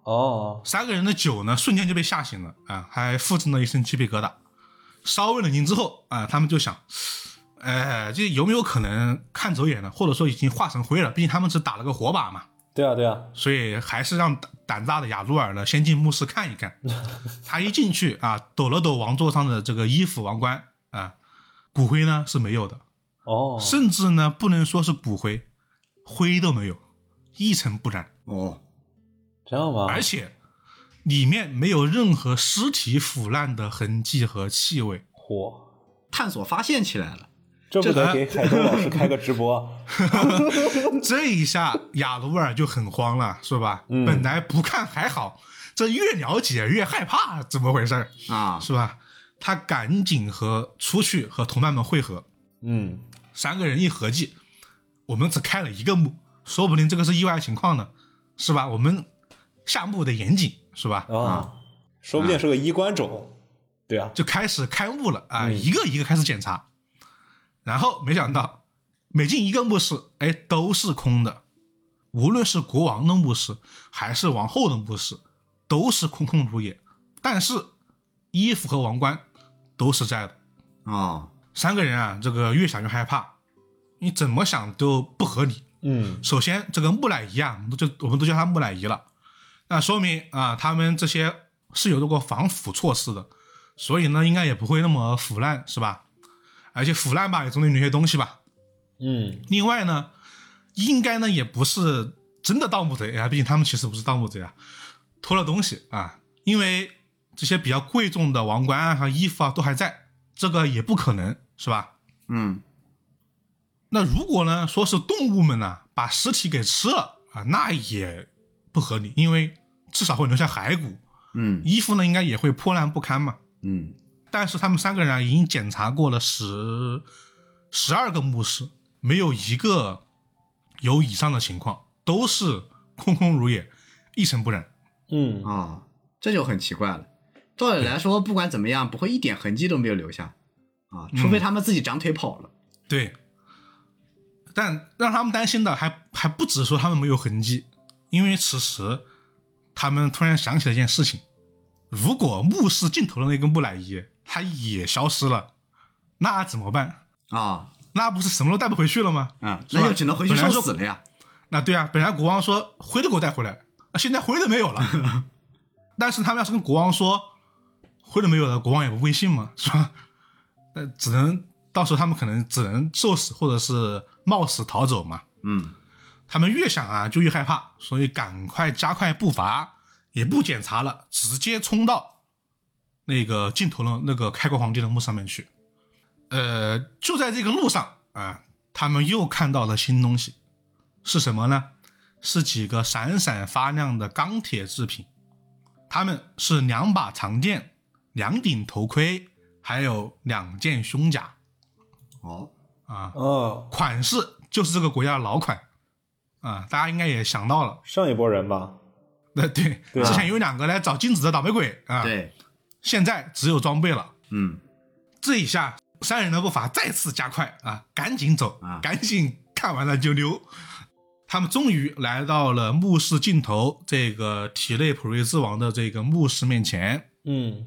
Speaker 3: 哦，
Speaker 1: 三个人的酒呢，瞬间就被吓醒了啊，还附赠了一身鸡皮疙瘩。稍微冷静之后啊，他们就想，哎，这有没有可能看走眼了，或者说已经化成灰了？毕竟他们只打了个火把嘛，
Speaker 3: 对啊对啊，
Speaker 1: 所以还是让胆胆大的雅鲁尔呢先进墓室看一看。他一进去啊，抖了抖王座上的这个衣服王冠啊，骨灰呢是没有的，
Speaker 3: 哦，
Speaker 1: 甚至呢不能说是骨灰，灰都没有，一尘不染，
Speaker 2: 哦，
Speaker 3: 这样吗？
Speaker 1: 而且里面没有任何尸体腐烂的痕迹和气味。
Speaker 3: 嚯，
Speaker 2: 探索发现起来了，
Speaker 3: 这不得给海东老师开个直播？
Speaker 1: 这一下雅鲁尔就很慌了，是吧？
Speaker 3: 嗯
Speaker 1: 本来不看还好，这越了解越害怕，怎么回事儿？
Speaker 2: 啊，
Speaker 1: 是吧？他赶紧和出去和同伴们会合，
Speaker 3: 嗯，
Speaker 1: 三个人一合计，我们只开了一个墓，说不定这个是意外情况呢，是吧？我们下墓得严谨，是吧？
Speaker 3: 啊，说不定是个衣冠冢。对啊，
Speaker 1: 就开始开幕了啊，一个一个开始检查，然后没想到每进一个墓室，哎，都是空的，无论是国王的墓室还是王后的墓室，都是空空如也，但是衣服和王冠都是在的。
Speaker 2: 哦，
Speaker 1: 三个人啊，这个越想越害怕，你怎么想都不合理。
Speaker 3: 嗯
Speaker 1: 首先，这个木乃伊啊，我们都就我们都叫它木乃伊了，那说明啊，他们这些是有做过防腐措施的，所以呢，应该也不会那么腐烂，是吧？而且腐烂吧，也总得留些东西吧。
Speaker 3: 嗯，
Speaker 1: 另外呢，应该呢也不是真的盗墓贼啊，毕竟他们其实不是盗墓贼啊，偷了东西啊，因为这些比较贵重的王冠啊和衣服啊都还在，这个也不可能是吧？
Speaker 2: 嗯，
Speaker 1: 那如果呢，说是动物们呢、把尸体给吃了啊，那也不合理，因为至少会留下骸骨，
Speaker 2: 嗯，
Speaker 1: 衣服呢应该也会破烂不堪嘛。
Speaker 2: 嗯，
Speaker 1: 但是他们三个人啊，已经检查过了十十二个墓室，没有一个有以上的情况，都是空空如也，一尘不染。
Speaker 3: 嗯，
Speaker 2: 哦，这就很奇怪了。照理来说，不管怎么样，不会一点痕迹都没有留下啊，除
Speaker 1: 嗯
Speaker 2: 非他们自己长腿跑了。
Speaker 1: 对，但让他们担心的还还不止说他们没有痕迹，因为此时他们突然想起了一件事情：如果墓室尽头的那个木乃伊它也消失了，那怎么办？
Speaker 2: 啊，
Speaker 1: 那不是什么都带不回去了吗？
Speaker 2: 嗯，
Speaker 1: 是吧
Speaker 2: 那就只能回去
Speaker 1: 本来
Speaker 2: 受
Speaker 1: 说
Speaker 2: 死了呀。
Speaker 1: 那对啊，本来国王说灰的给我带回来，啊，现在灰的没有了。但是他们要是跟国王说灰的没有了，国王也不会信嘛， 是吧？那只能到时候他们可能只能受死或者是冒死逃走嘛。
Speaker 2: 嗯，
Speaker 1: 他们越想啊就越害怕，所以赶快加快步伐，也不检查了，直接冲到那个尽头的那个开国皇帝的墓上面去。呃，就在这个路上啊、他们又看到了新东西，是什么呢？是几个闪闪发亮的钢铁制品，他们是两把长剑、两顶头盔，还有两件胸甲
Speaker 2: 哦，
Speaker 1: 啊。
Speaker 3: 哦，
Speaker 1: 款式就是这个国家的老款啊，大家应该也想到了。
Speaker 3: 上一波人吧，
Speaker 1: 对对，
Speaker 3: 对啊
Speaker 1: 之前有两个来找金子的倒霉鬼啊，，
Speaker 2: 对，
Speaker 1: 现在只有装备了。
Speaker 2: 嗯，
Speaker 1: 这一下，三人的步伐再次加快啊，赶紧走
Speaker 2: 啊，
Speaker 1: 赶紧看完了就溜。他们终于来到了墓室尽头，这个体内普瑞之王的这个墓室面前。
Speaker 3: 嗯，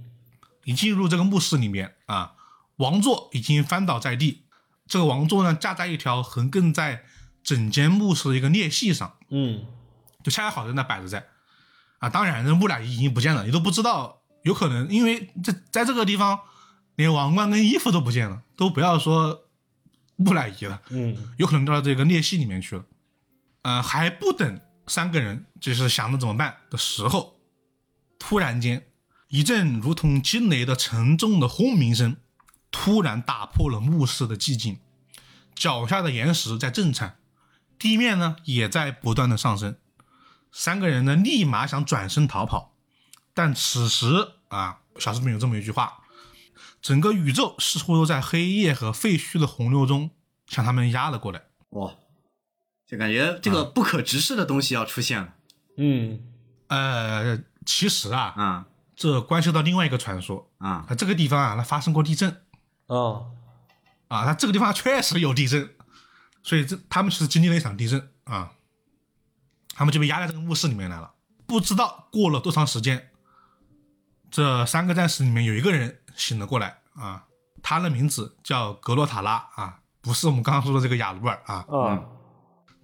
Speaker 1: 一进入这个墓室里面啊，王座已经翻倒在地，这个王座呢架在一条横亘在整间墓室的一个裂隙上，
Speaker 3: 嗯，
Speaker 1: 就恰恰好在那摆着在。啊，当然，这木乃伊已经不见了，你都不知道，有可能因为这在这个地方，连王冠跟衣服都不见了，都不要说木乃伊了，
Speaker 3: 嗯，
Speaker 1: 有可能掉到这个裂隙里面去了。呃，还不等三个人就是想着怎么办的时候，突然间一阵如同惊雷的沉重的轰鸣声，突然打破了墓室的寂静，脚下的岩石在震颤，地面呢也在不断的上升。三个人呢立马想转身逃跑，但此时啊，小视频有这么一句话：整个宇宙似乎都在黑夜和废墟的洪流中向他们压了过来。
Speaker 2: 哇，就感觉这
Speaker 1: 啊
Speaker 2: 个不可直视的东西要出现了。
Speaker 3: 嗯，
Speaker 1: 呃，其实啊，
Speaker 2: 啊
Speaker 1: 这关系到另外一个传说
Speaker 2: 啊
Speaker 1: 啊，这个地方啊，它发生过地震
Speaker 3: 哦，
Speaker 1: 啊，它这个地方确实有地震，所以这他们是经历了一场地震啊，他们就被压在这个墓室里面来了。不知道过了多长时间，这三个战士里面有一个人醒了过来啊，他的名字叫格洛塔拉啊，不是我们刚刚说的这个雅鲁尔啊。
Speaker 3: 啊，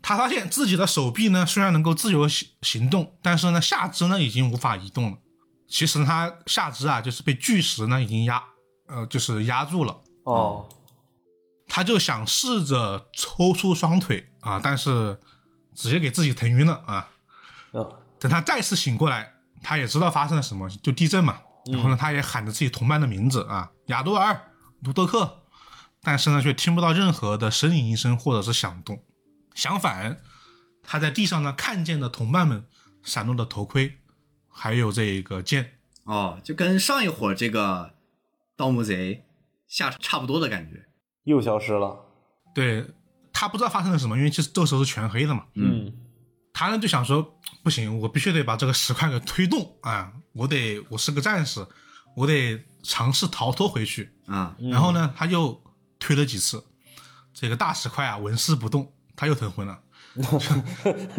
Speaker 1: 他发现自己的手臂呢，虽然能够自由行行动，但是呢，下肢呢已经无法移动了。其实他下肢啊，就是被巨石呢已经压，呃，就是压住了。
Speaker 3: 哦，
Speaker 1: 他就想试着抽出双腿啊，但是直接给自己疼晕了啊。
Speaker 3: 啊，
Speaker 1: 等他再次醒过来，他也知道发生了什么，就地震嘛。然后呢，他也喊着自己同伴的名字啊，亚多尔、卢德克，但是呢，却听不到任何的呻吟声或者是响动。相反，他在地上呢看见了同伴们闪落的头盔，还有这个剑。
Speaker 2: 哦，就跟上一伙这个盗墓贼下差不多的感觉。
Speaker 3: 又消失了，
Speaker 1: 对他不知道发生了什么，因为其实这时候是全黑的嘛。
Speaker 3: 嗯，
Speaker 1: 他呢就想说，不行，我必须得把这个石块给推动啊！我得，我是个战士，我得尝试逃脱回去。
Speaker 2: 啊
Speaker 1: 然后呢，他又推了几次，这个大石块啊纹丝不动，他又疼昏了，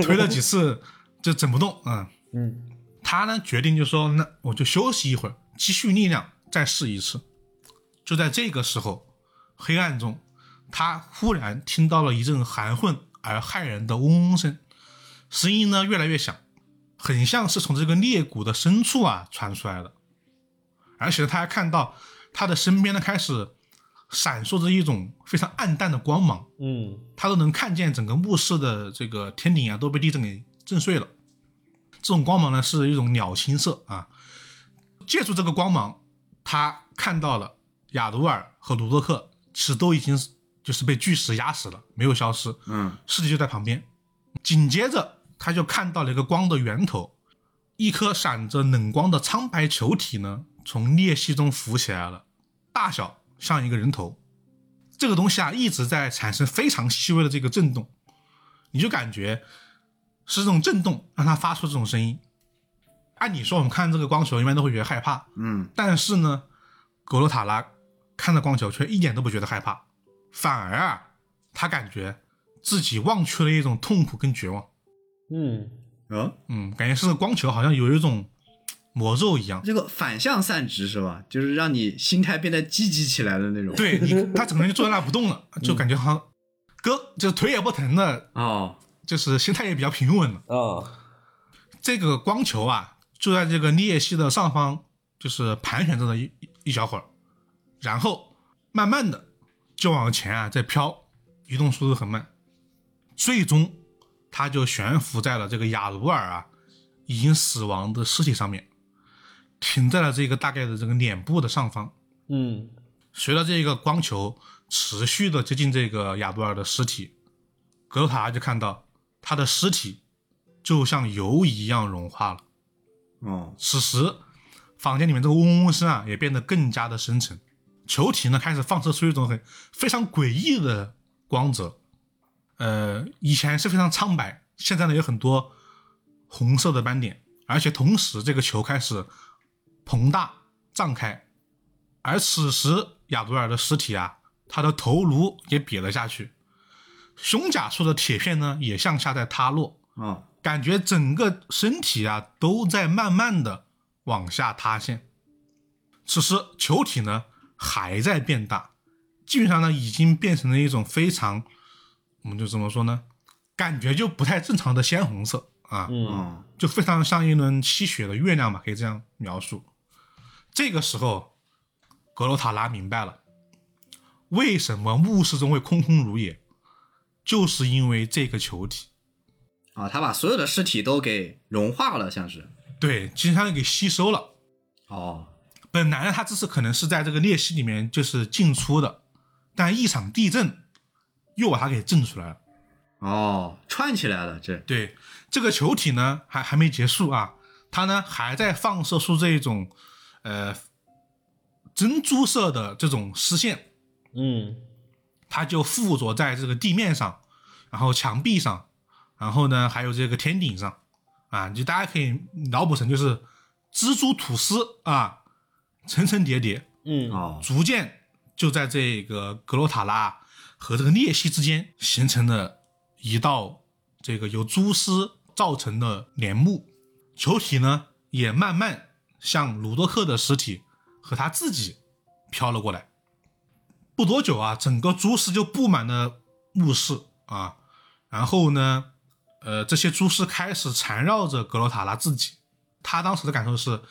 Speaker 1: 推了几次就整不动，嗯
Speaker 3: 嗯，
Speaker 1: 他呢决定就说那我就休息一会儿，积蓄力量再试一次。就在这个时候，黑暗中，他忽然听到了一阵含混而骇人的嗡嗡声，声音呢越来越响，很像是从这个裂谷的深处啊传出来的。而且他还看到他的身边呢开始闪烁着一种非常暗淡的光芒，
Speaker 3: 嗯，
Speaker 1: 他都能看见整个墓室的这个天顶啊都被地震给震碎了。这种光芒呢是一种鸟青色啊，借助这个光芒，他看到了雅鲁尔和卢多克其实都已经是就是被巨石压死了，没有消失，
Speaker 2: 嗯
Speaker 1: 尸体就在旁边。紧接着他就看到了一个光的源头，一颗闪着冷光的苍白球体呢从裂隙中浮起来了，大小像一个人头。这个东西啊一直在产生非常细微的这个震动，你就感觉是这种震动让它发出这种声音。按理说我们看这个光球一般都会觉得害怕，
Speaker 2: 嗯
Speaker 1: 但是呢，格罗塔拉看到光球却一点都不觉得害怕，反而啊，他感觉自己忘却了一种痛苦跟绝望。
Speaker 3: 嗯，
Speaker 2: 嗯
Speaker 1: 嗯，感觉是个光球，好像有一种魔咒一样。
Speaker 2: 这个反向散值是吧？就是让你心态变得积极起来的那种。
Speaker 1: 对你，他整个人就坐在那不动了，就感觉好像哥就腿也不疼了，
Speaker 2: 哦，
Speaker 1: 就是心态也比较平稳了。
Speaker 3: 啊，
Speaker 1: 这个光球啊，就在这个裂隙的上方，就是盘旋着的一一小会儿，然后慢慢的就往前啊在飘，移动速度很慢，最终它就悬浮在了这个雅鲁尔啊已经死亡的尸体上面，停在了这个大概的这个脸部的上方。
Speaker 3: 嗯，
Speaker 1: 随着这个光球持续的接近这个亚多尔的尸体，格鲁卡拉就看到他的尸体就像油一样融化了。
Speaker 2: 哦，
Speaker 1: 此时，房间里面这个嗡嗡嗡声啊也变得更加的深沉，球体呢开始放射出一种很非常诡异的光泽，呃，以前是非常苍白，现在呢有很多红色的斑点，而且同时这个球开始膨大胀开，而此时亚多尔的尸体啊，他的头颅也瘪了下去，胸甲处的铁片呢也向下在塌落，
Speaker 2: 哦，
Speaker 1: 感觉整个身体啊都在慢慢的往下塌陷。此时球体呢还在变大，基本上呢已经变成了一种非常，我们就怎么说呢，感觉就不太正常的鲜红色啊，
Speaker 3: 嗯
Speaker 2: 哦，
Speaker 1: 就非常像一轮吸血的月亮吧，可以这样描述。这个时候，格罗塔拉明白了，为什么墓室中会空空如也，就是因为这个球体。
Speaker 2: 啊，他把所有的尸体都给融化了，像是。
Speaker 1: 对，其实它给吸收了。
Speaker 2: 哦，
Speaker 1: 本来它这次可能是在这个裂隙里面就是进出的，但一场地震又把它给震出来了。
Speaker 2: 哦，串起来了，这。
Speaker 1: 对，这个球体呢还还没结束啊，它呢还在放射出这一种呃珍珠色的这种丝线，
Speaker 3: 嗯，
Speaker 1: 它就附着在这个地面上，然后墙壁上，然后呢还有这个天顶上啊，就大家可以脑补成就是蜘蛛吐丝啊，层层叠叠。
Speaker 3: 嗯，
Speaker 2: 哦，
Speaker 1: 逐渐就在这个格罗塔拉和这个裂隙之间形成了一道这个由蛛丝造成的帘幕，球体呢也慢慢向鲁多克的尸体和他自己飘了过来。不多久啊，整个蛛丝就布满了墓室啊，然后呢，呃，这些蛛丝开始缠绕着格罗塔拉自己。他当时的感受是，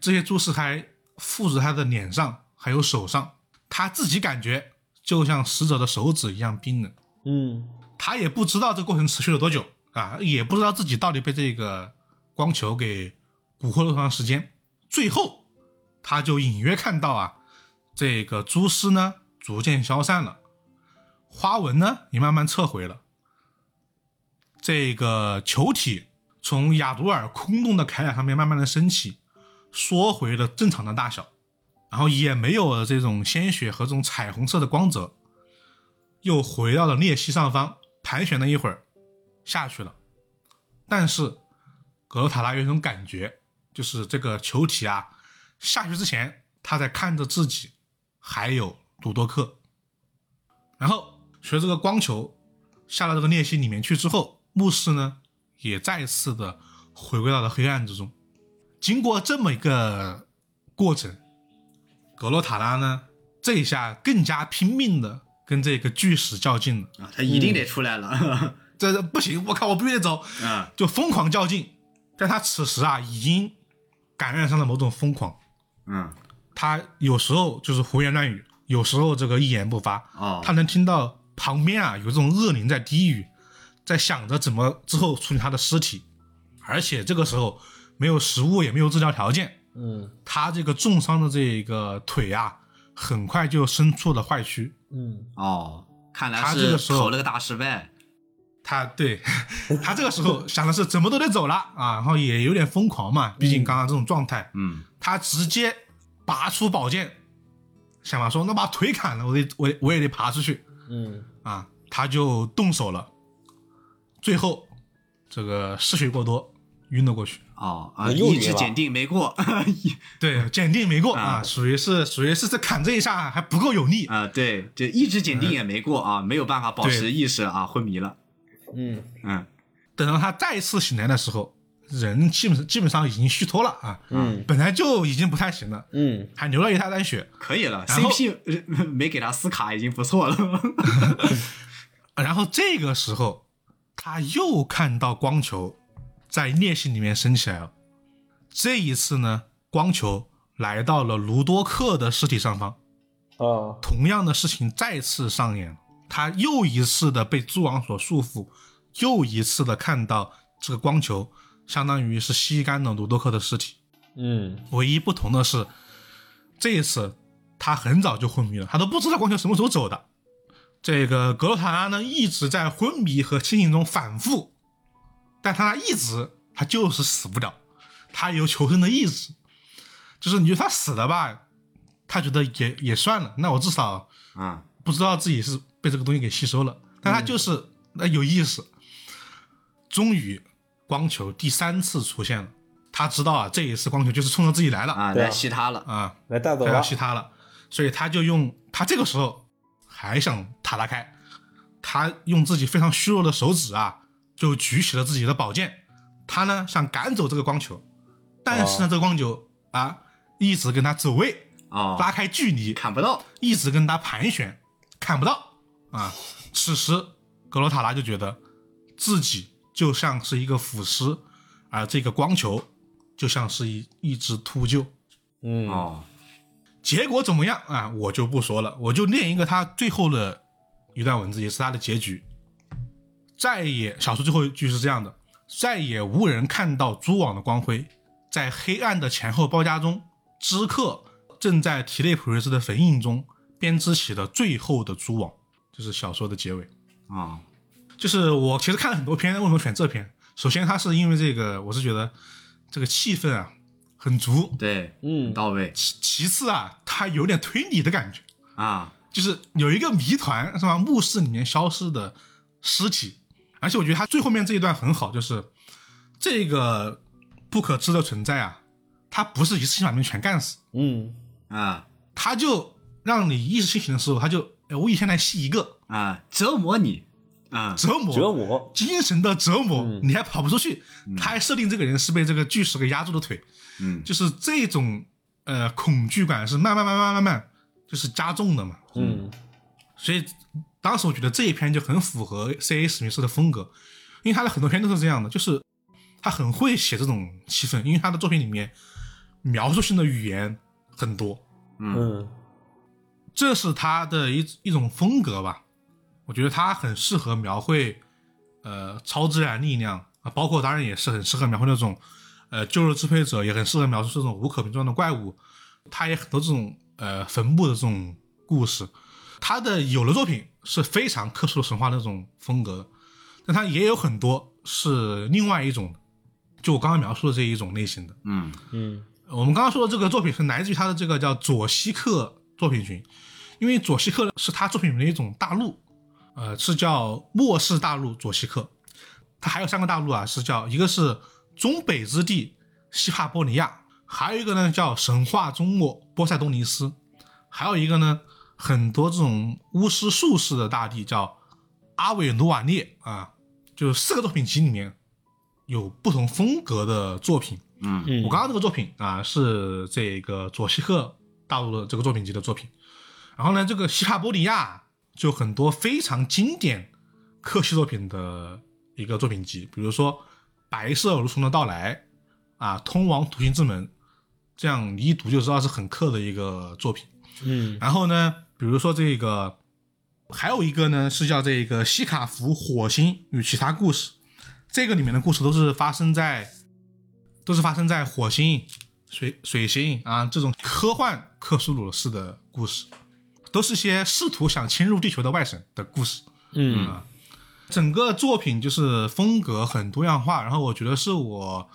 Speaker 1: 这些蛛丝还附着他的脸上，还有手上，他自己感觉就像死者的手指一样冰冷。
Speaker 3: 嗯，
Speaker 1: 他也不知道这过程持续了多久啊，也不知道自己到底被这个光球给蛊惑了多长时间。最后，他就隐约看到啊，这个蛛丝呢逐渐消散了，花纹呢也慢慢撤回了。这个球体从雅鲁尔空洞的铠甲上面慢慢的升起，缩回了正常的大小，然后也没有了这种鲜血和这种彩虹色的光泽，又回到了裂隙上方盘旋了一会儿，下去了。但是格罗塔拉有一种感觉，就是这个球体啊，下去之前他在看着自己，还有鲁多克。然后随着这个光球下到这个裂隙里面去之后，牧师呢也再次的回归到了黑暗之中。经过这么一个过程，格罗塔拉呢这一下更加拼命的跟这个巨石较劲了。
Speaker 2: 啊，他一定得出来了。
Speaker 1: 这这不行，我靠，我必须得走，
Speaker 2: 啊，
Speaker 1: 就疯狂较劲。但他此时啊，已经感染上了某种疯狂，
Speaker 2: 嗯，
Speaker 1: 他有时候就是胡言乱语，有时候这个一言不发。
Speaker 2: 哦，
Speaker 1: 他能听到旁边啊有这种恶灵在低语，在想着怎么之后处理他的尸体，而且这个时候没有食物，也没有治疗条件，
Speaker 3: 嗯，
Speaker 1: 他这个重伤的这个腿啊，很快就深处了坏区。
Speaker 3: 嗯，
Speaker 2: 哦，看来
Speaker 1: 他这
Speaker 2: 是
Speaker 1: 个时候
Speaker 2: 投了个大失败。
Speaker 1: 他对 他这个时候想的是怎么都得走了啊，然后也有点疯狂嘛，毕竟刚刚这种状态，
Speaker 2: 嗯，
Speaker 1: 他直接拔出宝剑，想法说那把腿砍了，我得我得我也得爬出去
Speaker 3: 嗯，
Speaker 1: 啊，他就动手了，最后这个失血过多晕了过去，
Speaker 2: 哦啊，
Speaker 3: 那又
Speaker 2: 意
Speaker 3: 晕
Speaker 2: 志
Speaker 3: 了
Speaker 2: 检定没过。
Speaker 1: 对，鉴定没过
Speaker 2: 啊
Speaker 1: 啊，属于是属于是这砍这一下还不够有力，
Speaker 2: 啊，对，这意志检定也没过啊，没有办法保
Speaker 1: 嗯对
Speaker 2: 持意识了啊，昏迷了。
Speaker 3: 嗯，
Speaker 2: 嗯，
Speaker 1: 等到他再次醒来的时候，人基本基本上已经虚脱了啊，嗯，本来就已经不太行了，
Speaker 4: 嗯，
Speaker 1: 还流了一大滩血，
Speaker 2: 可以了
Speaker 1: 然后
Speaker 2: ，CP 呃 没给他撕卡已经不错了。
Speaker 1: 然后这个时候，他又看到光球在裂隙里面升起来了。这一次呢，光球来到了卢多克的尸体上方，
Speaker 3: 啊，
Speaker 1: 同样的事情再次上演。他又一次的被蛛网所束缚，又一次的看到这个光球，相当于是吸干了卢多克的尸体。
Speaker 4: 嗯
Speaker 1: 唯一不同的是，这一次他很早就昏迷了，他都不知道光球什么时候走的。这个格洛塔拉呢，一直在昏迷和清醒中反复，但他一直他就是死不了，他有求生的意志，就是你觉得他死了吧，他觉得也也算了，那我至少
Speaker 2: 啊，
Speaker 1: 不知道自己是被这个东西给吸收了，但他就是那、有意识。终于，光球第三次出现了，他知道啊，这一次光球就是冲着自己来了
Speaker 2: 啊，
Speaker 3: 对啊
Speaker 2: 来吸他了，
Speaker 1: 啊
Speaker 3: 来带走
Speaker 1: 他要
Speaker 3: 吧，
Speaker 1: 吸他了，所以他就用他这个时候还想塔拉开，他用自己非常虚弱的手指啊，就举起了自己的宝剑，他呢想赶走这个光球，但是呢、
Speaker 3: 哦
Speaker 1: 这个光球啊一直跟他走位，
Speaker 2: 哦，
Speaker 1: 拉开距离，
Speaker 2: 砍不到，
Speaker 1: 一直跟他盘旋，看不到啊。此时格罗塔拉就觉得自己就像是一个腐尸，而这个光球就像是一一只秃鹫。
Speaker 4: 嗯
Speaker 2: 哦，
Speaker 1: 结果怎么样啊？我就不说了，我就念一个他最后的一段文字，也是他的结局。再也小说最后一句是这样的：再也无人看到蛛网的光辉，在黑暗的前后包夹中，知客正在提内普瑞斯的坟茔中编织起了最后的蛛网。就是小说的结尾。
Speaker 2: 哦，
Speaker 1: 就是我其实看了很多篇，为什么选这篇？首先，它是因为这个，我是觉得这个气氛啊很足。
Speaker 2: 对，
Speaker 4: 嗯
Speaker 2: 到位
Speaker 1: 其其次啊，它有点推理的感觉。
Speaker 2: 啊，
Speaker 1: 就是有一个谜团是吧？墓室里面消失的尸体，而且我觉得他最后面这一段很好，就是这个不可知的存在啊，它不是一次性把你们全干死，
Speaker 4: 嗯
Speaker 2: 啊
Speaker 1: 它就让你意识清醒的时候，它就哎我一天来吸一个
Speaker 2: 啊，折磨你，啊，
Speaker 1: 折磨，嗯
Speaker 3: 折磨，
Speaker 1: 精神的折磨，你还跑不出去，他还设定这个人是被这个巨石给压住的腿，
Speaker 2: 嗯
Speaker 1: 就是这种呃恐惧感是慢慢慢慢慢慢就是加重的嘛，
Speaker 4: 嗯
Speaker 1: 所以当时我觉得这一篇就很符合 C.A. 史密斯的风格，因为他的很多篇都是这样的，就是他很会写这种气氛，因为他的作品里面描述性的语言很多，
Speaker 3: 嗯
Speaker 1: 这是他的一一种风格吧。我觉得他很适合描绘呃超自然力量啊，包括当然也是很适合描绘那种呃旧日支配者，也很适合描述这种无可名状的怪物。他也很多这种呃坟墓的这种故事，他的有的作品是非常克苏鲁神话那种风格，但他也有很多是另外一种，就我刚刚描述的这一种类型的。
Speaker 2: 嗯
Speaker 4: 嗯
Speaker 1: 我们刚刚说的这个作品是来自于他的这个叫佐西克作品群，因为佐西克是他作品里面的一种大陆，呃，是叫末世大陆佐西克。它还有三个大陆啊，是叫一个是中北之地西帕波尼亚，还有一个呢叫神话中末波塞冬尼斯，还有一个呢很多这种巫师术士的大地叫阿韦努瓦涅啊，就是四个作品集里面有不同风格的作品。
Speaker 2: 嗯
Speaker 4: 嗯
Speaker 1: 我刚刚这个作品啊，是这个佐西克大陆的这个作品集的作品。然后呢，这个西帕波利亚就很多非常经典克系作品的一个作品集，比如说《白色蠕虫的到来》啊，《通往土星之门》，这样你一读就知道是很克的一个作品。
Speaker 4: 嗯
Speaker 1: 然后呢，比如说这个，还有一个呢是叫这个西卡福火星与其他故事，这个里面的故事都是发生在，都是发生在火星、水水星啊这种科幻克苏鲁式的故事，都是些试图想侵入地球的外神的故事。
Speaker 4: 嗯
Speaker 1: 整个作品就是风格很多样化，然后我觉得是我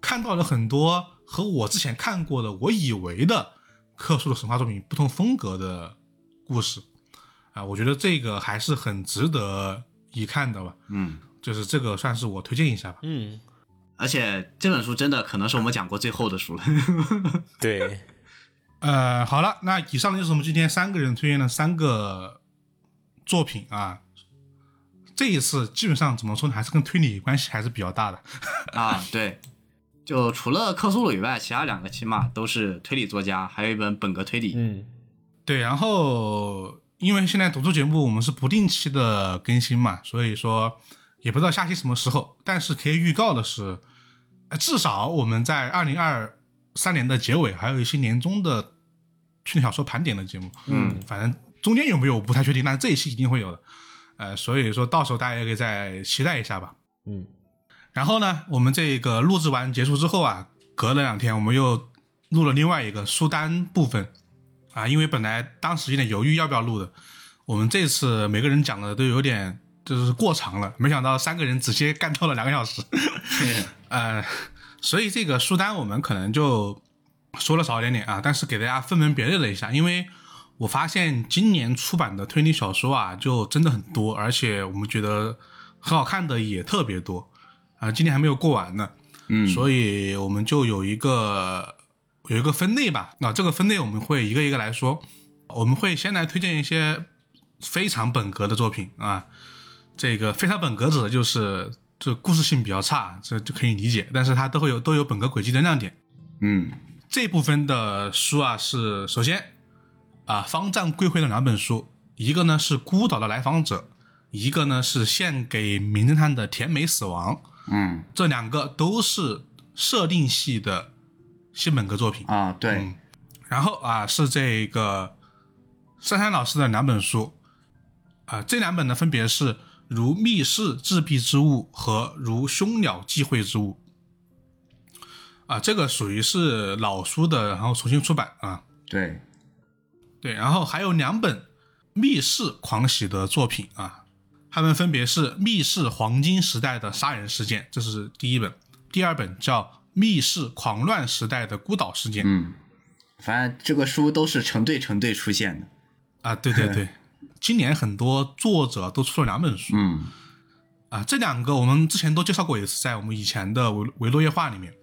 Speaker 1: 看到了很多和我之前看过的我以为的克苏鲁神话作品不同风格的故事啊，我觉得这个还是很值得一看的吧，
Speaker 2: 嗯，
Speaker 1: 就是这个算是我推荐一下吧。
Speaker 4: 嗯，
Speaker 2: 而且这本书真的可能是我们讲过最后的书了，
Speaker 4: 对，
Speaker 1: 呃，好了，那以上就是我们今天三个人推荐的三个作品啊。这一次基本上怎么说呢，还是跟推理关系还是比较大的。
Speaker 2: 啊，对，就除了克苏鲁以外，其他两个起码都是推理作家，还有一本本格推理。
Speaker 4: 嗯，
Speaker 1: 对，然后因为现在读书节目我们是不定期的更新嘛，所以说也不知道下期什么时候，但是可以预告的是，呃至少我们在二零二三年的结尾，还有一些年终的推理小说盘点的节目，嗯，反正中间有没有我不太确定，但是这一期一定会有的，呃，所以说到时候大家也可以再期待一下吧。
Speaker 4: 嗯，
Speaker 1: 然后呢，我们这个录制完结束之后啊，隔了两天，我们又录了另外一个书单部分啊，因为本来当时有点犹豫要不要录的，我们这次每个人讲的都有点就是过长了，没想到三个人直接干到了两个小时，
Speaker 2: 嗯
Speaker 1: 呃，所以这个书单我们可能就说了少一点点啊，但是给大家分门别类了一下，因为我发现今年出版的推理小说啊，就真的很多，而且我们觉得很好看的也特别多啊、今年还没有过完呢，
Speaker 2: 嗯
Speaker 1: 所以我们就有一个有一个分类吧。那、这个分类我们会一个一个来说，我们会先来推荐一些非常本格的作品啊。这个非常本格指的就是这故事性比较差，这就可以理解，但是它都会有都有本格轨迹的亮点。
Speaker 2: 嗯
Speaker 1: 这部分的书啊，是首先啊，方丈贵会的两本书，一个呢是《孤岛的来访者》，一个呢是献给名侦探的《甜美死亡》，
Speaker 2: 嗯
Speaker 1: 这两个都是设定系的新本格作品。
Speaker 2: 啊，对
Speaker 1: 嗯，然后啊，是这个珊珊老师的两本书啊，这两本呢分别是《如密室自闭之物》和《如凶鸟忌讳之物》啊，这个属于是老书的，然后重新出版啊。
Speaker 2: 对，
Speaker 1: 对，然后还有两本密室狂喜的作品啊，他们分别是《密室黄金时代的杀人事件》，这是第一本；第二本叫《密室狂乱时代的孤岛事件》。
Speaker 2: 嗯，反正这个书都是成对成对出现的。
Speaker 1: 啊，对对对，今年很多作者都出了两本书
Speaker 2: 嗯
Speaker 1: 啊，这两个我们之前都介绍过一次，在我们以前的维维洛夜话里面，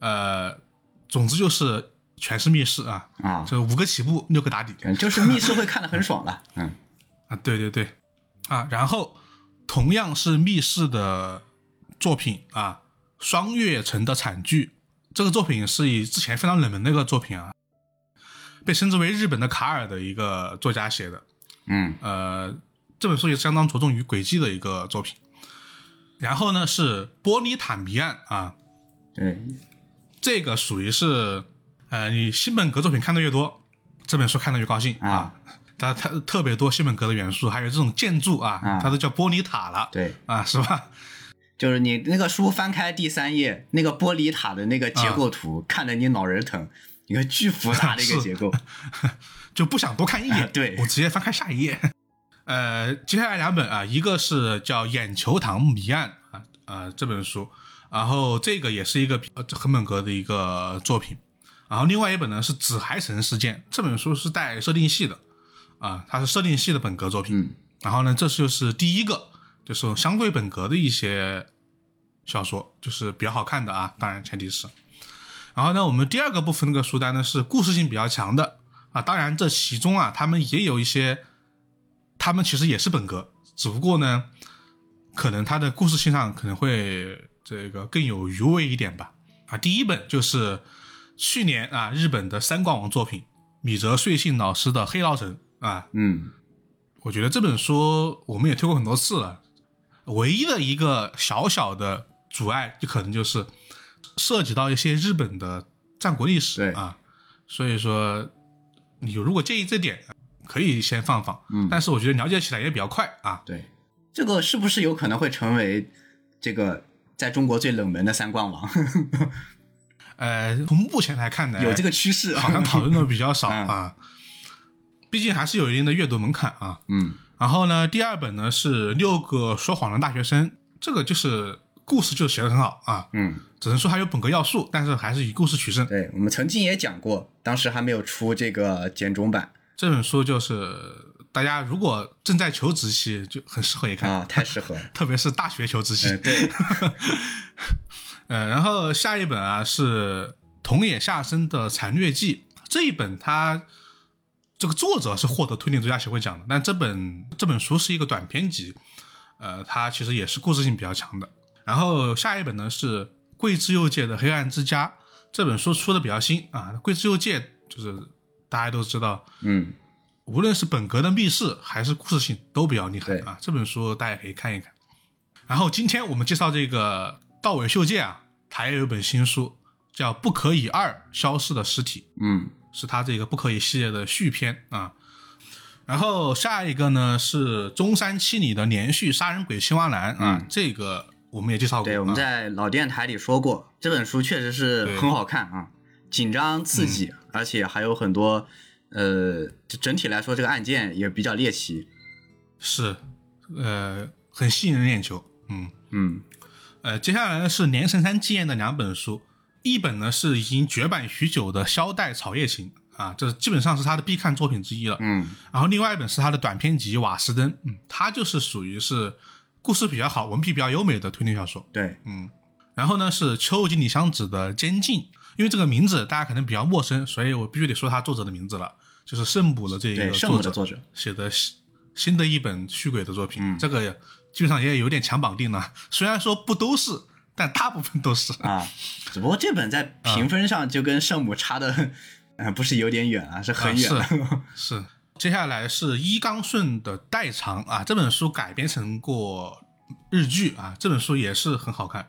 Speaker 1: 呃，总之就是全是密室啊，
Speaker 2: 啊，
Speaker 1: 这五个起步，六个打底
Speaker 2: 嗯就是密室会看得很爽了。嗯
Speaker 1: 啊，对对对，啊，然后同样是密室的作品啊，《双月城的惨剧》这个作品是以之前非常冷门的一个作品啊，被称之为日本的卡尔的一个作家写的，
Speaker 2: 嗯
Speaker 1: 呃，这本书也相当着重于轨迹的一个作品。然后呢是《波尼塔谜案》啊，
Speaker 2: 对，
Speaker 1: 这个属于是呃，你新本格作品看的越多，这本书看的越高兴
Speaker 2: 啊
Speaker 1: 啊。它它特别多新本格的元素，还有这种建筑啊，
Speaker 2: 啊
Speaker 1: 它都叫波尼塔了，
Speaker 2: 对，
Speaker 1: 啊，是吧？
Speaker 2: 就是你那个书翻开第三页，那个玻璃塔的那个结构图，看得你脑仁疼，一个巨复杂的一个
Speaker 1: 是
Speaker 2: 结构。
Speaker 1: 就不想多看一眼，
Speaker 2: 啊 对
Speaker 1: 我直接翻开下一页。 呃，接下来两本啊，一个是叫《眼球堂谜案》啊，呃这本书，然后这个也是一个呃这横本格的一个作品，然后另外一本呢是《紫海城事件》，这本书是带设定系的啊，它是设定系的本格作品。
Speaker 2: 嗯
Speaker 1: 然后呢，这就是第一个，就是相对本格的一些小说，就是比较好看的啊，当然前提是。然后呢，我们第二个部分那个书单呢是故事性比较强的啊，当然这其中啊，他们也有一些，他们其实也是本格，只不过呢，可能它的故事性上可能会这个更有余味一点吧。啊，第一本就是去年啊日本的三冠王作品米泽穗信老师的《黑牢城》啊，
Speaker 2: 嗯
Speaker 1: 我觉得这本书我们也推过很多次了，唯一的一个小小的阻碍，就可能就是涉及到一些日本的战国历史
Speaker 2: 对
Speaker 1: 啊，所以说你如果介意这点，可以先放放，
Speaker 2: 嗯
Speaker 1: 但是我觉得了解起来也比较快啊，
Speaker 2: 对，这个是不是有可能会成为这个在中国最冷门的三冠王？
Speaker 1: 呃，从目前来看呢，
Speaker 2: 有这个趋势
Speaker 1: 好像
Speaker 2: 啊？
Speaker 1: 讨论的比较少
Speaker 2: 嗯
Speaker 1: 啊，毕竟还是有一定的阅读门槛啊，
Speaker 2: 嗯
Speaker 1: 然后呢，第二本呢是六个说谎的大学生，这个就是故事就写的很好啊，
Speaker 2: 嗯，
Speaker 1: 只能说它有本格要素，但是还是以故事取胜。
Speaker 2: 对，我们曾经也讲过，当时还没有出这个简中版
Speaker 1: 这本书就是大家如果正在求职期，就很适合一看，
Speaker 2: 啊，太适合了。
Speaker 1: 特别是大学求职期。
Speaker 2: 嗯，对，
Speaker 1: 呃，然后下一本啊是桐野下生的《残虐记》，这一本它这个作者是获得推理作家协会奖的，但这本这本书是一个短篇集，呃，它其实也是故事性比较强的。然后下一本呢是《桂枝佑介的《黑暗之家》这本书出的比较新啊。桂枝佑介就是大家都知道，
Speaker 2: 嗯，
Speaker 1: 无论是本格的密室还是故事性都比较厉害
Speaker 2: 对
Speaker 1: 啊。这本书大家可以看一看。然后今天我们介绍这个道尾秀介啊，他也有一本新书叫《不可以二消失的尸体》，
Speaker 2: 嗯，
Speaker 1: 是他这个不可以系列的续篇啊。然后下一个呢是中山七里的连续杀人鬼青蛙男啊，
Speaker 2: 嗯
Speaker 1: 这个我们也介绍过、啊，
Speaker 2: 对，我们在老电台里说过，这本书确实是很好看啊，紧张刺激，而且还有很多，呃，整体来说这个案件也比较猎奇。
Speaker 1: 是呃很吸引人眼球，嗯
Speaker 2: 嗯
Speaker 1: 呃，接下来呢是连城山纪彦的两本书，一本呢是已经绝版许久的《萧代草叶行》啊，这基本上是他的必看作品之一了，
Speaker 2: 嗯
Speaker 1: 然后另外一本是他的短篇集《瓦斯登》，嗯，他就是属于是故事比较好、文笔比较优美的推理小说，
Speaker 2: 对，
Speaker 1: 嗯，然后呢是秋井里香子的《监禁》，因为这个名字大家可能比较陌生，所以我必须得说他作者的名字了，就是圣母的这个
Speaker 2: 对，圣母
Speaker 1: 作者
Speaker 2: 的作者，嗯
Speaker 1: 写的新新的一本续鬼的作品，这个基本上也有点强绑定了，虽然说不都是，但大部分都是。
Speaker 2: 啊，只不过这本在评分上就跟圣母差的， 呃，不是有点远啊，是很远。
Speaker 1: 啊是，接下来是伊冈顺的《代偿》啊，这本书改编成过日剧啊，这本书也是很好看，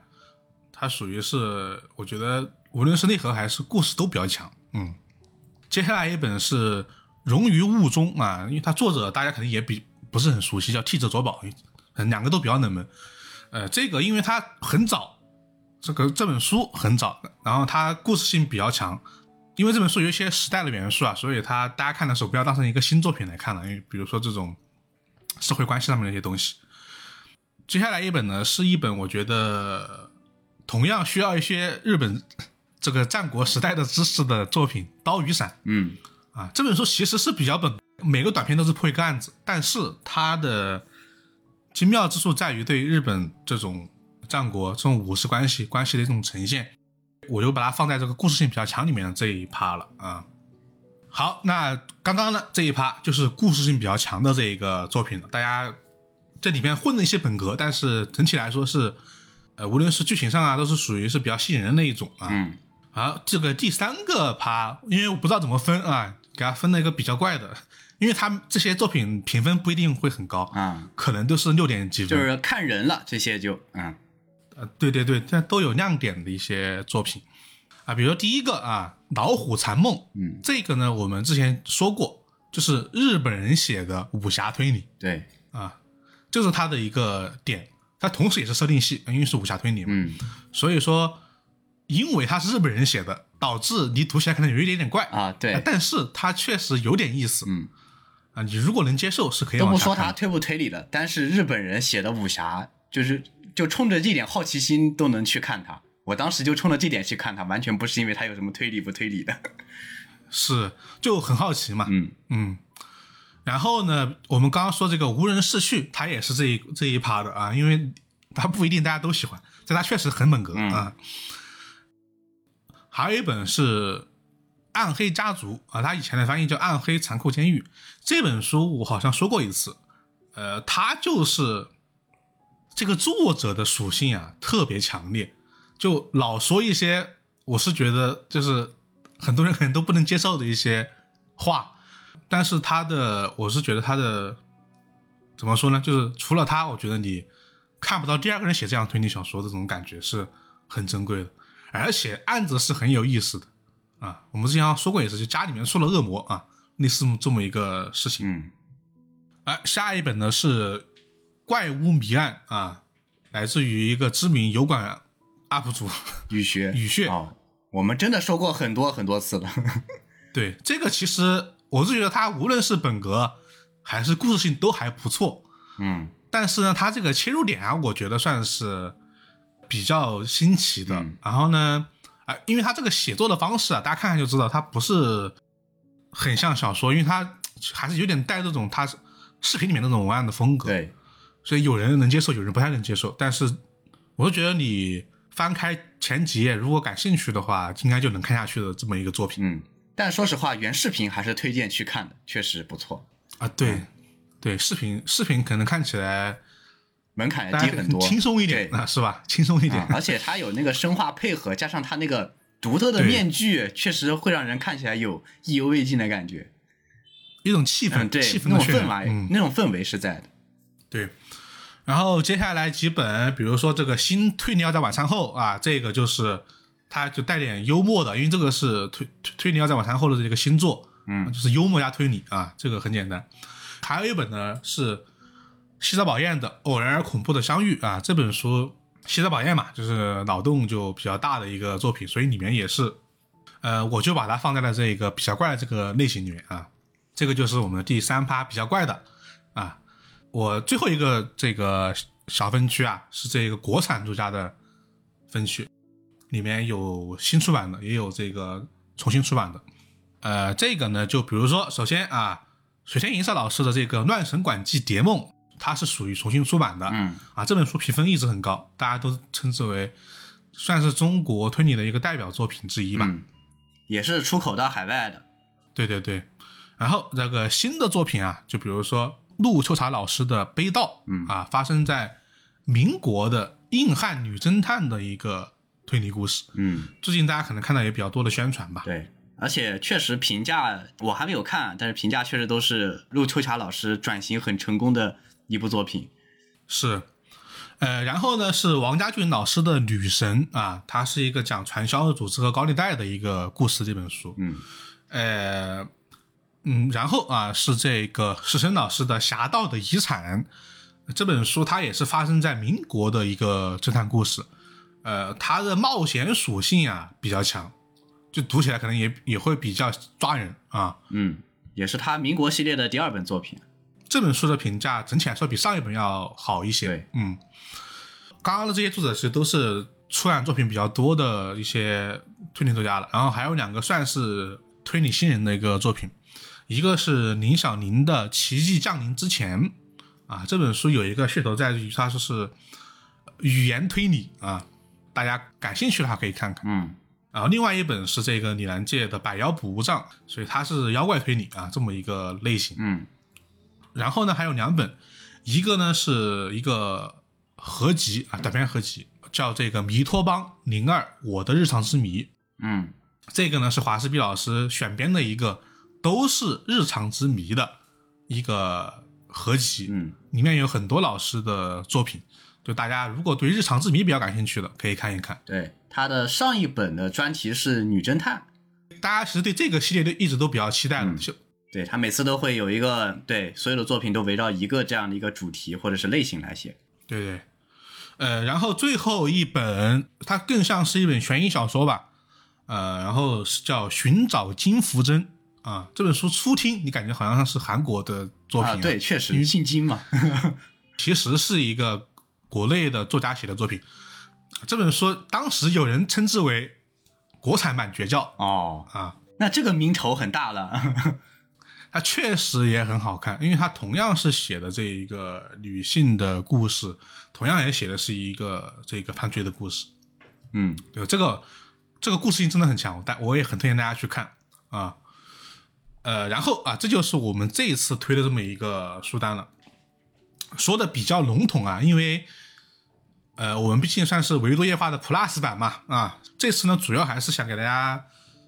Speaker 1: 它属于是我觉得无论是内核还是故事都比较强。嗯，接下来一本是《溶于雾中》啊，因为它作者大家可能也比不是很熟悉，叫替泽佐保，嗯两个都比较冷门。呃，这个因为它很早，这个这本书很早，然后它故事性比较强，因为这本书有一些时代的元素啊，所以它大家看的时候不要当成一个新作品来看了，因为比如说这种社会关系上面的一些东西。接下来一本呢，是一本我觉得同样需要一些日本 这个战国时代的知识的作品《刀与伞》。
Speaker 2: 嗯
Speaker 1: 啊，这本书其实是比较本，每个短片都是破一个案子，但是它的精妙之处在于对日本这种战国这种武士关系关系的一种呈现，我就把它放在这个故事性比较强里面的这一趴了啊。好，那刚刚呢这一趴就是故事性比较强的这一个作品了，大家这里面混了一些本格，但是整体来说是，呃，无论是剧情上啊，都是属于是比较吸引人的一种啊。
Speaker 2: 嗯，
Speaker 1: 好，这个第三个趴，因为我不知道怎么分啊，给它分了一个比较怪的，因为他这些作品评分不一定会很高，
Speaker 2: 啊，
Speaker 1: 可能都是六点几
Speaker 2: 就
Speaker 1: 分，
Speaker 2: 是看人了，这些就嗯
Speaker 1: 呃，对对对，但都有亮点的一些作品啊，比如说第一个啊，《老虎残梦》，
Speaker 2: 嗯，
Speaker 1: 这个呢我们之前说过，就是日本人写的武侠推理
Speaker 2: 对，
Speaker 1: 啊，就是它的一个点，它同时也是设定系，因为是武侠推理嘛，
Speaker 2: 嗯
Speaker 1: 所以说，因为它是日本人写的，导致你读起来可能有一点点怪
Speaker 2: 啊对
Speaker 1: 哎但是它确实有点意思
Speaker 2: 嗯，
Speaker 1: 啊。你如果能接受，是可以
Speaker 2: 都
Speaker 1: 往
Speaker 2: 不
Speaker 1: 下
Speaker 2: 说他
Speaker 1: 看的。
Speaker 2: 推不推理了，但是日本人写的武侠，就是就冲着这点好奇心都能去看它。我当时就冲着这点去看它，完全不是因为它有什么推理不推理的。
Speaker 1: 是就很好奇嘛，
Speaker 2: 嗯
Speaker 1: 嗯。然后呢，我们刚刚说这个无人逝去，它也是这一这一趴的啊，因为它不一定大家都喜欢，但它确实很本格、
Speaker 2: 嗯
Speaker 1: 啊。还有一本是《暗黑家族》啊，它以前的翻译叫《暗黑残酷监狱》。这本书我好像说过一次，呃，它就是这个作者的属性啊特别强烈，就老说一些我是觉得就是很多人可能都不能接受的一些话，但是他的我是觉得他的怎么说呢？就是除了他，我觉得你看不到第二个人写这样推理小说的这种感觉是很珍贵的，而且案子是很有意思的啊。我们之前说过一次，就家里面出了恶魔啊，类似这么一个事情。
Speaker 2: 嗯
Speaker 1: 哎，下一本呢是《怪屋谜案》啊，来自于一个知名油管啊 UP 主。
Speaker 2: 雨学，
Speaker 1: 雨穴
Speaker 2: 哦，我们真的说过很多很多次了。
Speaker 1: 对，这个其实我是觉得它无论是本格还是故事性都还不错，
Speaker 2: 嗯
Speaker 1: 但是呢，它这个切入点啊，我觉得算是比较新奇的。
Speaker 2: 嗯
Speaker 1: 然后呢，啊、因为它这个写作的方式啊，大家看看就知道，它不是很像小说，因为它还是有点带这种它视频里面那种文案的风格。
Speaker 2: 对，
Speaker 1: 所以有人能接受，有人不太能接受。但是，我是觉得你翻开前几页，如果感兴趣的话，应该就能看下去的这么一个作品
Speaker 2: 嗯，但说实话，原视频还是推荐去看的，确实不错。
Speaker 1: 啊。对，对，视频视频可能看起来
Speaker 2: 门槛
Speaker 1: 大
Speaker 2: 哎低
Speaker 1: 家
Speaker 2: 很多，
Speaker 1: 轻松一点
Speaker 2: 对
Speaker 1: 啊，是吧？轻松一点
Speaker 2: 啊，而且它有那个生化配合，加上它那个独特的
Speaker 1: 对
Speaker 2: 面具，确实会让人看起来有意犹未尽的感觉。
Speaker 1: 一种气氛
Speaker 2: 嗯，，对
Speaker 1: 气，氛
Speaker 2: 那
Speaker 1: 的
Speaker 2: 种
Speaker 1: 渲
Speaker 2: 氛
Speaker 1: 染，
Speaker 2: 围
Speaker 1: 嗯，，
Speaker 2: 那种氛围是在的。
Speaker 1: 对。然后接下来几本，比如说这个新退尿在晚餐后啊，这个就是它就带点幽默的，因为这个是退退退尿在晚餐后的这个新作，啊
Speaker 2: 嗯
Speaker 1: 就是幽默加推理啊，这个很简单。还有一本呢是西泽保彦的《偶然而恐怖的相遇》啊，这本书西泽保彦嘛，就是脑洞就比较大的一个作品，所以里面也是，呃，我就把它放在了这个比较怪的这个类型里面啊。这个就是我们的第三趴比较怪的啊。我最后一个这个小分区啊，是这个国产作家的分区，里面有新出版的，也有这个重新出版的。呃，这个呢，就比如说，首先啊，水天银少老师的这个《乱神馆记蝶梦》，它是属于重新出版的，
Speaker 2: 嗯
Speaker 1: 啊，这本书评分一直很高，大家都称之为算是中国推理的一个代表作品之一吧。
Speaker 2: 嗯，也是出口到海外的。
Speaker 1: 对对对，然后那个新的作品啊，就比如说陆秋茶老师的《悲道》，
Speaker 2: 嗯
Speaker 1: 啊，发生在民国的硬汉女侦探的一个推理故事，
Speaker 2: 嗯，
Speaker 1: 最近大家可能看到也比较多的宣传吧。
Speaker 2: 对。而且确实评价我还没有看，但是评价确实都是陆秋霞老师转型很成功的一部作品。
Speaker 1: 是，呃，然后呢是王家俊老师的《女神》啊，它是一个讲传销组织和高利贷的一个故事，这本书，
Speaker 2: 嗯
Speaker 1: 呃，嗯，然后啊是这个石森老师的《侠盗的遗产》这本书，它也是发生在民国的一个侦探故事，呃，它的冒险属性啊比较强，就读起来可能也也会比较抓人啊。
Speaker 2: 嗯，也是他民国系列的第二本作品。
Speaker 1: 这本书的评价整体来说比上一本要好一些。
Speaker 2: 对，
Speaker 1: 嗯，刚刚的这些作者其实都是出版作品比较多的一些推理作家了，然后还有两个算是推理新人的一个作品，一个是林小宁的《奇迹降临之前》啊，这本书有一个噱头在于它说是语言推理啊，大家感兴趣的话可以看看。
Speaker 2: 嗯
Speaker 1: 然后另外一本是这个李兰界的《百妖补无杖》，所以它是妖怪推理啊这么一个类型。
Speaker 2: 嗯
Speaker 1: 然后呢还有两本，一个呢是一个合集啊，短篇合集，叫这个《弥托邦零二我的日常之谜》。
Speaker 2: 嗯
Speaker 1: 这个呢是华师毕老师选编的一个都是日常之谜的一个合集，
Speaker 2: 嗯
Speaker 1: 里面有很多老师的作品，就大家如果对日常之谜比较感兴趣的，可以看一看。
Speaker 2: 对，他的上一本的专题是女侦探，
Speaker 1: 大家其实对这个系列都一直都比较期待的，
Speaker 2: 嗯
Speaker 1: 就
Speaker 2: 对他每次都会有一个对所有的作品都围绕一个这样的一个主题或者是类型来写。
Speaker 1: 对对，呃，然后最后一本，它更像是一本悬疑小说吧，呃，然后是叫《寻找金福珍》啊，这本书初听你感觉好像是韩国的作品、
Speaker 2: 啊，对，，确实姓金嘛。
Speaker 1: 其实是一个国内的作家写的作品。这本书当时有人称之为国产版绝教
Speaker 2: 哦，
Speaker 1: 啊，
Speaker 2: 那这个名头很大了。
Speaker 1: 它确实也很好看，因为它同样是写的这一个女性的故事，同样也写的是一个这个犯罪的故事。
Speaker 2: 嗯
Speaker 1: 对，这个这个故事性真的很强，但我也很推荐大家去看啊。呃，然后啊，这就是我们这一次推的这么一个书单了。说的比较笼统啊，因为呃，我们毕竟算是维多夜话的 Plus 版嘛啊。这次呢，主要还是想给大家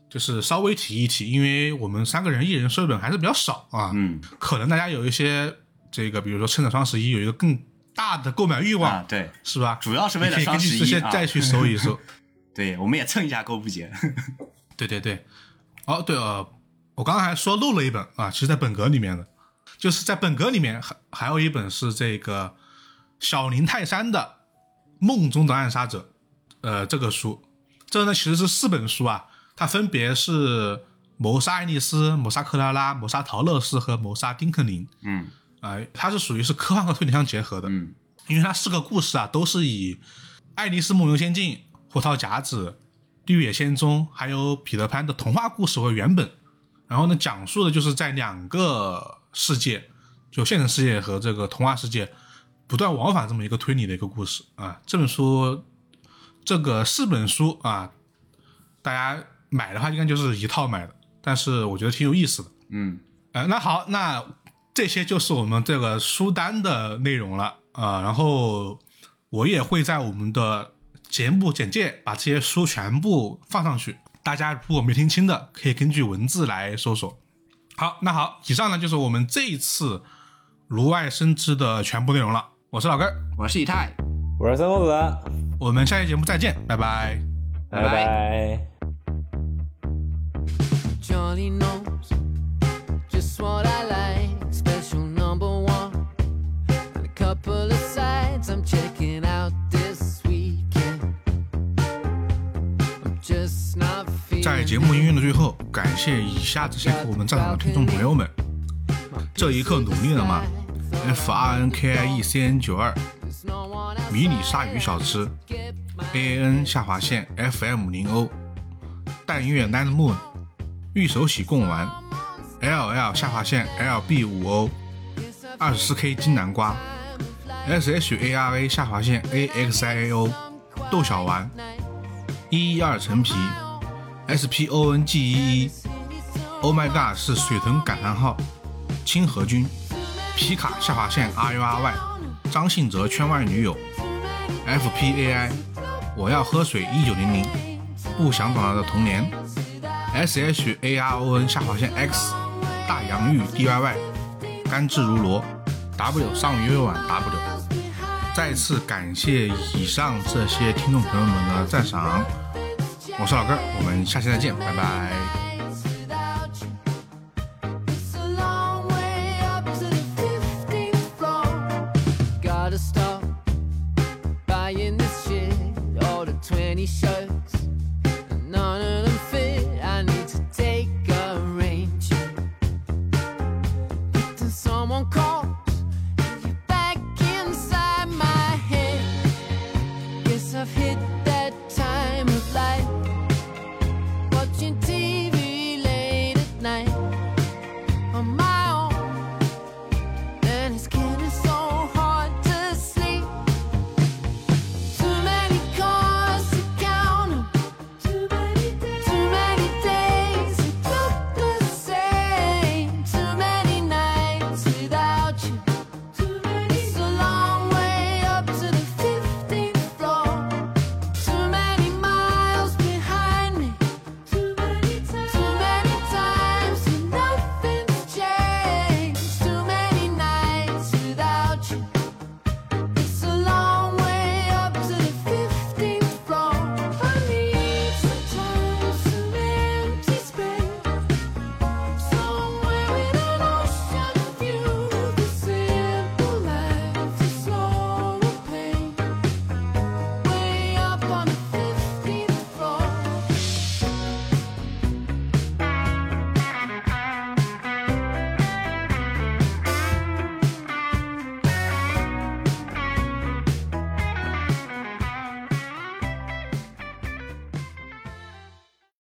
Speaker 1: 就是稍微提一提，因为我们三个人一人说一本还是比较少啊。
Speaker 2: 嗯
Speaker 1: 可能大家有一些这个，比如说趁着双十一有一个更大的购买欲望，
Speaker 2: 啊，对
Speaker 1: 是吧？
Speaker 2: 主要是为
Speaker 1: 你
Speaker 2: 了
Speaker 1: 可以
Speaker 2: 双
Speaker 1: 根据
Speaker 2: 十一
Speaker 1: 这些
Speaker 2: 啊
Speaker 1: 再去搜一 搜。
Speaker 2: 对，我们也蹭一下购物节。
Speaker 1: 对对对，哦对呃，我刚刚还说漏了一本啊，其实在本格里面的，就是在本格里面还还有一本是这个小林泰山的《梦中的暗杀者》，呃，这个书，这呢其实是四本书啊，它分别是谋杀爱丽丝、谋杀克拉拉、谋杀陶乐斯和谋杀丁克林
Speaker 2: 嗯
Speaker 1: 啊、它是属于是科幻和推理相结合的，
Speaker 2: 嗯
Speaker 1: 因为它四个故事啊，都是以《爱丽丝梦游仙境》《胡桃夹子》《绿野仙踪》还有《彼得潘》的童话故事为原本，然后呢，讲述的就是在两个世界，就现实世界和这个童话世界不断往返这么一个推理的一个故事啊。这本书，这个四本书啊，大家买的话应该就是一套买的，但是我觉得挺有意思的。
Speaker 2: 嗯，
Speaker 1: 呃，那好，那这些就是我们这个书单的内容了啊、然后我也会在我们的节目简介把这些书全部放上去，大家如果没听清的，可以根据文字来搜索。好，那好，以上呢就是我们这一次如外生枝的全部内容了。我是老根儿，
Speaker 2: 我是以太，
Speaker 3: 我是三公子，
Speaker 1: 我们下期节目再见，拜拜。
Speaker 2: 拜
Speaker 3: 拜拜
Speaker 5: Johnny knows just what I like. Special number one. And a couple of sides I'm checking out this weekend. I'm just not feeling.
Speaker 1: 在节目音乐的最后，感谢以下这些给我们赞赏的听众朋友们：这一刻努力了吗？F R N K I E C N 九二，迷你鲨鱼小吃，A N 下划线 F M 零 O，但月 Night Moon，玉手洗贡丸，L L 下划线 L B 五 O，二十四 K 金南瓜，S H A R A 下划线 A X I A O，豆小丸，一一二陈皮。S P O N G E E。Oh my god 是水豚感叹号，清河君，皮卡下划线 R U R Y，张信哲圈外女友，F P A I，我要喝水一九零零，不想长大的童年，S H A R O N 下划线 X，大洋芋 D Y Y，甘之如罗，W 上午悠晚 W。再次感谢以上这些听众朋友们的赞赏，我是老根儿，我们下期再见，拜拜。